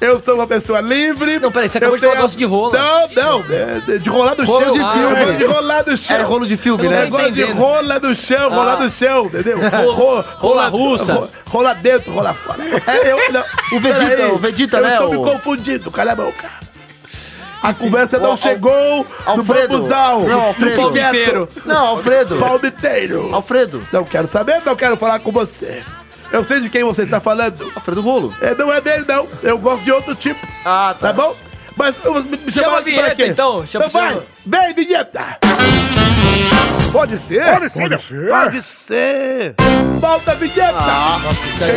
B: Eu sou uma pessoa livre.
C: Não, peraí, você acabou
B: Eu
C: de falar
B: tenho-
C: gosto de rola.
B: Não, não. é, de- De rolar no
F: Rolo
B: chão.
F: de
B: Ah,
F: filme.
B: gosto De rolar no chão.
F: É rolo de filme,
C: Eu não
B: É
F: né?
C: tô
B: gosto de
C: entendendo.
B: rola no chão, rolar no chão, entendeu? Ro-
C: Rola russa.
B: ro- Rola dentro, rola fora. É, eu, não.
F: O Vegeta,
B: Peraí,
F: o Vegeta,
B: eu
F: né,
B: Eu tô
F: o-
B: me confundindo, cala a boca. A conversa não
F: Al-
B: chegou
F: Alfredo.
B: no bambuzal.
F: Não, Alfredo.
B: No palmiteiro.
F: Não, Alfredo.
B: Palmiteiro.
F: Alfredo.
B: Não quero saber, não quero falar com você. Eu sei de quem você está falando.
F: Alfredo Rolo.
B: É, não é dele, não. Eu gosto de outro tipo.
F: Ah,
B: Tá bom? Mas eu- me, me
C: Chama
B: chamaram
C: a vinheta,
B: pra quê?
C: então. Chama-
B: então vai. Vem, vinheta. Pode ser? Pode ser. Pode ser. Volta a vinheta.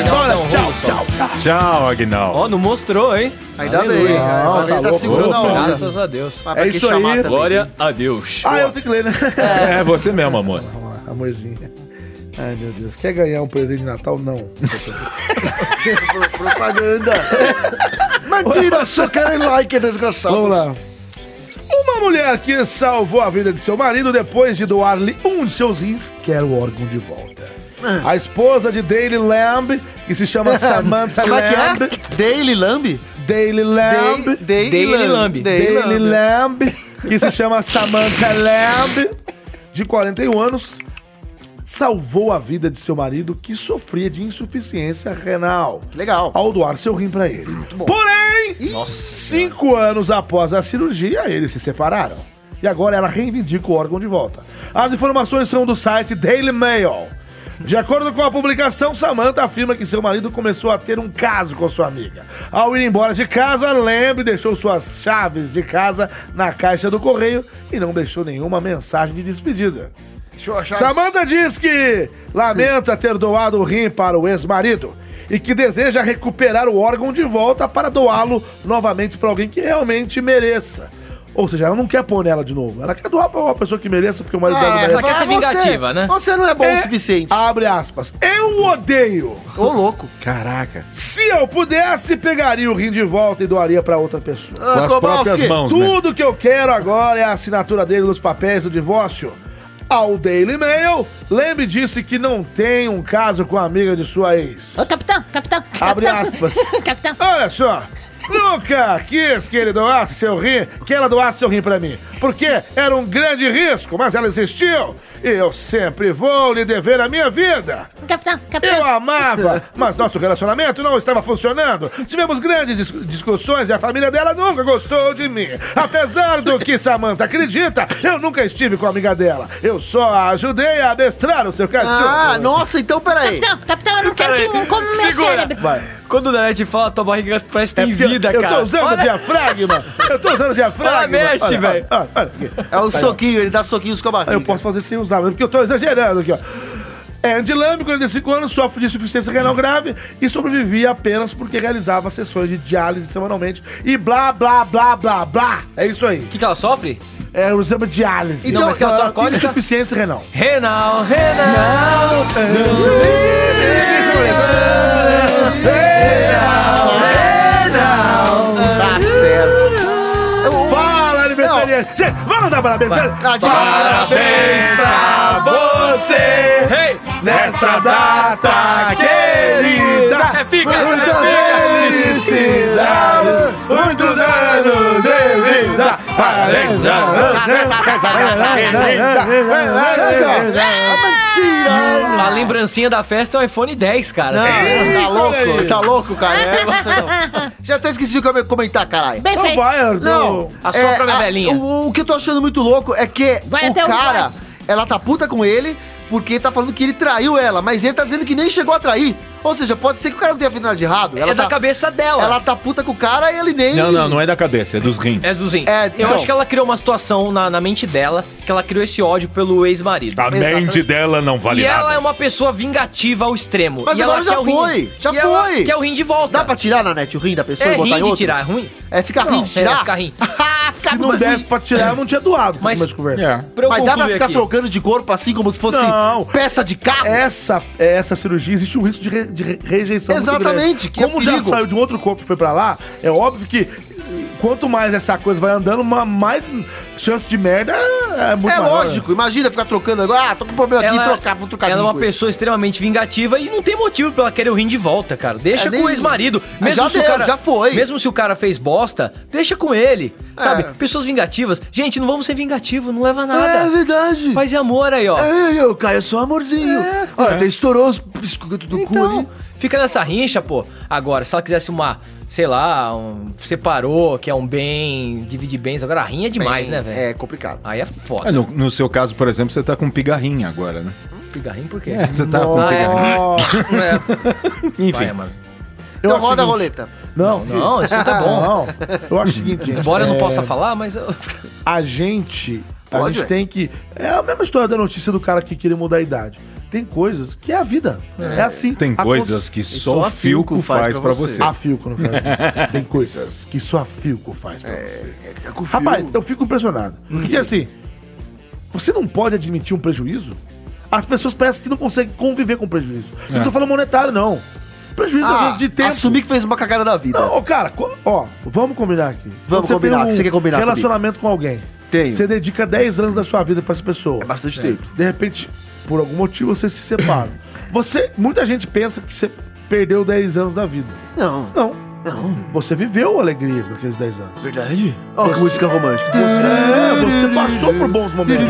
B: Embora. Tchau, tchau, tchau.
D: Tchau, Agnaldo.
C: Ó, não mostrou, hein?
F: Ainda bem, cara. Mas ele tá segurando a onda.
C: Graças a Deus.
F: Mas pra
B: É
F: que
B: isso
F: chamar
B: aí.
F: também?
D: a Deus.
B: Ah, eu tenho que ler, né?
D: É você mesmo, amor.
B: amorzinha. Ai, meu Deus. Quer ganhar um presente de Natal? Não.
F: Propaganda.
C: [laughs]
F: Mentira, só querem like, desgraçado.
B: Vamos lá. Uma mulher que salvou a vida de seu marido depois de doar-lhe um de seus rins quer o órgão de volta. A esposa de Daily Lamb, que se chama Samantha
F: Ah. [laughs] Como é
B: Lamb.
F: que é? Daily Lamb?
B: Daily Lamb.
F: Day-
C: Daily Lamb.
F: Daily
B: Daily
F: Lamb.
B: Lamb, que se chama Samantha Lamb, de 41 anos, salvou a vida de seu marido que sofria de insuficiência renal.
F: Legal.
B: Ao doar seu rim pra ele. Porém, cinco anos após a cirurgia, eles se separaram. E agora ela reivindica o órgão de volta. As informações são do site Daily Mail. De acordo com a publicação, Samantha afirma que seu marido começou a ter um caso com sua amiga. Ao ir embora de casa, Lembre deixou suas chaves de casa na caixa do correio e não deixou nenhuma mensagem de despedida.
F: Deixa eu achar.
B: Samantha diz que lamenta ter doado o rim para o ex-marido e que deseja recuperar o órgão de volta para doá-lo novamente para alguém que realmente mereça. Ou seja, ela não quer pôr nela de novo. Ela quer doar para uma pessoa que mereça, porque o marido dela não
C: ela
B: merece.
C: quer
F: vai,
C: ser vingativa,
F: você,
C: né?
F: Você não é bom
B: É,
F: o suficiente.
B: Abre aspas. Eu odeio.
F: Ô, louco.
D: Caraca.
B: Se eu pudesse, pegaria o rim de volta e doaria para outra pessoa.
F: Ah,
D: Com as
F: Kowalski.
D: próprias mãos, né?
B: Tudo que eu quero agora é a assinatura dele nos papéis do divórcio. Ao Daily Mail, Lembre disse que não tem um caso com a amiga de sua ex.
G: Ô, capitão, capitão. capitão.
B: Abre aspas.
G: [laughs] capitão.
B: Olha só. Nunca quis que ele doasse seu rim, que ela doasse seu rim pra mim. Porque era um grande risco, mas ela insistiu. E eu sempre vou lhe dever a minha vida.
G: Capitão, capitão.
B: Eu amava, mas nosso relacionamento não estava funcionando. Tivemos grandes dis- discussões e a família dela nunca gostou de mim. Apesar do que Samantha acredita, eu nunca estive com a amiga dela. Eu só a ajudei a adestrar o seu cachorro.
F: Ah, nossa, então peraí.
G: Capitão, capitão, eu não quero que ninguém coma meu
C: Segura.
G: cérebro.
C: Quando o Nanete fala, tua barriga parece que tem
B: Porque
C: vida,
B: É eu
C: cara.
B: tô usando
C: Olha-
B: diafragma. Eu tô usando diafragma.
C: Olha, mexe,
B: Olha,
C: velho.
B: Olha, olha aqui.
F: É o soquinho, ele dá soquinhos com a barriga.
B: Eu posso fazer sem usar, mas porque eu tô exagerando aqui, ó. É, Andy Lamb, 45 anos, sofre de insuficiência renal grave e sobrevivia apenas porque realizava sessões de diálise semanalmente e blá, blá, blá, blá, blá. É isso aí.
C: O que, que ela sofre?
B: É o exame de diálise. é,
C: Não, Então, mas que ela só acorda-
B: Insuficiência renal.
C: Renal, [laughs] renal.
F: Tá certo.
B: Fala, aniversariante. Gente, vamos dar parabéns. Pera-
F: Ah, de-
C: Hey,
B: Nessa data querida,
C: é fica, é
B: muita felicidade, muitos anos de vida. Parabéns.
C: A lembrancinha da festa é o iPhone 10, cara.
F: Não, tá louco, tá louco, cara. É, você não.
G: Bem
F: Já até esqueci o que eu ia comentar, caralho.
B: Não
G: feito.
B: Então vai,
F: Não, é,
B: não.
C: Assopra na velhinha.
F: O, o que eu tô achando muito louco é que
G: Vai
F: o
G: até onde
F: cara,
G: vai.
F: ela tá puta com ele porque tá falando que ele traiu ela, mas ele tá dizendo que nem chegou a trair. Ou seja, pode ser que o cara não tenha feito nada de errado. Ela
C: é
F: tá,
C: da cabeça dela.
F: ela tá puta com o cara e ele nem.
D: Não, não, não é da cabeça, é dos rins.
C: É do Zin.
F: É,
C: eu
F: então.
C: acho que ela criou uma situação na, na mente dela, que ela criou esse ódio pelo ex-marido.
H: Tá,
D: A mente dela não vale
C: e ela
D: nada.
C: é uma pessoa vingativa ao extremo.
F: Mas
C: e
F: agora
C: ela
F: já
C: quer o rim-
F: foi, já
C: e ela
F: foi.
C: quer o rim de volta.
F: Dá pra tirar na net o rim da pessoa
C: é
F: e botar
C: rim
F: em
C: de
F: outro?
C: tirar, é ruim?
F: É ficar rim de
C: É,
F: tirar? [laughs]
C: ficar rim.
B: Se não desse pra tirar, eu não tinha doado. pra
C: Mas-
B: começo de conversa.
C: Pra eu
F: Mas dá pra
C: concluir
F: ficar
C: aqui. É,
F: trocando de corpo assim como se fosse
B: Não.
F: peça de carro?
B: essa, essa cirurgia existe um risco de, re- de re- rejeição. muito grande.
F: Exatamente, que é
B: Como já
F: perigo.
B: saiu de um outro corpo e foi pra lá, é óbvio que quanto mais essa coisa vai andando, ma- mais chance de merda é muito
F: é
B: maior, né?
F: lógico, imagina ficar trocando agora. Ah, tô com um problema aqui, trocar, vou trocar
C: ela é
F: rim
C: uma
F: com ele.
C: pessoa extremamente vingativa e não tem motivo pra ela querer o rim de volta, cara. Deixa
F: É,
C: com
F: nem-
C: o ex-marido.
F: Ah, já deu, já foi.
C: Mesmo se o cara fez bosta, deixa com ele. Sabe?
F: É.
C: Pessoas vingativas. Gente, não vamos ser vingativo, não leva a
F: É
C: nada.
F: verdade.
C: Paz e amor aí, ó.
F: Ei, eu, É, cara, eu sou amorzinho. Olha, até estourou os biscoitos do cu
C: Então,
F: ali.
C: fica nessa rincha, pô. Agora, se ela quisesse uma, sei lá, um, separou, que é um bem, divide bens, agora a rinha é demais, né, velho?
F: É complicado.
C: Aí é
D: É,
C: foda.
D: No, no seu caso, por exemplo, você tá com pigarrinha agora, [laughs] né?
C: Pigarrinho por quê?
D: É, você tá com
C: Ah, é.
D: pigarrinha.
C: [laughs] É.
D: Enfim.
C: Vai, mano.
B: Eu
F: Então
B: acho
F: roda a
B: seguinte-
F: roleta.
B: Não,
C: Não, isso não tá bom.
B: Não, eu acho o seguinte, gente.
C: Embora eu não
B: é,
C: possa falar, mas eu... [laughs]
B: A gente, a
F: Pode,
B: gente
F: ué.
B: tem que... É a mesma história da notícia do cara que queria mudar a idade. Tem coisas que é a vida. É, assim.
D: Tem
B: Aconte-
D: coisas que só o Filco é um faz pra você.
B: A Filco,
D: [laughs]
B: no caso. Tem coisas que só a Filco faz pra você. Rapaz, eu fico impressionado. Porque assim, você não pode admitir um prejuízo? as pessoas parecem que não conseguem conviver com prejuízo.
D: É.
B: Não tô falando monetário, não. Prejuízo, às
F: Ah,
B: vezes, de tempo.
F: Assumir que fez uma cagada na vida.
B: Não, ô, cara, co- ó, vamos combinar aqui. um
F: Vamos combinar, o que você quer combinar
B: relacionamento com alguém.
F: Tenho.
B: Você dedica 10 anos da sua vida pra essa pessoa.
F: É bastante tempo.
B: De repente, por algum motivo, você se
F: [coughs]
B: separa. Você, muita gente pensa que você perdeu 10 anos da vida.
F: Não.
B: Não. é Não. Você viveu alegrias naqueles 10 anos.
F: Verdade? Ó, que música romântica.
B: É, você passou por bons momentos.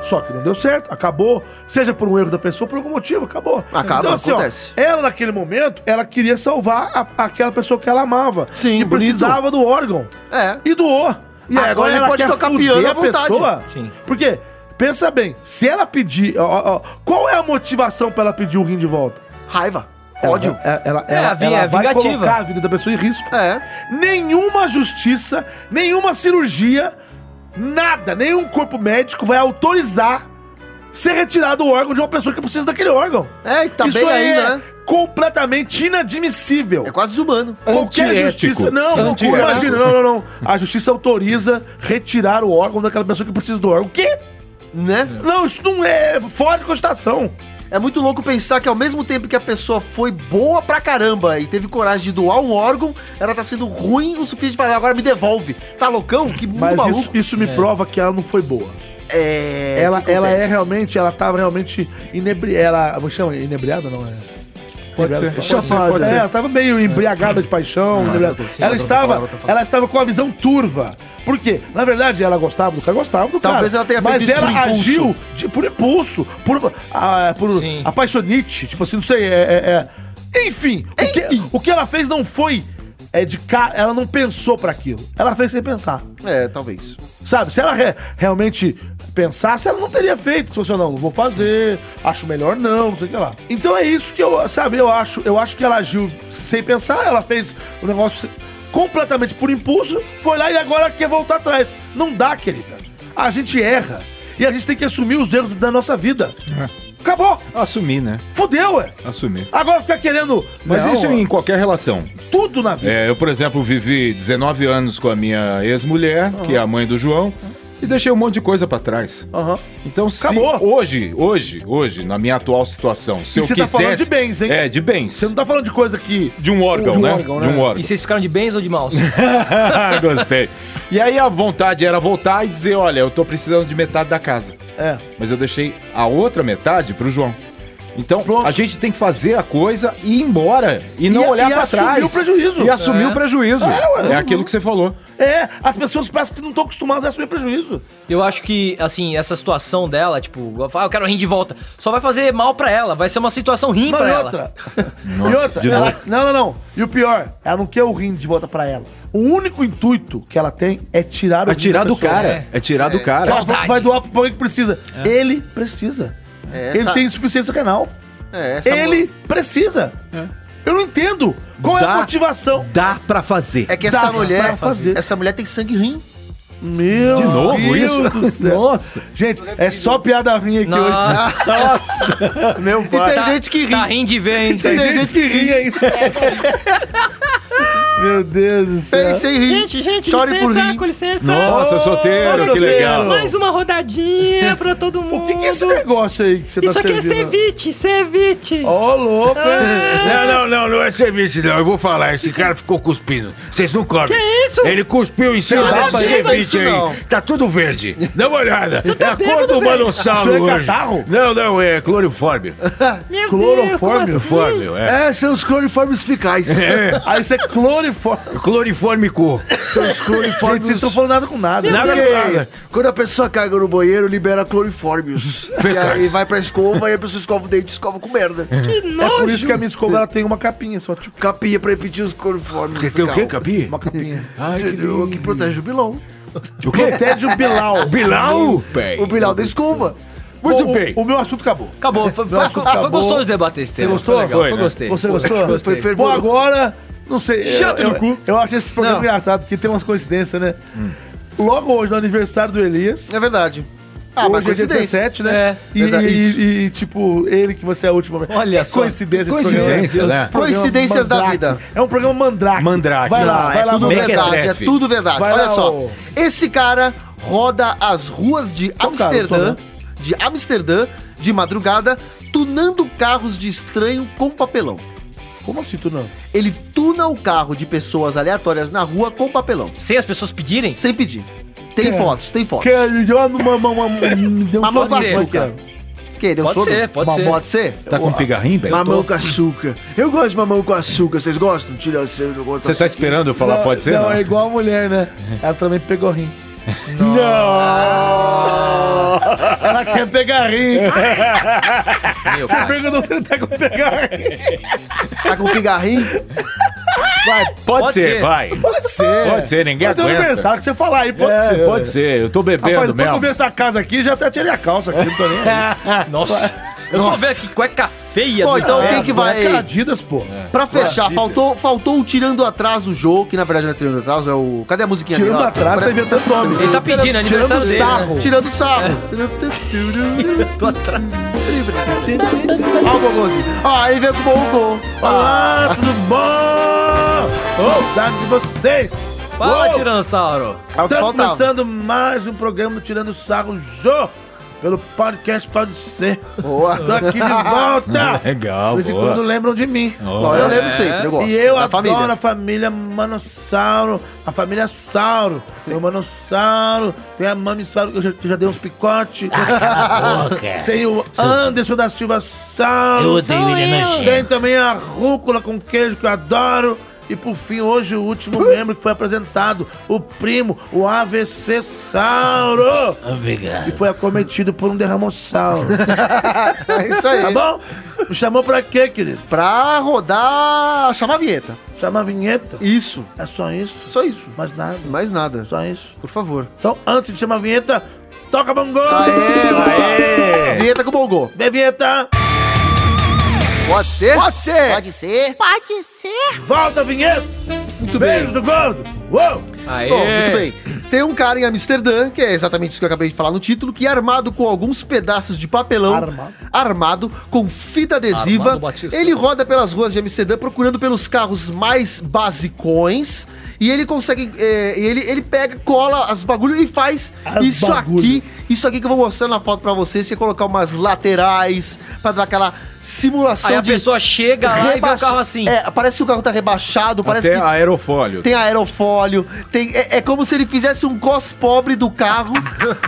B: Só que não deu certo, acabou. Seja por um erro da pessoa, por algum motivo, acabou.
F: Acaba,
B: então, assim, ó,
F: acontece.
B: ela, naquele momento, ela queria salvar a- aquela pessoa que ela amava.
F: Sim,
B: que
F: bonito.
B: precisava do órgão.
F: É.
B: E doou.
F: E aí, agora ele pode tocar
B: fuder
F: piano à
B: a
F: vontade.
B: pessoa.
C: Sim.
B: Porque, pensa bem, se ela pedir... ó, ó, ó, qual é a motivação pra ela pedir o rim de volta?
F: Raiva. Ódio.
B: Ela, ela,
C: É,
B: ela-
C: a vi-
B: ela
C: é
B: vai
C: vingativa.
B: colocar a vida da pessoa em risco.
F: É.
B: Nenhuma justiça, nenhuma cirurgia, nada, nenhum corpo médico vai autorizar ser retirado o órgão de uma pessoa que precisa daquele órgão.
F: É, e tá
B: Isso
F: bem
B: aí
F: ainda,
B: é
F: né?
B: completamente inadmissível.
F: É quase desumano.
B: Qualquer
D: antiético.
B: justiça. Não,
D: Antiético.
B: imagina, não, não, não. A justiça autoriza retirar o órgão daquela pessoa que precisa do órgão. O quê?
F: Né?
B: Não, isso não é fora de constatação.
F: É muito louco pensar que ao mesmo tempo que a pessoa foi boa pra caramba e teve coragem de doar um órgão, ela tá sendo ruim o suficiente pra ela agora me devolve. Tá loucão? Que mundo
B: Mas
F: maluco.
B: isso, isso me prova que ela não foi boa.
F: É.
B: ela,
F: o que
B: ela é
F: acontece?
B: realmente, ela tava realmente inebri... Ela, como chama? Inebriada, não é?
D: Pode
B: Inebriada.
D: ser.
B: Chapada.
F: Pode ser.
B: É, ela tava meio embriagada de
F: Ah,
B: paixão. inebriada.
F: tá
B: ela, estava, ela estava com a visão turva. Por quê? Na verdade, ela gostava do cara, gostava do cara.
F: Talvez ela tenha feito
B: Mas
F: isso por
B: ela
F: impulso.
B: agiu de- por impulso, por, ah, por
C: Sim.
B: apaixonite, tipo assim, não sei, é... é- é- Enfim, O, que, o que ela fez não foi... É de ca... Ela não pensou pra aquilo. Ela fez sem pensar.
F: É, talvez.
B: Sabe, se ela re- realmente pensasse, ela não teria feito. Se fosse, não, não vou fazer, acho melhor não, não sei o que lá. Então é isso que eu, sabe, eu acho, eu acho que ela agiu sem pensar, ela fez o negócio completamente por impulso, foi lá e agora quer voltar atrás. Não dá, querida. A gente erra e a gente tem que assumir os erros da nossa vida. Acabou,
D: Assumir, né?
B: fudeu, ué.
D: Assumir.
B: Agora ficar querendo.
D: Mas
B: Não,
D: isso
B: ó,
D: em qualquer relação.
B: tudo na vida.
D: É, eu, por exemplo, vivi 19 anos com a minha ex-mulher, que é a mãe do João, e deixei um monte de coisa pra trás.
B: Aham.
D: Então, se
B: Acabou.
D: hoje, hoje, hoje, na minha atual situação, se
B: E
D: eu
B: você tá
D: quisesse...
B: falando de bens, hein?
D: É, de bens.
B: Você não tá falando de coisa que.
D: De um órgão,
B: De um
D: né?
B: órgão,
D: De um
B: né?
D: órgão.
B: [laughs]
C: E vocês ficaram de bens ou de maus?
D: Ah, Gostei. E aí a vontade era voltar e dizer, olha, eu tô precisando de metade da casa.
B: É.
D: Mas eu deixei a outra metade pro João. Então, a gente tem que fazer a coisa e ir embora. E, não olhar
B: e
D: pra
B: assumir
D: trás.
B: o prejuízo.
D: E assumir
C: É.
D: o prejuízo. É, aquilo que você falou.
B: É, as pessoas parecem que não estão acostumadas a assumir prejuízo.
C: Eu acho que, assim, essa situação dela, tipo, ela fala, ah, eu quero rim de volta, só vai fazer mal pra ela, vai ser uma situação rim
B: Não,
C: pra
B: e
C: ela.
B: outra.
D: Nossa,
B: e outra.
D: de
B: ela-
D: novo.
B: não, não, não. E o pior, ela não quer o rim de volta pra ela. O único intuito que ela tem é tirar o
D: É
B: rim
D: tirar
B: da
D: do
B: pessoa.
D: cara. É tirar do
B: Ela
D: cara.
B: falou que vai doar pra alguém que precisa. Ele precisa.
F: É,
B: Ele
F: essa-
B: tem insuficiência renal.
F: É, essa
B: Ele precisa. Eu não entendo. Qual é a
F: Dá-
B: motivação?
I: Dá pra fazer.
F: É que
B: Dá
F: essa
B: pra
F: mulher.
B: fazer.
F: Essa mulher tem sangue ruim.
B: Meu
D: De novo
B: Deus
D: isso?
B: do céu. [laughs] Nossa. Gente, é só piada ruim aqui hoje. [laughs]
C: Nossa,
B: Meu
F: E tem
B: pai.
F: gente que ri.
C: tá rim de ver, hein?
F: tem gente que [laughs] ri.
B: Meu Deus do céu.
F: Tem sem rir.
E: Gente, gente,
F: Chore por
E: licença,
F: mim.
E: com licença.
D: Nossa, solteiro,
B: Nossa,
D: que legal.
B: solteiro.
E: Mais uma rodadinha pra todo mundo.
B: O que, que é esse negócio aí que você
E: Isso
B: tá
E: aqui é
B: servindo?
E: ceviche, ceviche.
B: Ô, louco, hein?
E: Ah,
I: Não, não, não, não é ceviche, não. Eu vou falar. Esse cara ficou cuspindo. Vocês não comem.
E: Que isso? é
I: Ele cuspiu em cima
F: Não,
I: desse
F: não chega
I: ceviche
F: isso,
I: aí.
F: não.
I: Tá tudo verde. Dá uma olhada.
E: tá
I: é a cor
E: bêbado,
I: do
E: velho.
I: manossauro
B: Isso é
I: hoje.
B: catarro?
I: Não, não, é clorifórmio.
E: meu
B: Clorofórmio?
E: Deus, como assim?
I: Clorifórmio, é.
F: É, são os cloriformes ficais.
I: É,
E: Ah.
B: Aí você [laughs] cloriforme.
I: clorifórmico. São
B: Gente,
I: os
B: vocês
I: cloriformes.
B: estão falando nada com nada.
I: Nada
F: Porque
I: com nada.
F: quando a pessoa caga no banheiro, libera clorifórmios. e aí vai pra escova e a pessoa escova o dente e escova com merda.
E: Que
B: É
E: nojo.
B: por isso que a minha escova ela tem uma capinha só. Tipo,
F: Capinha pra repetir os cloriformes.
I: Você tem o quê,
F: fical.
I: Capi?
B: uma capinha.
I: Ai, que
F: Entendeu?
I: lindo.
F: Que protege o bilão.
I: O quê?
B: Protege o [laughs] Bilal.
I: Bilau?
F: O bilão da escova.
I: Muito
B: Bom, o-
I: bem.
B: O, meu assunto acabou.
C: Acabou, foi, foi,
B: Nossa,
C: foi
B: acabou.
C: gostoso debater esse tema.
B: gostou?
C: Foi legal,
I: Foi,
C: foi,
I: né?
C: gostei.
B: Você
C: Foi,
B: gostou?
C: Gostei.
F: Foi fervor.
B: Bom, agora, não sei.
C: Chato
B: eu,
C: no cu.
B: Eu, eu acho esse programa
F: Não.
B: engraçado, porque tem umas coincidências, né? Logo hoje, no aniversário do Elias.
F: É verdade. Ah, mas
B: hoje é
F: coincidência.
B: 17, né?
C: É.
B: e,
F: Verdade, isso.
B: e- e, tipo, ele que você é a última.
C: Olha
B: que
C: só.
B: coincidência, esse programa.
D: Coincidência,
B: Meu Deus.
D: né?
B: Programa
F: Coincidências da
B: mandrake.
F: vida.
B: É um programa mandrake.
I: Mandrake.
B: Vai lá,
F: Não,
B: vai
F: é
B: lá,
F: tudo
B: mandrake.
F: verdade, é
I: Mequetrefe.
F: tudo verdade.
B: Vai
F: Olha
B: lá,
F: só,
B: ô.
F: esse cara roda as ruas de
B: Qual né? cara?
F: Amsterdã,
B: Tô,
F: de Amsterdã, de madrugada, tunando carros de estranho com papelão.
B: Como assim, tu não?
F: Ele tuna o carro de pessoas aleatórias na rua com papelão,
C: Sem as pessoas pedirem?
F: sem pedir. Tem
B: É.
F: fotos, tem fotos.
B: Querendo uma mão, uma me deu um
F: Mamão
B: soco
F: com
B: aqui,
F: açúcar.
B: cara.
F: Que, deu
C: Pode
F: sono?
C: ser, pode
F: Ma-
C: ser.
F: Pode ser?
D: Tá com pigarrinho, velho?
F: Mamão com açúcar. Eu gosto de mamão com açúcar. Vocês gostam? Tira seu
D: Você tá esperando eu falar
B: não,
D: pode ser?
B: Não,
D: Não,
B: é igual a mulher, né? Ela também pegou rim. Não! Ela quer pegar rim.
C: Meu
B: Você
C: cara.
B: perguntou se ele tá com pegar rim.
F: Tá com pigarrinho?
D: Vai, pode,
C: Pode
D: ser,
C: ser.
D: vai.
B: Pode ser.
D: Pode ser, ninguém
B: Pode
D: aguenta.
B: pensar que você falar aí, pode
D: É,
B: ser.
D: pode ser, eu tô bebendo
B: Rapaz, depois que eu
D: mesmo.
B: ver essa casa aqui, já até tirei a calça aqui, não tô
F: [laughs]
B: nem aí.
C: Nossa. Eu tô vendo aqui cueca feia.
F: Pô,
C: do
F: então
C: inferno.
F: quem que vai...
B: É Adidas, pô.
F: Pra fechar, faltou, faltou o Tirando Atraso o Jô, que na verdade não é Tirando Atraso, é o... Cadê a musiquinha?
B: Tirando
F: dele lá?
B: atrás, tá inventando nome.
C: Ele tá pedindo aniversário dele. Né?
B: sarro.
F: Tirando sarro.
C: Tô atrás. É.
F: [laughs] Ó o Gogozinho. Ó, ele veio com o Bogô.
B: Olá, tudo bom? Saudade de vocês.
C: Fala,
B: Uou.
C: Tiranossauro.
F: É o que
B: Tá
F: faltava.
B: começando mais um programa Tirando Sarro Jô, pelo podcast Pode Ser.
F: Boa.
B: Tô aqui
F: [laughs]
B: de volta.
D: Legal,
B: Por isso
D: boa.
B: quando lembram de mim.
F: Ó, eu
C: É.
F: lembro sempre, eu gosto.
B: E eu
F: da
B: adoro a família Manossauro, a família Sauro. Tem o Manossauro, tem a Mami Sauro, que eu já, que já dei uns picotes. tem o Anderson da Silva Sauro.
G: Sou
C: né,
G: eu.
B: Tem também a rúcula com queijo, que eu adoro. E por fim, hoje o último membro que foi apresentado, o primo, o AVC Sauro. Obrigado. E foi acometido por um [laughs] derramossauro.
F: [laughs] É isso
B: tá
F: aí.
B: bom? Me chamou pra quê, querido?
F: pra rodar... Chamar a vinheta.
B: Chamar a vinheta?
F: Isso.
B: É só isso?
F: Só isso.
B: Mais nada.
F: Mais nada.
B: Só isso.
F: Por favor.
B: Então, antes de chamar a vinheta, toca bongô!
F: Aê, aê. Vinheta com o Bogô.
B: Vem, vinheta!
F: Pode ser? Pode ser.
G: Pode ser?
B: Volta a vinheta!
F: Muito
B: Beijo do gordo! Uou!
C: Aê.
F: Bom, muito bem. Tem um cara em Amsterdã, que é exatamente isso que eu acabei de falar no título, que é armado com alguns pedaços de papelão,
B: Armado?
F: armado, com fita adesiva,
C: Armado Batista.
F: ele roda pelas ruas de Amsterdã procurando pelos carros mais basicões e ele consegue, é, ele, ele pega, cola as bagulho e faz
B: As
F: isso
B: bagulho.
F: aqui, isso aqui que eu vou mostrar na foto pra vocês, que é colocar umas laterais, pra dar aquela simulação
C: Aí a
F: de...
C: pessoa chega lá e vê o
F: rebaixa-
C: carro assim.
F: É, parece que o carro tá rebaixado, parece
D: Até
F: que
D: aerofólio.
F: tem aerofólio, tem, é, é como se ele fizesse um cos pobre
B: [laughs]
F: do carro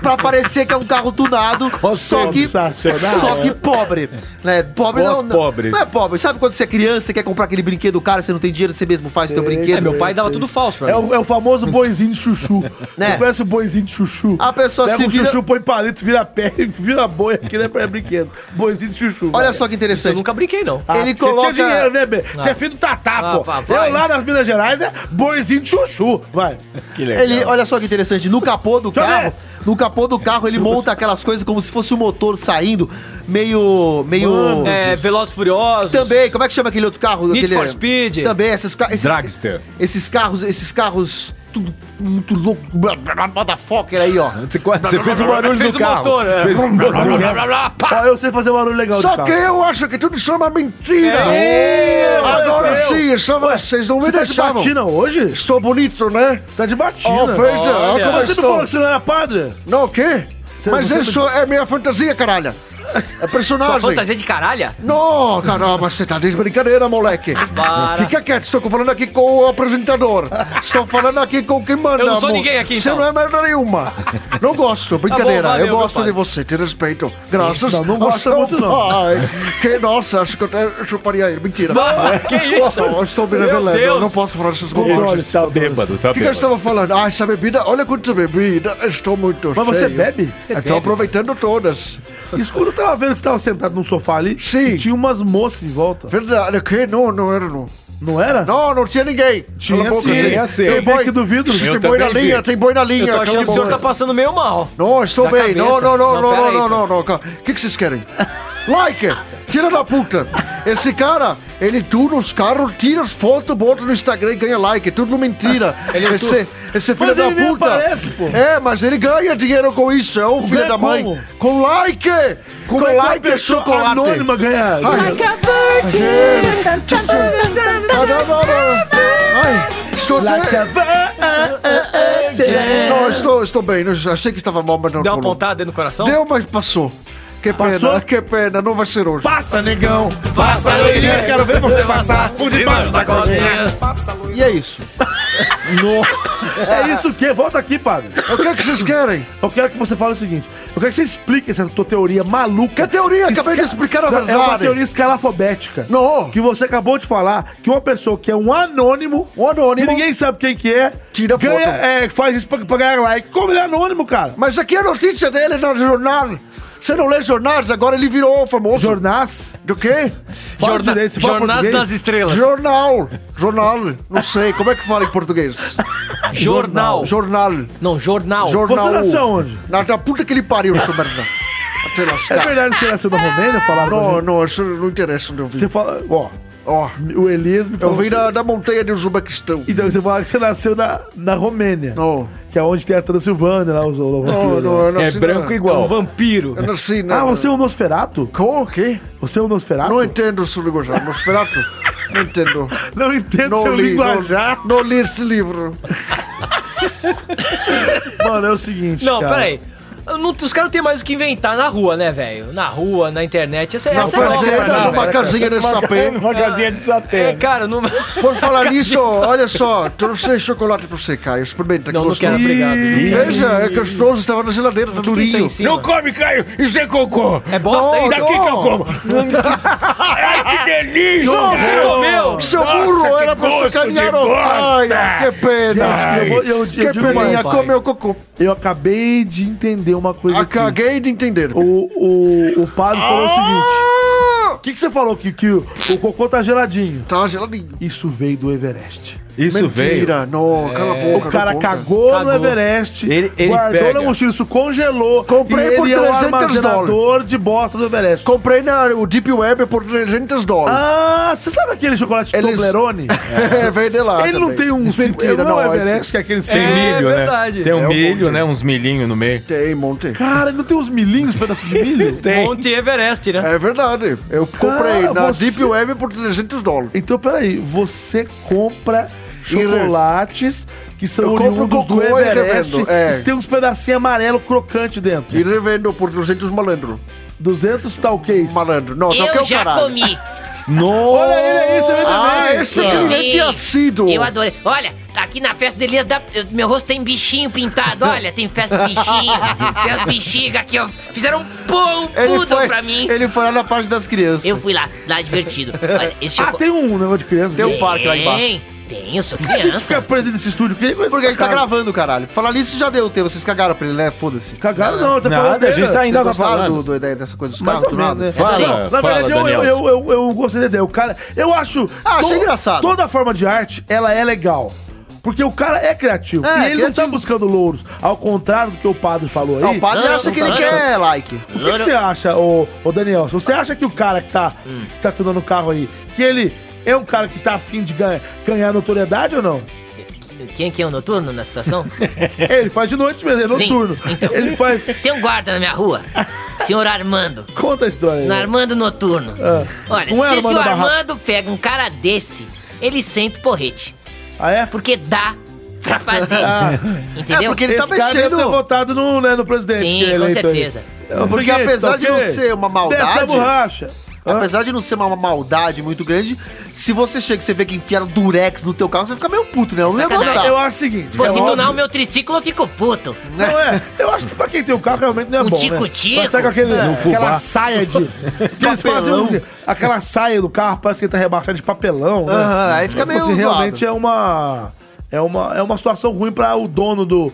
F: pra parecer que é um carro tunado, só que,
B: sensacional.
F: só que pobre. Né? Pobre não, não,
D: Cos-pobre.
F: não é pobre. Sabe quando você é criança, você quer comprar aquele brinquedo caro, você não tem dinheiro, você mesmo faz seu brinquedo?
C: É, meu pai dava tudo falso pra
B: É
C: mim.
B: o, é o famoso boizinho de chuchu.
F: Né?
B: Você conhece o boizinho de chuchu?
F: A pessoa
B: Pega
F: se
B: um
F: vira-
B: chuchu, põe palito, vira pé, [laughs] vira boi, aquilo é pra- é brinquedo. Boizinho de chuchu.
F: Olha só que
C: Isso eu
F: interessante.
C: nunca brinquei, não.
B: Ah,
F: ele
B: você
F: coloca-
B: tinha dinheiro, né, Bê? Você é filho do Tatá,
C: Ah,
B: pô.
C: vá, vai.
B: Eu lá nas Minas Gerais é boizinho de chuchu. Vai.
D: Que legal.
F: Ele, olha só que interessante, no capô do
B: Deixa eu
F: carro, no capô do carro ele monta aquelas coisas como se fosse o motor saindo, meio, meio
C: É, Velozes e Furiosos.
F: Também, como é que chama aquele outro carro?
C: Need
F: aquele...
C: for Speed.
F: Também, esses, ca- esses,
D: Dragster.
F: esses carros, esses carros tudo muito louco, blá, blá, blá, motherfucker aí,
B: É
F: ó.
D: Você, quase- você fez o barulho
C: Fez
D: do
C: o
D: carro.
C: motor, é.
D: Fez um o motor.
B: Ó, eu sei fazer um barulho legal de
F: Só
B: carro. É
F: que eu acho que tudo isso é uma mentira. Agora
B: Aconteceu.
F: sim, só
B: Ué,
F: vocês não me
B: Você tá de
F: deixavam.
B: batina hoje?
F: Estou bonito, né?
B: Tá de batina.
F: Ó, veja, olha
C: Olha.
F: como eu
B: Você não falou
F: estou.
B: que você não era padre?
F: Não, o quê?
B: Você-
F: Mas
B: você
F: isso
B: não-
F: é minha fantasia, caralho. É
C: Sua
F: personagem.
C: fantasia de caralha?
F: Não, caramba, você tá de brincadeira, moleque.
C: Para.
F: Fica quieto, estou falando aqui com o apresentador. Estou falando aqui com quem manda.
C: Eu não sou
F: amor.
C: ninguém aqui,
F: Você
C: então. Tá
F: não é merda nenhuma. Não gosto, brincadeira.
C: valeu,
F: eu
C: meu
F: gosto de
C: padre.
F: você, te respeito. Graças
B: Não, não
F: ao
B: gosto
F: seu
B: muito, não.
F: pai. Que nossa, acho que eu até chuparia ele. Mentira.
C: Ah, [laughs] que isso?
F: Eu estou me
C: Meu
F: revelando, eu
C: Deus.
F: não posso falar essas
B: Controle,
F: bobagens.
B: tá bêbado.
D: Bêbado, tá
F: O que, que
D: bêbado.
F: eu estava falando? Ah, essa bebida, olha quanta bebida, eu estou muito
B: Mas você
F: cheio.
B: bebe?
C: Você
F: Estou
C: bebe.
F: aproveitando todas.
B: Isso quando eu tava vendo que você tava sentado num sofá ali.
F: Sim.
B: E tinha umas moças em volta.
F: Verdade, o quê? Não, não era não.
B: Não era?
F: Não, não tinha ninguém. Cala a boca,
B: sim.
D: tinha sim.
B: Tem boi que do vidro.
F: Tem
D: Eu
F: boi na
D: também
F: linha,
D: vi.
F: tem boi na linha.
C: Eu tô achando
F: cala a
C: que o senhor
F: boca.
C: tá passando meio mal.
F: Não, estou
C: da
F: bem. Não,
C: cabeça.
F: não, não,
C: Não,
F: não, não,
C: peraí,
F: não, não,
C: cara.
F: não. Cal- O que, que vocês querem? Like! Tira da puta! Esse cara, ele tuna os carros, tira as fotos, bota no Instagram e ganha like. Tudo mentira.
C: Ele é
F: esse, esse filho
B: Mas
F: da
B: ele nem
F: puta.
B: aparece, pô.
F: É, mas ele ganha dinheiro com isso. É o filho
B: Ganha
F: da mãe.
B: como?
F: Com like!
B: Como
F: com
B: é que uma
F: like e
B: pessoa
F: chocolate. Ah,
B: anônima ganha?
F: Ai, Ai, estou
B: Like a
F: Não, estou, estou bem. Eu Achei que estava mal, mas não.
C: Deu uma
F: estou não.
C: pontada no coração?
F: Deu, mas passou.
I: Que perna,
B: Passou?
I: que perna, não vai ser hoje.
B: Passa, negão!
C: Passa, loirinha.
B: Eu Quero ver você passar por debaixo da cordinha!
I: E é isso.
B: É isso o quê? Volta aqui, padre!
I: O que é que vocês querem?
B: Eu quero que você fale o seguinte: eu quero que você explique essa tua teoria maluca. [laughs]
I: Que teoria? Acabei de
B: Esca-
I: explicar a
B: É uma
I: verdade.
B: teoria escalafobética.
I: Não.
B: Que você acabou de falar que uma pessoa que é um anônimo,
I: Um anônimo.
B: que ninguém sabe quem que é,
I: Tira foto.
B: ganha, é, faz isso pra, pra ganhar like. Como ele é anônimo, cara?
I: Mas aqui é a notícia dele no jornal. Você não lê jornais, agora ele virou famoso.
B: Jornais?
I: Do quê?
B: Fala
C: Jorna-
B: direito, se fala
C: Jornais
B: português.
C: das Estrelas.
I: Jornal. Jornal. Não sei, como é que fala em português?
C: jornal.
I: Jornal.
C: Não, jornal.
I: Jornal.
B: Você nasceu onde?
I: Na, na puta que ele pariu, seu merda. Até
B: É
I: lascar.
B: verdade que você nasceu da Romênia? Falaram pra
I: Não,
B: gente?
I: não, isso não interessa onde eu
B: Você
I: vim.
B: fala. Ó,
I: Ó,
B: o Elias me
I: eu
B: falou. assim.
I: vim
B: que
I: da, da montanha de Uzbequistão.
B: você- Então, você fala que você nasceu na, na Romênia.
I: Não.
B: Que é onde tem a Transilvânia lá, os os-
I: Não, não, eu
D: É
I: nasci
D: branco
I: na,
D: igual.
C: um Vampiro.
I: Eu nasci na...
B: Ah, você é um Nosferato?
I: Como o quê?
B: Você é um Nosferato?
I: Não entendo o seu linguajar. Nosferatu? Não entendo.
B: Não entendo
I: Não
B: É seu
I: li,
B: linguajar.
I: não, não li esse livro.
B: Mano, é o seguinte.
C: Não,
B: cara.
C: peraí. Eu não- os caras não têm mais o que inventar na rua, né, velho? Na rua, na internet. Essa,
I: Na
C: essa é a
I: fazenda,
C: verdade,
I: numa
C: velho.
I: casinha de sapê.
D: Uma casinha de
C: É,
D: satélite.
C: cara, não. [laughs]
I: Por falar nisso, olha só, trouxe chocolate pra você, Caio. Experimenta, que
C: Não, não
I: gostoso.
C: quero, obrigado.
I: Veja, é gostoso, estava na geladeira, tá
C: Isso aí em
I: durinho.
C: cima.
H: Não come, Caio! Isso é cocô!
C: É bosta
I: Não,
C: isso?
H: Daqui que eu
I: não.
H: como! Ai, que delícia!
C: Você comeu?
I: Seu
H: Nossa,
I: burro
H: que
I: era pra
H: gosto
I: você caminhar
H: de
I: ao
H: bosta.
I: Caio. Que pena.
B: Eu, vou- eu, eu
I: Que
B: digo mais.
I: peninha, comeu cocô.
B: Eu acabei de entender uma coisa
I: Ah,
B: aqui.
I: Caguei de entender.
B: O, o, o padre falou o seguinte. O que, que você falou, que, que o, o cocô tá geladinho?
I: Tá geladinho.
B: Isso veio do Everest.
D: Isso veio.
I: Mentira, não, cala a
F: É,
I: boca.
B: É. O cara
I: cala a boca.
B: cagou, no
C: Cagou.
B: Everest,
D: Ele- ele
B: guardou
D: pega.
B: na mochila, isso congelou.
I: Comprei
B: e
I: por
B: ele é
I: 300
B: um armazenador de bosta do Everest.
I: Comprei na o Deep Web por 300 dólares.
B: Ah, você sabe aquele chocolate
I: Eles-
B: Toblerone?
I: [laughs] É, veio de lá
B: Ele não
I: também.
B: tem um...
I: Mentira,
B: não, é o
I: não, esse-
B: Everest, que é aquele...
D: Tem
B: sem-
D: milho,
C: verdade.
D: né? Tem um
I: É, um
D: milho,
I: monte.
D: né? Uns milhinhos no meio.
I: Tem, montei.
B: Cara, não tem uns milhinhos, pedaços de
I: [laughs]
B: milho?
C: Monte Everest, né?
I: É verdade. Eu comprei
B: Cara,
I: na
B: Ah, você-
I: Deep Web por 300 dólares.
B: Então, peraí, você compra chocolates que são
I: Eu compro
B: oriundos do
I: cocô e
B: Everest,
I: revendo, é.
B: que tem uns pedacinhos amarelo crocante dentro.
I: E revendo por 200 malandro.
B: 200 talquês.
I: Malandro. Não, não que é
G: Eu
I: o
G: já
I: caralho.
G: comi.
B: Olha ele aí, você vê
I: Ah,
B: também.
I: esse
G: Eu
I: cliente é
G: adorei.
I: assíduo.
G: Eu adorei. Olha, aqui na festa dele, dá- eh, meu rosto tem bichinho pintado. Olha, tem festa de bichinho. tem as bexigas aqui, ó. Fizeram um pão,
I: Ele
G: tudo
I: foi,
G: pra mim.
I: ele foi lá na parte das crianças.
G: Eu fui lá, lá divertido. Olha, esse
B: Ah,
G: chocolate.
B: tem um negócio de criança.
I: Tem um
B: né?
I: parque lá embaixo.
G: Tem, eu sou
B: Por que a gente
G: criança.
B: fica perdido nesse estúdio? Queria conhecer
I: Porque a
B: essa
I: gente tá
B: cara.
I: gravando, caralho. Falar nisso já deu tempo. Vocês cagaram pra ele, né? Foda-se.
B: Cagaram não, eu tô
D: Nada,
B: falando
D: a gente
B: dele.
D: tá ainda
I: Vocês gostaram
D: falando.
I: do, do, ideia dessa coisa dos
B: Mais
I: carros
B: ou
I: Tá do
B: menos,
I: nada?
B: né?
D: Fala,
B: Não, na
D: fala,
B: verdade, eu, eu,
D: Daniel.
B: eu, eu, eu gostei da ideia. O cara, eu acho.
I: Ah, achei
B: to-
I: engraçado.
B: Toda forma de arte, ela é legal. Porque o cara é criativo.
I: É,
B: e ele não tá
I: criativo.
B: buscando louros. Ao contrário do que o padre falou aí.
I: Não, o padre
G: Não,
I: acha
G: não
I: que ele
G: tá.
I: quer like.
B: O que, que você acha, ô, ô Daniel? Se Você acha que o cara que tá,
I: Hum.
B: que tá tunando o carro aí, que ele é um cara que tá afim de ganha- ganhar notoriedade ou
I: [laughs]
B: não?
G: Quem que é o noturno na
C: [laughs]
G: situação?
B: ele faz de noite mesmo, é
G: Sim,
B: noturno.
G: então.
B: Ele faz.
G: Tem um guarda na minha rua, senhor Armando.
B: Conta a história aí.
G: No Armando Noturno. Olha,
B: Não é
G: se o
B: Armando
G: senhor
B: Barraco.
G: Armando pega um cara desse, ele sente o porrete.
B: Ah, é?
G: Porque dá
I: [laughs]
G: pra fazer.
I: É,
G: Entendeu?
I: porque ele tá
B: Esse cara deve ter
I: mexendo.
B: votado no, né, no presidente
G: Sim,
B: que é
G: com
B: eleito
G: certeza.
B: Aí. É o
I: Porque
B: seguinte,
I: apesar de
B: ok?
I: não ser uma maldade-
B: Desce a borracha.
I: Apesar de não ser uma maldade muito grande, se você chega e você vê que enfiaram durex no teu carro, você fica meio puto, né? Eu não ia
G: Sacanagem.
I: gostar.
B: Eu acho o seguinte.
G: Pô,
B: é
G: se
B: óbvio.
G: tunar o meu triciclo, eu fico puto.
B: Não é? Eu acho que pra quem tem o carro realmente não é
G: Um
B: bom.
G: tico-tico.
B: Né? Mas sabe com aquele,
I: É.
B: aquela saia
I: [laughs]
B: de. que eles fazem um-
I: Papelão.
B: aquela saia do carro, parece que ele tá rebaixado de papelão. Né?
I: Aham, aí fica
B: Tipo
I: meio
B: assim,
I: zoado.
B: realmente é uma, é uma. É uma situação ruim pra o dono do,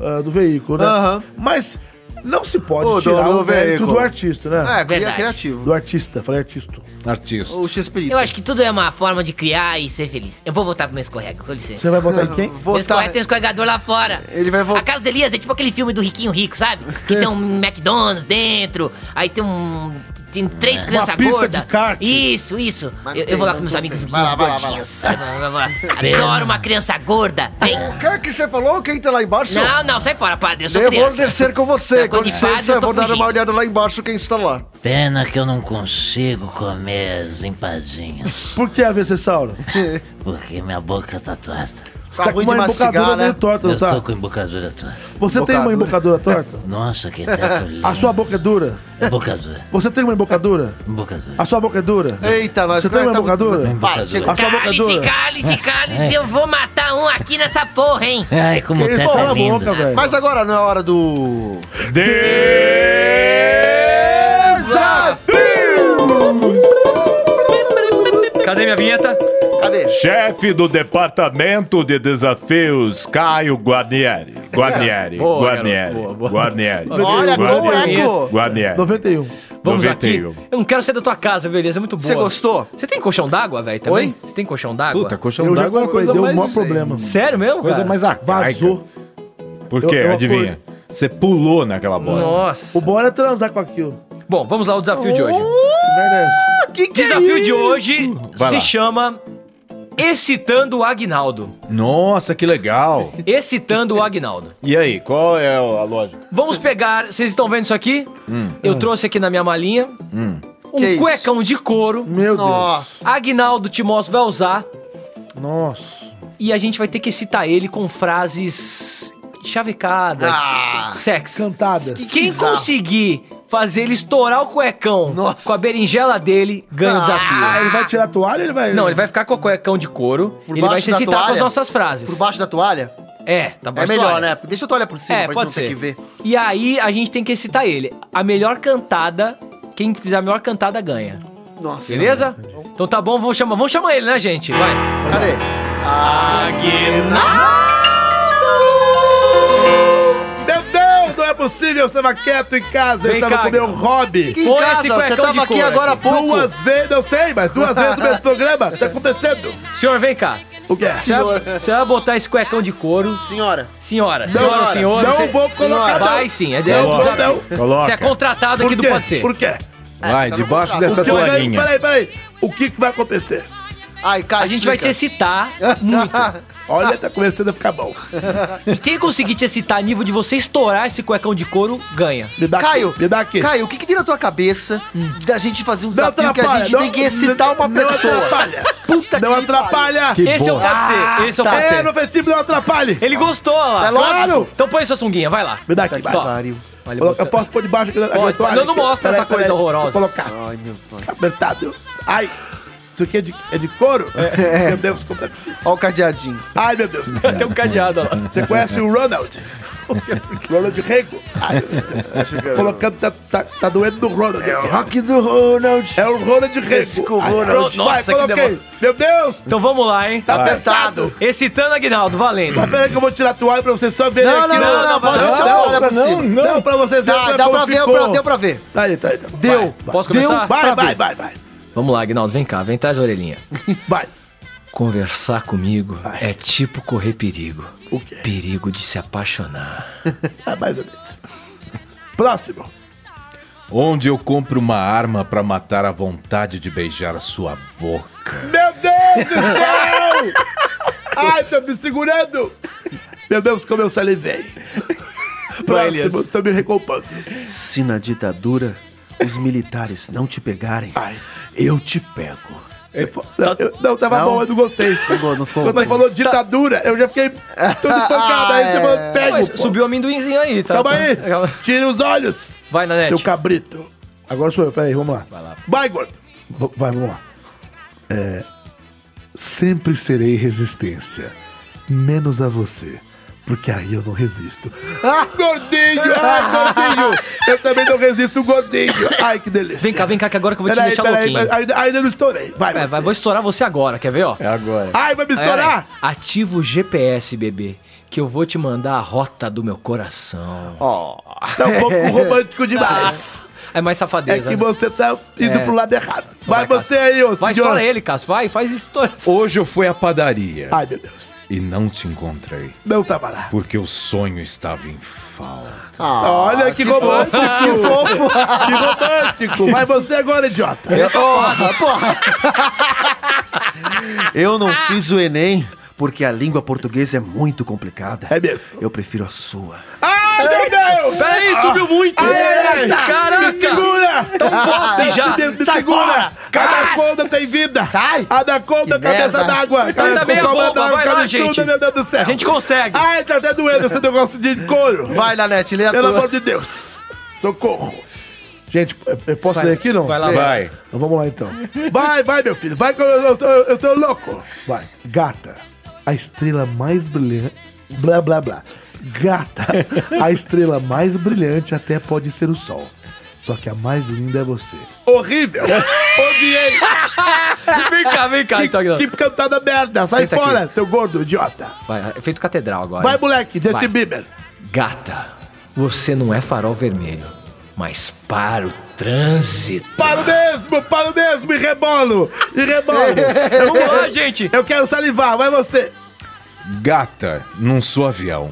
B: ah, do veículo, né?
I: Aham.
B: Mas não se pode
I: O
B: tirar
I: dono do
B: o mérito
I: veículo.
B: do artista, né?
I: É, cria-
G: Verdade.
I: criativo.
B: Do artista, falei artista.
D: Artista.
I: O X-Perito.
G: Eu acho que tudo é uma forma de criar e ser feliz. Eu vou voltar pro meu escorrega, com
B: Você
G: licença.
B: vai [laughs] botar em quem?
G: Meu escorrega tem um escorregador lá fora.
I: Ele vai
G: A
I: voltar.
G: casa do Elias é tipo aquele filme do Riquinho Rico, sabe? Que tem
I: [laughs]
G: um McDonald's dentro, aí tem um. Tem
I: É.
G: três crianças
B: pista
G: gordas.
B: de kart.
G: Isso, isso.
I: Mas não
G: Eu, eu
I: tem,
G: vou lá
I: não
G: com meus
I: tem.
G: amigos
I: Vai lá, vai lá, vai lá.
G: gordinhos.
I: [laughs]
G: Adoro uma criança gorda. Vem.
I: O que é que você falou? Quem tá lá embaixo?
G: Não, não, sai fora, padre. Eu sou
I: eu vou
G: criança.
I: descer com você.
G: Tá
I: Com
G: com
I: licença,
G: limpado, eu
I: eu
G: tô
I: vou dar uma
G: fugindo.
I: olhada lá embaixo quem está lá.
J: Pena que eu não consigo comer as empadinhas,
B: Por que a Vessauro?
J: porque minha boca tá torta.
B: Você tá com uma embocadura
I: né?
B: meio torta, não
J: Eu
B: tá?
J: tô com um embocadura torta.
B: Você tem uma embocadura torta?
J: Nossa, que tá um teto lindo.
B: A sua boca é dura? [laughs]
J: Embocadura.
B: Você tem uma embocadura?
J: Embocadura.
B: A sua boca é dura?
F: Eita, nós
I: é,
B: Você tem uma
I: tá
F: nós tamo-
B: embocadura?
F: Para, chega.
B: A sua boca é
G: Cálice,
B: dura?
G: cálice, cálice, eu vou matar um aqui nessa porra, hein?
J: Ai, como o
B: Ele
C: tá
J: teto
B: fala
J: é
B: a
J: lindo.
C: né?
B: boca, velho.
F: Mas agora não é hora do.
C: Cadê minha vinheta?
F: Cadê?
H: Chefe do Departamento de Desafios, Caio Guarnieri. Guarnieri.
C: Boa,
H: Guarnieri.
C: garoto, boa, boa.
H: Guarnieri.
F: Olha como é,
H: Guarnieri.
F: eco!
H: Guarnieri.
B: 91.
C: Vamos
H: 91.
C: aqui. Eu não quero sair da tua casa, beleza? É muito boa.
F: Você gostou?
C: Você tem colchão d'água, velho, também?
F: Oi?
C: Você tem colchão d'água?
D: Puta, colchão
B: Eu já
D: d'água é uma
B: comprei,
D: coisa
B: deu o
D: mais...
B: maior problema.
C: Sério mesmo,
D: Coisa
C: cara?
D: mais arcaica.
B: Vazou.
H: Por
B: Eu-
H: quê?
B: eu
H: Adivinha? Você pulou naquela bosta.
C: Nossa.
B: O bom era transar com aquilo.
C: Bom, vamos lá, o desafio de hoje.
B: Que merda é essa?
F: Que que é
C: Desafio de
F: isso?
C: hoje
H: Vai
C: se
H: lá.
C: chama Excitando o Agnaldo.
H: Nossa, que legal.
C: Excitando o Agnaldo.
H: E aí, qual é a lógica?
C: Vamos pegar. Vocês estão vendo isso aqui? Eu trouxe aqui na minha malinha um
F: Hum, Que isso?
C: cuecão de couro.
B: Meu
F: Nossa.
C: Agnaldo Timóteo vai usar
B: Deus. Nossa.
C: e a gente vai ter que excitar ele com frases chavecadas,
F: Ah.
C: sex.
B: Cantadas.
C: E Quem
F: bizarro.
C: conseguir fazer ele estourar o cuecão
F: Nossa.
C: com a berinjela dele, ganha o desafio.
B: Ah, ele vai tirar a toalha ou ele vai.
C: Não, ele vai ficar com o cuecão de couro.
F: é. Por
C: ele vai
F: baixo
C: se
F: da
C: excitar com as
F: toalha?
C: nossas frases.
F: Por baixo da toalha?
C: É, tá
F: É
C: baixo
F: melhor,
C: toalha.
F: né? Deixa a toalha por cima
C: É,
F: pra gente
C: pode
F: não ter
C: ser.
F: que ver.
C: E aí a gente tem que excitar ele. A melhor cantada, quem fizer a melhor cantada ganha.
F: Nossa.
C: Beleza? Então tá bom, vamos chamar, vamos chamar ele, né, gente? Vai.
F: Cadê?
B: Meu Deus, não é possível. Eu estava quieto em casa, eu
C: Vem
B: estava
C: cá,
B: com meu
C: cara.
B: hobby.
F: Aqui em
C: Põe
F: casa,
C: esse
F: você
C: cuecão de
F: tava aqui
C: couro
F: agora há pouco.
B: Duas vezes, eu sei, mas duas vezes no mesmo programa. Tá
C: [laughs]
B: acontecendo.
C: Senhor, vem cá.
B: O que é?
C: Você vai, você vai botar esse cuecão de couro.
F: Senhora.
C: Senhora, senhora,
B: Não,
C: senhor.
B: não
C: você-
B: vou colocar.
C: Vai
B: não.
C: sim, é
B: Não,
C: dela.
B: não, não.
C: Você é
H: Coloca.
C: contratado
B: Por
C: aqui do
B: quê?
C: Pode Ser.
B: Por quê?
H: Vai,
F: tá
H: debaixo
F: no
H: dessa
B: O que eu ganho?
H: toalhinha.
B: Peraí, peraí. O que, que vai acontecer?
F: Ai, cara,
C: A gente vai te
F: explica.
B: [laughs]
C: excitar.
B: Olha, tá começando a ficar bom.
C: e quem conseguir te excitar a nível de você estourar esse cuecão de couro, ganha.
B: Me dá
F: Caio,
B: aqui. Me dá aqui.
F: Caio, o que que tem na tua cabeça
C: Hum.
F: da gente fazer um
B: Não
F: desafio que a
B: atrapalha.
F: gente
B: não,
F: tem que excitar uma
B: não
F: pessoa?
B: atrapalha.
F: Puta
B: Não
F: que
B: atrapalha.
C: esse é o Pode Ser. Esse é o Pode
B: É,
C: Ser.
B: no festivo não atrapalhe.
C: Ele gostou, olha lá.
F: É lógico.
C: Então põe sua sunguinha, vai lá.
B: Me dá aqui, vai.
C: Tó.
F: Pariu.
C: Olha,
B: Coloca-
C: você-
B: eu posso pôr debaixo da da
C: Pode.
B: toalha
C: Não, não
B: aqui?
C: mostra essa coisa
B: deixa eu
C: horrorosa.
B: Colocar.
F: Ai, meu pai.
B: Apertado. Ai, isso aqui é de, é de couro? Meu Deus, como é que isso?
F: Ó o cadeadinho.
B: Ai, meu Deus. do céu.
C: [laughs] Tem um cadeado, ó lá.
B: Você conhece o
F: [laughs]
B: Ronald? Ronald Reagan? Ai, meu Deus. Colocando, tá, tá, tá doendo no Ronald. É o rock do Ronald. É o Ronald Reagan.
F: Disco Ronald.
B: Vai,
C: Nossa, que
B: coloquei.
C: demora.
B: Meu Deus,
C: Então vamos lá, hein?
B: tá apertado.
C: Excitando Aguinaldo, valendo.
B: Mas peraí que eu vou tirar a toalha pra vocês só verem
F: Não,
B: aqui.
F: não, não, não, pode deixar a toalha pra
B: não,
F: cima.
B: não. Não, pra vocês verem
F: Dá,
B: como
F: dá pra ver,
B: ficou.
F: pra- deu pra ver.
B: Tá aí, tá aí. tá aí.
F: Deu. Tá
C: Posso
F: deu
C: começar?
F: pra
B: Vai,
F: ver.
B: vai, vai, vai.
C: Vamos lá, Aguinaldo, vem cá, vem traz a orelhinha.
B: Vai.
C: Conversar comigo é tipo correr perigo.
B: O quê?
C: Perigo de se apaixonar.
B: É mais ou menos. Próximo.
D: Onde eu compro uma arma pra matar a vontade de beijar a sua boca.
B: Meu Deus do céu! Ai, tô me segurando! Meu Deus, como eu salivei. Próximo, tô me recompando.
F: Se na ditadura os militares não te pegarem,
B: Ai.
F: eu te pego. Tá-
B: Não, eu- não, tava
F: Não?
B: bom, eu não gostei.
F: Ficou, não ficou? Tá-
B: Quando você falou ditadura, eu já fiquei todo pancado. aí você
F: [laughs] Ah,
B: falou,
F: é.
B: pega
C: Ué,
B: pô.
C: subiu o amendoinzinho aí, tá?
B: Calma aí,
C: Calma.
B: tira os olhos,
C: Vai, Nanete.
B: seu cabrito. Agora sou eu, peraí, vamos lá. Vai, gordo. V- vai, vamos lá. É, sempre serei resistência, menos a você. Porque aí eu não resisto. Ah, gordinho! Ah,
F: [laughs]
B: gordinho! Eu também não resisto, gordinho! Ai, que delícia!
C: Vem cá, vem cá, que agora que eu vou te
B: Peraí,
C: deixar
B: peraí,
C: louquinho.
B: mas ainda, ainda não estourei. Vai,
C: É,
B: você.
C: vai, vou estourar você agora, quer ver, ó?
D: É agora.
B: Ai, vai me estourar!
C: Peraí, Ativa o GPS, bebê, que eu vou te mandar a rota do meu coração.
B: Tá um
C: [laughs]
B: pouco romântico demais.
C: É mais
B: É
C: safadeza.
B: que
C: né?
B: você tá indo
C: É.
B: pro lado errado. Vai,
C: Cássio.
B: você aí, ô
C: Vai,
B: senhor.
C: estoura ele, Cássio. Vai, faz isso. estoura.
D: Hoje eu fui à padaria
B: Ai, meu Deus.
D: e não te encontrei,
B: Não tá barato.
D: porque o sonho estava em falta.
B: Olha que, romântico. Que romântico. Vai você agora, idiota.
F: Porra, porra. [laughs] Eu não fiz o Enem porque a língua portuguesa é muito complicada.
B: É mesmo.
F: Eu prefiro a sua.
B: Ah!
C: Ai, meu Deus! Peraí, subiu muito! Caraca!
B: Segura!
C: Tá um poste já!
B: Me, me segura! Anaconda tem vida!
F: Sai!
B: Anaconda,
F: Que
B: cabeça
F: merda.
B: d'água!
C: Então ainda bem a
B: Cobra
C: bomba,
B: d'água,
C: vai lá,
B: cabeçuda,
C: gente.
B: meu Deus do céu!
C: A gente consegue!
B: Ai, tá até doendo esse negócio de couro!
F: Vai, Nanete, lê a
B: Pelo amor
F: tua.
B: de Deus! Socorro! Gente, eu- eu posso ler aqui, não?
C: Vai lá, vai.
D: Vai.
B: Então vamos lá então. Vai, vai, meu filho, vai que eu, eu tô, eu tô louco. Vai. Gata, a estrela mais brilhante. Blá, blá, blá. Gata, a estrela mais brilhante até pode ser o sol. Só que a mais linda é você. Horrível! [laughs] Odiei!
C: Vem cá, vem cá, então.
B: que cantada merda! Sai
C: Senta
B: fora, seu gordo idiota!
C: Vai, é feito catedral agora.
B: Vai, moleque, Justin
C: Vai.
B: Bieber!
C: Gata, você não é farol vermelho, mas para o trânsito.
B: Para o mesmo, para o mesmo, e rebolo! E
C: [laughs]
B: rebolo!
C: Vamos lá, gente!
B: Eu quero salivar, vai você!
D: Gata, não sou avião,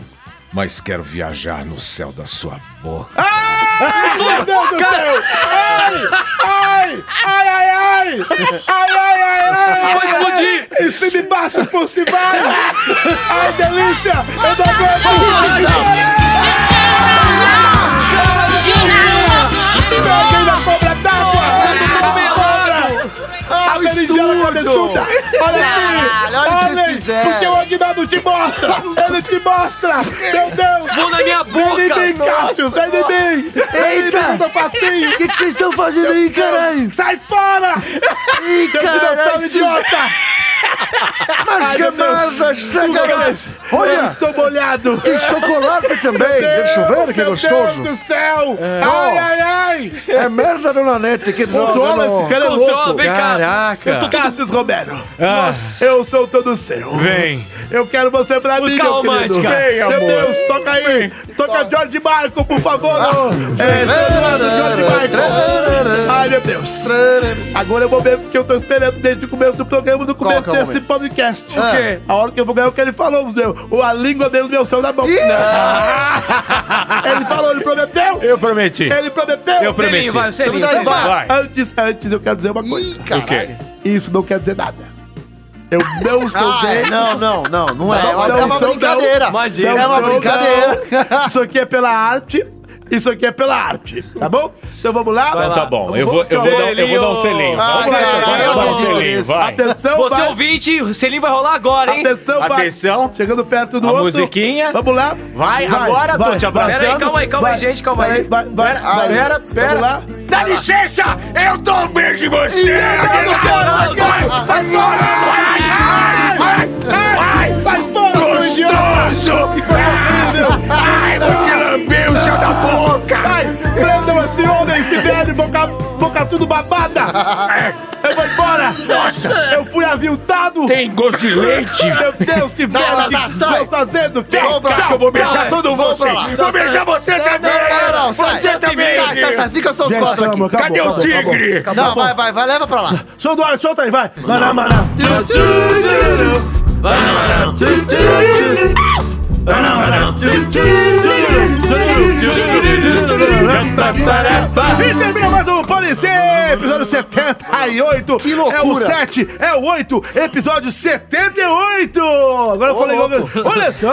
D: mas quero viajar no céu da sua boca.
B: Meu Deus do céu! Ai! Ai, ai, ai! Ai, ai, ai, ai!
C: Vai explodir!
B: E se me basta por si vai! Ai, delícia! Eu não aguento! Peguei na cobra d'água! A
F: Ah, o
B: berinjela cabeçuda!
F: estúdio!
B: Olha aqui!
F: Caralho, olha o que vocês fizeram.
B: Porque o Aguinaldo te mostra! Ele te mostra! Meu Deus!
C: Vou na minha
B: Vem em mim,
C: boca!
B: Cássio! Vem em mim! Vem em
F: Eita.
B: mim, do passinho!
F: O que que vocês estão fazendo aí, caralho?
B: Sai fora!
F: Ih,
B: Seu dinossauro
F: caralho!
B: idiota!
F: Mas
B: Ai,
F: que
B: meu Deus.
F: merda, estragada!
B: Eu
F: Olha,
B: estou molhado!
F: tem chocolate também! Deixa eu ver que
B: Meu
F: gostoso!
B: Deus do céu! Ai, ai, ai!
F: É merda, dona Nete, que droga!
B: Controla
F: não.
B: esse cara é
C: Controla,
B: louco!
C: vem cá!
F: Caraca!
B: Cássio Romero,
F: Ah.
B: Nossa, eu sou todo seu.
D: Vem.
B: Eu quero você pra mim,
C: Música
B: meu querido.
C: romântica.
D: Vem,
B: meu
D: amor.
B: Deus, toca aí. Toca George Marco, por favor.
F: Ah.
B: é, George Marco. Ai, meu Deus. Agora é o momento que eu tô esperando desde o começo do programa, do começo
F: Qual que é o
B: desse podcast.
F: Ah.
C: quê?
B: A hora que eu vou ganhar o que ele falou, meu. O- A língua dele, meu céu, na boca. ele falou, ele prometeu.
D: Eu prometi.
B: Ele prometeu.
D: Eu prometi.
C: Selinho, vai, Selinho,
F: Então
C: Selinho.
D: Vai.
F: vai.
B: Antes, antes, eu quero dizer uma
F: Ih,
B: coisa.
F: caralho!
B: Isso não quer dizer nada. Eu não sou
F: Ai,
B: gay.
F: Ah, é, não, não, não, não é.
B: Não,
F: é
B: não,
F: uma
B: sou
F: brincadeira.
B: não.
C: Imagina.
B: Não
F: é uma
B: sou,
F: brincadeira.
B: não. Isso aqui é pela arte. Isso aqui é pela arte, tá bom? Então vamos lá?
C: Então
D: Tá bom, eu vou, eu vou, dar, eu vou dar um selinho.
F: Ah,
D: Vamos lá, então,
F: caralho,
D: vai, eu vou dar um
F: eu não
D: selinho,
F: conheço.
D: vai.
B: Atenção,
F: Então
C: Você
B: vai.
C: ouvinte, o selinho vai rolar agora,
F: Tá
C: hein?
B: Atenção, vai.
D: Atenção.
B: Chegando perto do
D: A
B: outro.
D: musiquinha.
B: Vamos lá.
D: Vai, agora, tô te abraçando.
C: Pera aí, calma aí, calma
B: Vai.
C: aí, gente, calma aí.
B: Vai, vai, vai.
D: pera, pera.
B: Vamos lá.
I: Dá licença! Eu dou um beijo em você!
D: um
C: não, não.
I: Vai embora! Vai! Vai! Vai! Gostoso! Ai, vou te lamber o céu da boca!
B: Ai, prendam esse homem, esse velho, boca, boca tudo babada. Eu vou embora. Nossa. Eu fui aviltado.
I: Tem gosto de leite!
B: Meu Deus, que
F: não,
B: velho que
F: não, sai.
B: estão fazendo.
I: Vem
B: Tchau,
F: Vamos pra
I: cá
F: lá.
I: que eu vou beijar
F: Sai.
I: todo
F: Vamos
I: mundo!
F: pra lá.
I: Vou beijar você também!
F: Não, não, não, sai.
I: Você também!
F: Sai, sai, sai. Fica só os
B: Gente,
F: quatro aqui.
B: calma,
I: Cadê
B: acabou,
I: o tigre?
F: Não, vai, vai, vai, leva pra lá.
B: Solta o ar, solta aí, vai. Maná, maná. E termina mais um Pode Ser, episódio 78. Que
F: loucura.
B: É o 7, é o 8, episódio 78. Agora eu falei, olha
F: [laughs]
B: só.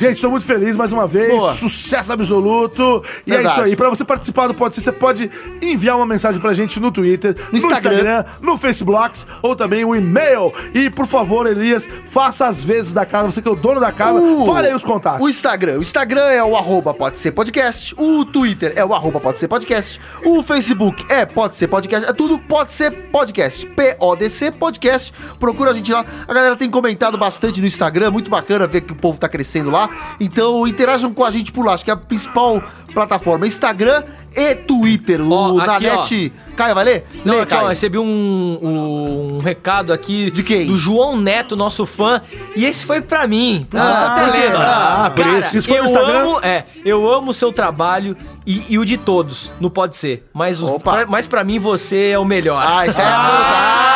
B: Gente, estou muito feliz mais uma vez.
F: Boa.
B: Sucesso absoluto. E é
F: Verdade.
B: isso aí. Para você participar do Pode Ser, você pode enviar uma mensagem pra gente no Twitter, no
F: Instagram.
B: Instagram, no Facebooks ou também o e-mail. E, por favor, Elias, faça as vezes da casa. Você que é o dono da casa,
F: Uh,
B: fale aí os contatos.
F: O Instagram. O Instagram é o arroba pode ser podcast. O Twitter é o arroba pode ser podcast. O Facebook é pode ser podcast. É tudo pode ser podcast. P-O-D-C podcast. Procura a gente lá. A galera tem comentado bastante no Instagram. Muito bacana ver que o povo tá crescendo lá. Então interajam com a gente por lá. Acho que é a principal plataforma. Instagram e Twitter.
C: Ó,
F: o na
C: aqui,
F: net. Caio, vai ler?
C: Não, é
F: Lê,
C: aqui, ó,
F: Caio.
C: recebi um, um recado aqui
F: De quem?
C: do João Neto, nosso fã. E esse foi pra mim. Por isso que eu tô
F: Ah,
C: até lendo. ó.
F: ah,
B: por
C: Cara,
B: isso. Isso foi
C: eu
B: no Instagram?
C: Amo, é, eu amo o seu trabalho e, e o de todos. Não pode ser. Mas, os,
F: Opa.
C: pra, mas pra mim você é o melhor.
F: Ah, isso é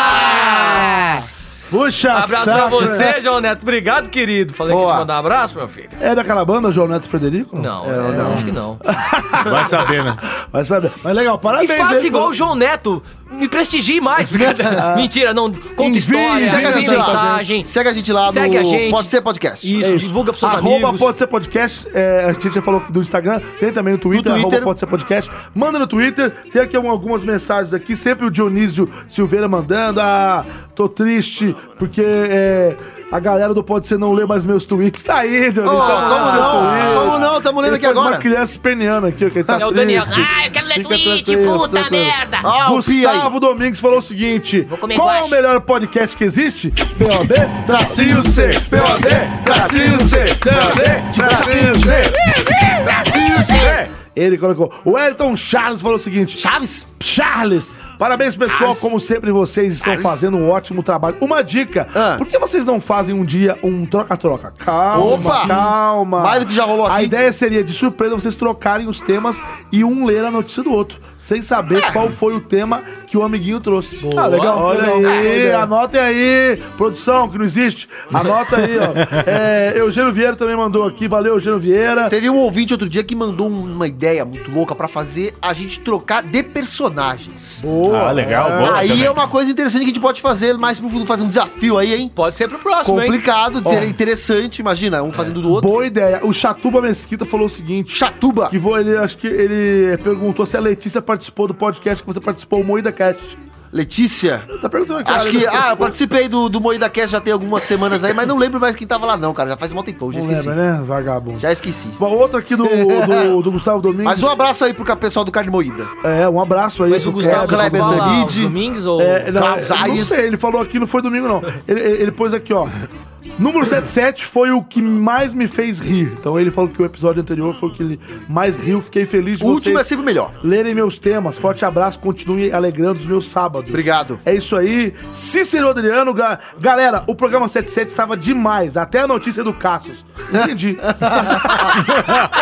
C: Ah!
B: Puxa,
C: [laughs] Abraço pra
B: saco, né?
C: você, João Neto. Obrigado, querido. Falei que ia
F: Boa.
C: te mandar um abraço, meu filho.
B: É daquela banda, João Neto e Frederico?
C: Não, é, acho que não.
D: Vai saber, né?
B: Vai saber. Mas legal,
C: E
B: parabéns.
C: faça
B: hein,
C: igual o
B: pelo-
C: João Neto. me prestigie
B: [laughs]
C: mais. brincadeira. [laughs] Mentira, não. Conta história,
F: segue a
C: manda
F: gente lá.
C: mensagem.
F: Segue a gente lá no
C: Segue a gente.
F: Pode Ser Podcast.
C: Isso,
B: É
C: divulga pros seus
B: arroba
C: amigos.
B: Pode Ser Podcast, é, a gente já falou do Instagram, tem também o Twitter,
F: No Twitter.
B: arroba Pode Ser Podcast. Manda no Twitter, tem aqui algum- algumas mensagens aqui, sempre o Dionísio Silveira mandando, ah, tô triste porque é, a galera do Pode Ser não lê mais meus tweets. Tá aí, Dionísio,
F: Ô,
B: tá
F: como
B: mandando seus
F: não?
B: tweets.
F: Como não? Tamo lendo
B: Ele
F: aqui
B: faz uma
F: agora.
B: criança esperneando aqui, que ele tá
C: É o Daniel.
B: triste.
G: Ah, eu quero ler
B: Fica
G: tweet,
B: tranquilo,
G: puta
B: tranquilo.
G: merda.
F: Ah, o Pi aí.
B: Gustavo Domingues falou o seguinte:
G: comer
B: Qual é o
G: guache.
B: melhor podcast que existe? POD, tracinho C, POD, tracinho C, POD, tracinho C, tracinho C. Ele colocou. O Elton Charles falou o seguinte:
F: Chaves?
B: Charles, parabéns pessoal, como sempre vocês estão fazendo um ótimo trabalho. Uma dica,
F: Ah.
B: por que vocês não fazem um dia um troca-troca? Calma,
F: Opa!
B: calma.
F: Mais do que já rolou
B: A
F: aqui.
B: ideia seria, de surpresa, vocês trocarem os temas e um ler a notícia do outro, sem saber qual foi o tema que o amiguinho trouxe.
C: Ah, legal,
B: Olha
C: legal.
B: aí, anotem aí, produção, que não existe, anota aí, ó. É, Eugênio Vieira também mandou aqui, valeu Eugênio Vieira.
F: Teve um ouvinte outro dia que mandou um, uma ideia muito louca pra fazer a gente trocar de personagens.
D: Ah, legal, boa
F: aí
D: também.
F: é uma coisa interessante que a gente pode fazer mais pro fundo, fazer um desafio aí, hein?
C: Pode ser pro próximo, hein?
F: Complicado, inter- interessante, imagina, um fazendo do outro.
B: Boa ideia. O Chatuba Mesquita falou o seguinte:
F: Chatuba.
B: Que vou, ele, acho que ele perguntou se a Letícia participou do podcast que você participou, o Moída Cast.
F: Letícia.
B: Tá perguntando aqui.
F: Acho
B: ah,
F: que.
B: ele
F: Ah, eu
B: participou.
F: participei do, do Moída Cast já tem algumas semanas aí, mas não lembro mais quem tava lá, não, cara. Já faz um tempão, já
B: Não
F: esqueci.
B: lembra, né? Vagabundo.
F: Já esqueci.
B: Bom, outro aqui do, do, do Gustavo Domingos.
F: Mas um abraço aí pro ca- pessoal do Carne Moída.
B: É, um abraço aí.
C: Mas o
B: pro
C: Gustavo
B: Kleber.
F: Kleber
C: fala
F: Danid.
C: aos Domingues ou...
B: É, não,
F: Klaus
B: eu não
F: Ayres.
B: sei, ele falou aqui, não foi domingo, não. Ele, ele, ele pôs aqui, ó. Número 77 foi o que mais me fez rir. Então ele falou que o episódio anterior foi o que ele mais riu. Fiquei feliz de
F: O último é
B: vocês
F: sempre melhor.
B: lerem meus temas. Forte abraço, continue alegrando os meus sábados.
F: Obrigado.
B: É isso aí. Cícero Adriano, ga- galera, o programa 77 estava demais. Até a notícia do Cassius. Entendi.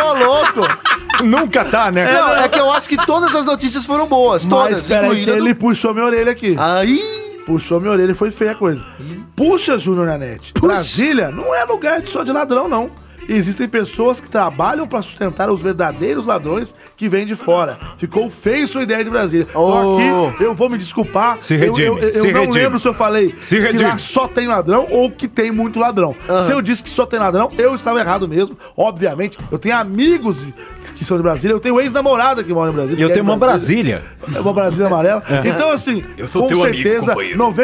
F: Ô,
B: [laughs]
F: louco!
D: Nunca tá, né?
F: Não, é que eu acho que todas as notícias foram boas,
B: Mas
F: todas,
B: peraí, que
F: incluindo. a do-
B: ele puxou minha orelha aqui.
F: Aí.
B: Puxou minha orelha e foi feia a coisa. Puxa, Júnior Nanete. Brasília não é lugar de só de ladrão, não. Existem pessoas que trabalham para sustentar os verdadeiros ladrões que vêm de fora. Ficou feio sua ideia de Brasília.
F: Oh.
B: Então aqui eu vou me desculpar.
D: Se
B: Eu-
D: redime,
B: Eu, eu,
D: se
B: não
D: redime.
B: lembro se eu falei
D: Se
B: que lá
D: redime. Ah.
B: só tem ladrão ou que tem muito ladrão. Se eu disse que só tem ladrão, eu estava errado mesmo. Obviamente, eu tenho amigos que são de Brasília. Eu tenho ex-namorada que mora em Brasília.
D: E eu
B: que é
D: tenho
B: de
D: uma Brasília.
B: é uma Brasília amarela. Então, assim, com certeza,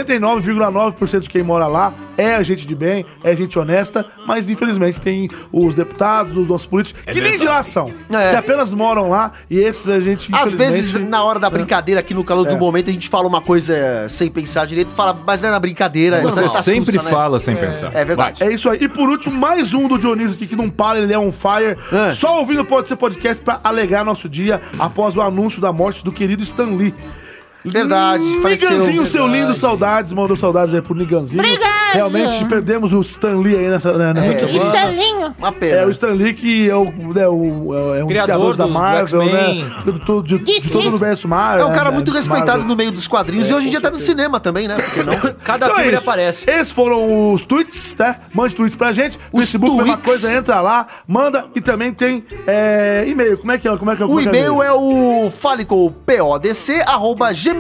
B: 99,9% de quem mora lá é gente de bem, é gente honesta, mas infelizmente tem os deputados, os nossos políticos, que nem de lá são,
F: É.
B: que apenas moram lá e esses a gente,
F: Às
B: infelizmente,
F: vezes, na hora da brincadeira, aqui no calor do momento, a gente fala uma coisa sem pensar direito, fala, mas não é na brincadeira.
D: Você
F: isso aí tá
D: sempre
F: sussa, né?
D: fala sem pensar.
F: É verdade.
B: É isso aí. E por último, mais um do Dionísio aqui que não para, ele é on fire. Só ouvindo pode ser podcast pra alegar nosso dia após o anúncio da morte do querido Stan Lee. Hum,
F: Verdade, faleceu.
B: Niganzinho, seu lindo, saudades. Mandou saudades aí pro Niganzinho.
L: Obrigado.
B: Realmente perdemos o Stan Lee aí nessa, né,
F: É,
B: nessa semana.
L: Estalinho.
F: Uma
B: É, o
F: pena.
B: Stan Lee que é, o, né, o- é- é um
C: Criador
B: dos criadores da
C: do- do
B: Marvel,
C: X-Men.
B: né? De, todo- de- de
L: Sim.
B: todo o universo Marvel.
F: É um cara
B: né,
F: muito
B: Marvel.
F: respeitado no meio dos quadrinhos e hoje em dia até no cinema também, né? Porque não?
C: Cada
B: Então é
C: filme ele
B: isso.
C: aparece.
B: Esses foram os tweets, né? Mande tweets pra gente.
F: Os
B: Facebook, mesma
F: tweets.
B: coisa, entra lá, manda. E também tem é, e-mail. Como é que é? Como é que é?
F: O
B: Como que
F: e-mail é o falicopodc.gmail.com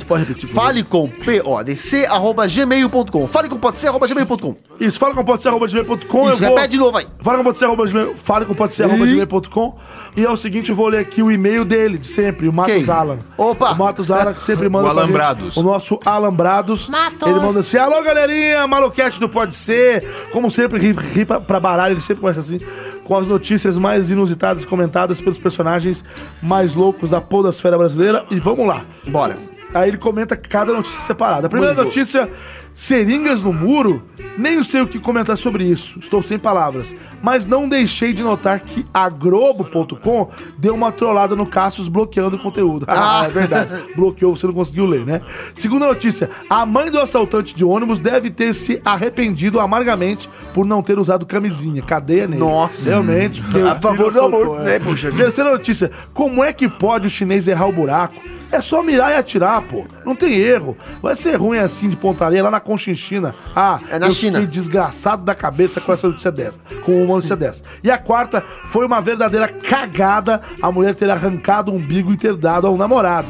F: falicopodc.gmail.com falicopodc.gmail.com
B: Isso, fala com pode ser arroba gmail.com.
F: é Isso, repete de novo aí.
B: Fala com pode ser arroba gmail. Fala com pode ser arroba gmail.com. E é o seguinte, eu vou ler aqui o e-mail dele, de sempre, o Matos
F: Quem?
B: Alan.
F: Opa!
B: O Matos Alan que
F: [laughs]
B: sempre manda
D: O
B: pra gente,
D: Alambrados.
B: o nosso Alambrados.
L: Matos.
B: Ele manda assim, alô galerinha, maluquete do Pode Ser. Como sempre, ri, ri pra, pra baralho, ele sempre começa assim. Com as notícias mais inusitadas comentadas pelos personagens mais loucos da podosfera brasileira. E vamos lá.
F: Bora.
B: Aí ele comenta cada notícia separada. A primeira notícia, seringas no muro. Nem sei o que comentar sobre isso, estou sem palavras. Mas não deixei de notar que a Globo.com deu uma trollada no Cassius bloqueando o conteúdo. Ah, é [laughs] verdade. Bloqueou, você não conseguiu ler, né? Segunda notícia, a mãe do assaltante de ônibus deve ter se arrependido amargamente por não ter usado camisinha. Cadeia nele.
F: Nossa.
B: Realmente. porque o
F: A
B: filho
F: favor do
B: assaltou,
F: amor,
B: é.
F: né,
B: [laughs]
F: puxa vida?
B: Terceira notícia. Como é que pode o chinês errar o buraco? É só mirar e atirar, pô. Não tem erro. Vai ser ruim assim de pontaria lá na Conchinchina. Ah,
F: É na
B: eu
F: China.
B: fiquei desgraçado da cabeça com essa notícia dessa. Com uma notícia dessa. E a quarta foi uma verdadeira cagada a mulher ter arrancado o umbigo e ter dado ao namorado.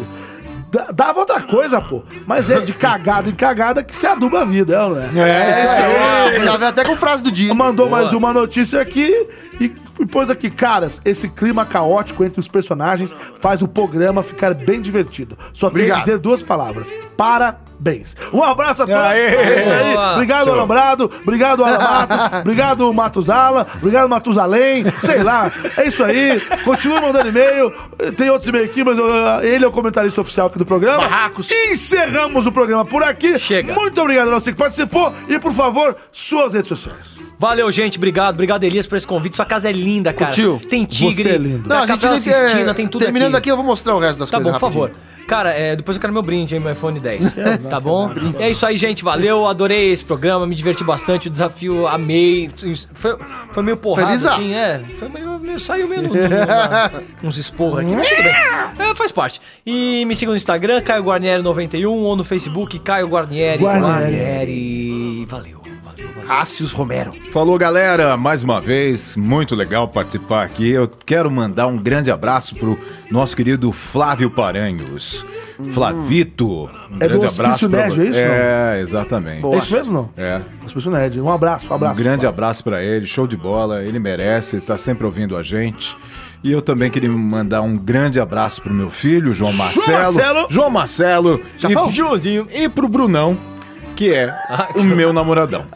B: da- dava outra coisa, pô. Mas é de cagada em cagada que se aduba a vida, é, ou não é?
F: É, isso aí. Já veio até com frase do dia.
B: Mandou mais uma notícia aqui e e pôs aqui, caras, esse clima caótico entre os personagens faz o programa ficar bem divertido. Só tenho
F: Obrigado.
B: que dizer duas palavras. Parabéns. Um abraço a todos.
D: Aê.
B: É isso aí.
C: Boa.
B: Obrigado, Alambrado. Obrigado, Alan Matos. Obrigado, Matuzala. Obrigado, Matusalém. Sei lá. É isso aí. Continue mandando e-mail. Tem outros e-mail aqui, mas eu- ele é o comentarista oficial aqui do programa.
D: Barracos.
B: Encerramos o programa por aqui.
C: Chega.
B: Muito obrigado a você que participou. E, por favor, suas redes sociais.
C: Valeu, gente. Obrigado. Obrigado, Elias, por esse convite. Sua casa é linda, cara.
F: Curtiu?
C: Tem tigre.
B: Você é lindo.
F: Não, a gente
C: Capela
F: nem quer-
C: Sistina, tem tudo
F: Terminando
C: aqui.
F: aqui, eu vou mostrar o resto das
C: Tá
F: coisas
C: bom, por favor.
F: rapidinho.
C: Cara, é, depois eu quero meu brinde, hein, meu iPhone 10. tá bom? E é isso aí, gente. Valeu, adorei esse programa, me diverti bastante, o desafio amei. Foi, foi meio porrada,
F: Foi bizarro.
C: assim, é. Foi meio, meio- saiu meio no- no-
F: [laughs]
C: na- uns esporros aqui, mas tudo bem. É, faz parte. E me siga no Instagram, Caio Guarnieri91, ou no Facebook, Caio Guarnieri.
B: Guarnieri.
C: Guarnieri. Valeu, valeu, valeu.
F: Cássius Romero.
D: Falou, galera, mais uma vez, muito legal participar aqui. Eu quero mandar um grande abraço pro nosso querido Flávio Paranhos. Flavito, um
B: É
D: grande
B: do Hospício
D: abraço pra
B: Nerd,
D: você.
B: é isso,
D: É, exatamente.
B: É isso mesmo, não?
D: É.
B: As pessoas nerd. Um abraço, um
D: Um
B: abraço.
D: grande abraço pra ele, show de bola, ele merece, tá sempre ouvindo a gente. E eu também queria mandar um grande abraço pro meu filho, João Marcelo.
B: Marcelo!
D: João Marcelo
F: Chapão?
D: e Joãozinho e pro Brunão, que é o meu namoradão.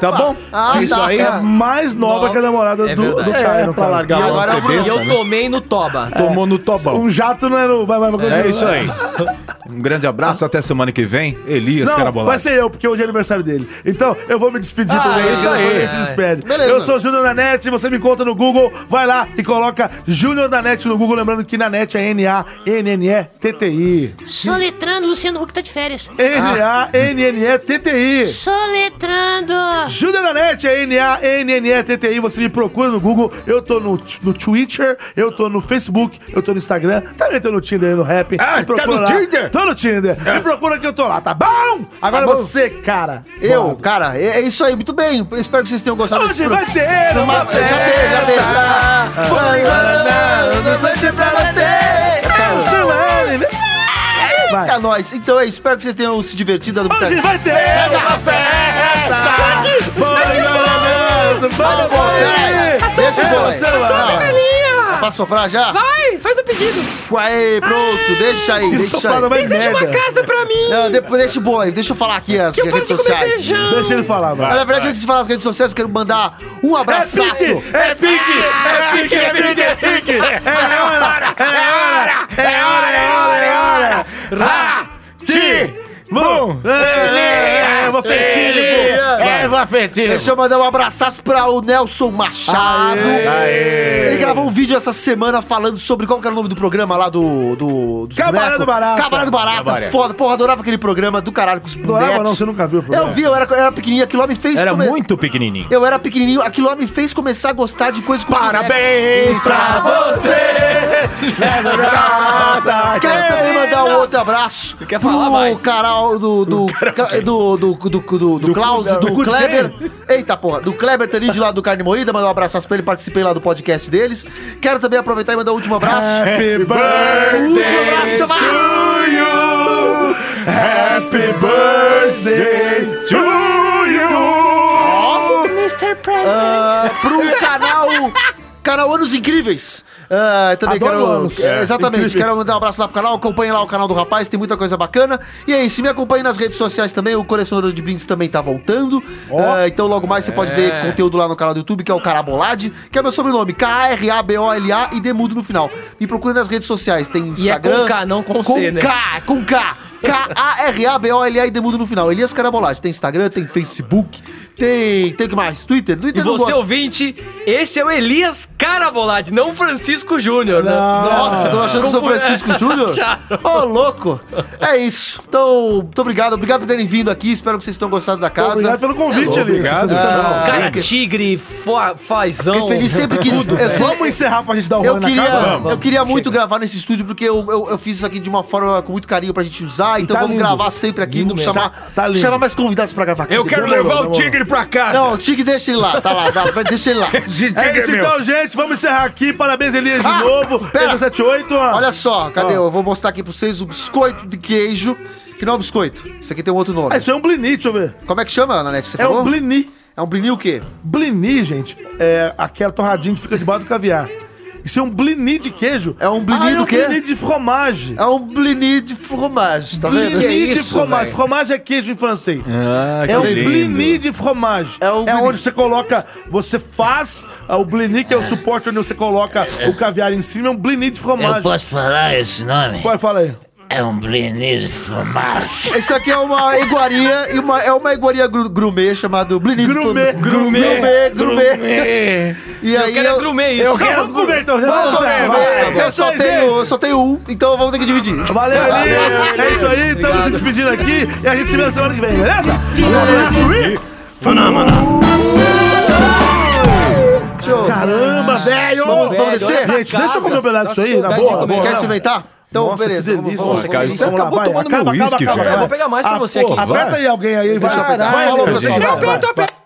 D: Tá bom?
F: Ah,
D: Isso
F: tá.
D: aí
B: É mais nova
C: Não,
B: que a namorada
C: é
B: do,
C: verdade.
B: do Caio,
D: É,
B: no
D: pra
B: caso.
D: largar
F: E
D: logo
F: agora
D: de
F: é o
D: ser
F: Bruno.
C: E
D: besta,
C: eu
D: né?
C: tomei no Toba.
F: É,
D: Tomou no tobão.
B: Um jato não é no. Vai, vai, vai,
D: É
B: continua.
D: isso aí. [laughs] Um grande abraço, até semana que vem. Elias
B: Não,
D: Carabolado.
B: vai ser eu, porque hoje é aniversário dele. Então, eu vou me despedir
F: Ah,
B: também.
F: é isso
B: eu
F: aí.
B: vou ver se despede.
F: Beleza.
B: Eu sou o Júnior da Net, você me conta no Google, vai lá e coloca Júnior da Net no Google, lembrando que na Net é N-A-N-N-E-T-T-I.
G: Soletrando, Luciano Huck tá de férias.
B: N-A-N-N-E-T-T-I.
G: Soletrando.
B: Júnior da Net é N-A-N-N-E-T-T-I. Você me procura no Google. Eu tô no, no Twitter, eu tô no Facebook, eu tô no Instagram. Também tô no Tinder e no Rap.
H: Ah,
B: Me procura
H: tá no
B: lá.
H: Tinder?
B: Tô no Tinder. Me procura que eu tô lá, tá bom? Agora
F: É. bom.
B: você, cara.
F: Eu, cara, é é isso aí, muito bem. Espero que vocês tenham gostado
B: Hoje vai ter uma
F: Já teve, já teve.
B: festa.
F: Ah, foi, Guaraná, não vai ter pra bater.
B: Vai.
F: É nóis. Então é, espero que vocês tenham se divertido.
B: Hoje vai ter uma festa. Vai, Guaraná, vai, vai. É,
F: Deixa o bola aí.
B: sei lá.
F: Não,
E: Galinha!
F: Posso soprar já?
E: Vai, faz o pedido.
F: Aí, pronto, deixa aí,
B: Que
F: deixa
B: soprada
F: aí.
B: mais
E: Deseja uma
B: merda.
E: casa pra mim.
F: Não, depois, deixa o bola aí, deixa eu falar aqui as
E: que eu paro
F: redes
E: de comer
F: sociais.
E: feijão.
B: Deixa ele falar, vai.
F: Mas, na verdade, antes de falar as redes sociais, eu quero mandar um abraço.
B: É pique! É pique! É pique! É pique! É hora! É hora! É hora! É hora! É hora! Rati! Bom! É afetivo!
H: Eva Fetilha.
F: Deixa eu mandar um abraçaço pra o Nelson Machado.
B: É.
F: Ele gravou um vídeo essa semana falando sobre qual que era o nome do programa lá do. do dos
B: Cabaré
F: bonecos.
B: do Barata.
F: Cabaré do Barata.
D: Cabaré.
F: Foda, porra, adorava aquele programa do caralho com os
B: Adorava
F: bonecos.
B: não, você nunca viu o
F: Eu
B: programa.
F: vi, eu era, eu era pequenininho, aquilo lá me fez.
D: Era
F: come-
D: muito pequenininho.
F: Eu era pequenininho, aquilo lá me fez começar a gostar de coisas com
D: Parabéns pra
F: boneco. Quero também mandar um outro abraço.
C: Quer falar mais?
F: canal do. do, do, do, do, do, do, Klaus, do,
B: do
F: Kleber. Eita porra, do Kleber Tanid lá do Carne Moída. Mandar um abraço pra ele, participei lá do podcast deles. Quero também aproveitar e mandar o último abraço.
B: Happy
F: O último abraço,
B: birthday
F: chamar.
B: to you! Happy birthday to you!
E: Mr. President.
F: Ah, pro canal. Canal Anos Incríveis. Ah, também
B: Adoro
F: quero.
B: anos.
F: É, exatamente,
B: Incríveis.
F: quero mandar um abraço lá pro canal. Acompanhe lá o canal do rapaz, tem muita coisa bacana. E é isso, me acompanhe nas redes sociais também. O colecionador de brindes também tá voltando. Ah, então logo mais você pode ver
C: É.
F: conteúdo lá no canal do YouTube, que é o Carabolade, que é meu sobrenome, K-A-R-A-B-O-L-A e Demudo no final. Me procure nas redes sociais, tem
C: E é com
F: Instagram.
C: K, não com C, né?
F: K, com K. K-A-R-A-B-O-L-A e Demudo no final. Elias Carabolade. Tem Instagram, tem Facebook, tem. Tem o que mais? Twitter? Twitter eu
C: E
F: não
C: você,
F: gosto.
C: ouvinte, esse é o Elias Carabolade, não Francisco Júnior, né?
F: Nossa, tô achando que eu sou
C: Confu-
F: Francisco Júnior?
C: Acharam.
F: Ô, louco! É isso. Então, muito obrigado. Obrigado por terem vindo aqui. Espero que vocês tenham gostado da casa.
B: Obrigado pelo convite, Elias. tá
D: Obrigado.
F: Ah,
C: Cara,
F: fiquei-
C: tigre, fa- fazão.
F: fiquei feliz. Sempre quis. Eu, sempre-
B: Vamos encerrar pra gente dar o
F: eu
B: rolê na casa?
F: queria,
B: Vamos.
F: eu queria muito gravar nesse estúdio, porque eu, eu, eu fiz isso aqui de uma forma com muito carinho pra gente usar. Então
B: tá
F: vamos
B: lindo.
F: gravar sempre aqui.
C: Lindo
F: Vamos
C: mesmo.
F: chamar,
B: Tá lindo.
F: chamar mais convidados pra gravar aqui.
H: Eu quero
F: Demorou,
H: levar o
F: demorou.
H: tigre ele pra casa.
F: Não, Tig, deixa ele lá. Tá lá, tá lá, deixa ele lá.
H: Esse [laughs]
B: É
H: tigre
B: isso
H: meu.
B: então, gente. Vamos encerrar aqui. Parabéns, Elias, de
F: Ah,
B: novo. É,
F: pera.
B: 78.
F: Olha só, cadê? Eu vou mostrar aqui pra vocês o biscoito de queijo. Que não é um biscoito. Isso aqui tem um outro nome.
B: Ah, isso é um blini, deixa eu ver.
F: Como é que chama, Nanete? Você
B: É
F: falou?
B: um blini.
F: É um blini o quê?
B: Blini, gente, é aquela torradinha que fica debaixo do caviar. Isso é um blini de queijo.
F: É um blini
B: Ah,
F: do quê?
B: É um blini de fromage.
F: É um blini de fromage, tá vendo?
B: Blini de
C: isso,
B: fromage.
C: velho?
B: Fromage é queijo em francês.
D: Ah,
B: É o
D: lindo.
B: blini de fromage. É,
F: É o blini.
B: onde você coloca, você faz ah, o blini, que é o suporte onde você coloca o caviar em cima, é um blini de
J: Eu
B: fromage.
J: posso falar esse nome?
B: Qual é? fala aí?
J: É um blinido fromage.
F: Isso aqui é uma iguaria, e uma, é uma iguaria gru, grumê chamada blini de
B: Grumê,
F: fromage. Grumê, grumê. E aí
C: quero é
F: eu- É,
C: grumê isso.
B: Eu quero comer, então. Vamos, Zé, vai.
F: Eu só,
B: aí,
F: tenho,
B: tá gente.
F: eu só tenho um, então vamos ter que dividir.
B: Valeu, Elias. É isso aí. Estamos se despedindo aqui e a gente se vê na semana que vem, beleza? Um abraço e...
F: Tchau.
B: Caramba, velho!
F: Vamos-
B: Velho,
F: vamos descer?
B: olha Gente, deixa eu comer um pedaço disso aí, na boa, na boa.
F: Quer experimentar? Então,
B: Nossa,
F: beleza.
B: que delícia.
F: vamos-
D: Nossa, cara, isso
B: Vamos lá,
D: acabou
B: vai,
D: tomando
B: acaba,
D: meu uísque,
B: acaba,
C: é.
B: acaba,
D: velho.
B: acaba.
C: Vou pegar mais pra
B: Ah,
C: você
B: pô,
C: aqui.
B: Aperta aí alguém aí, vai.
F: Deixa eu apertar.
B: Vai,
F: Falou,
B: Elias,
F: pessoal.
B: vai,
E: Eu
B: vai,
E: aperto,
B: vai.
E: aperto.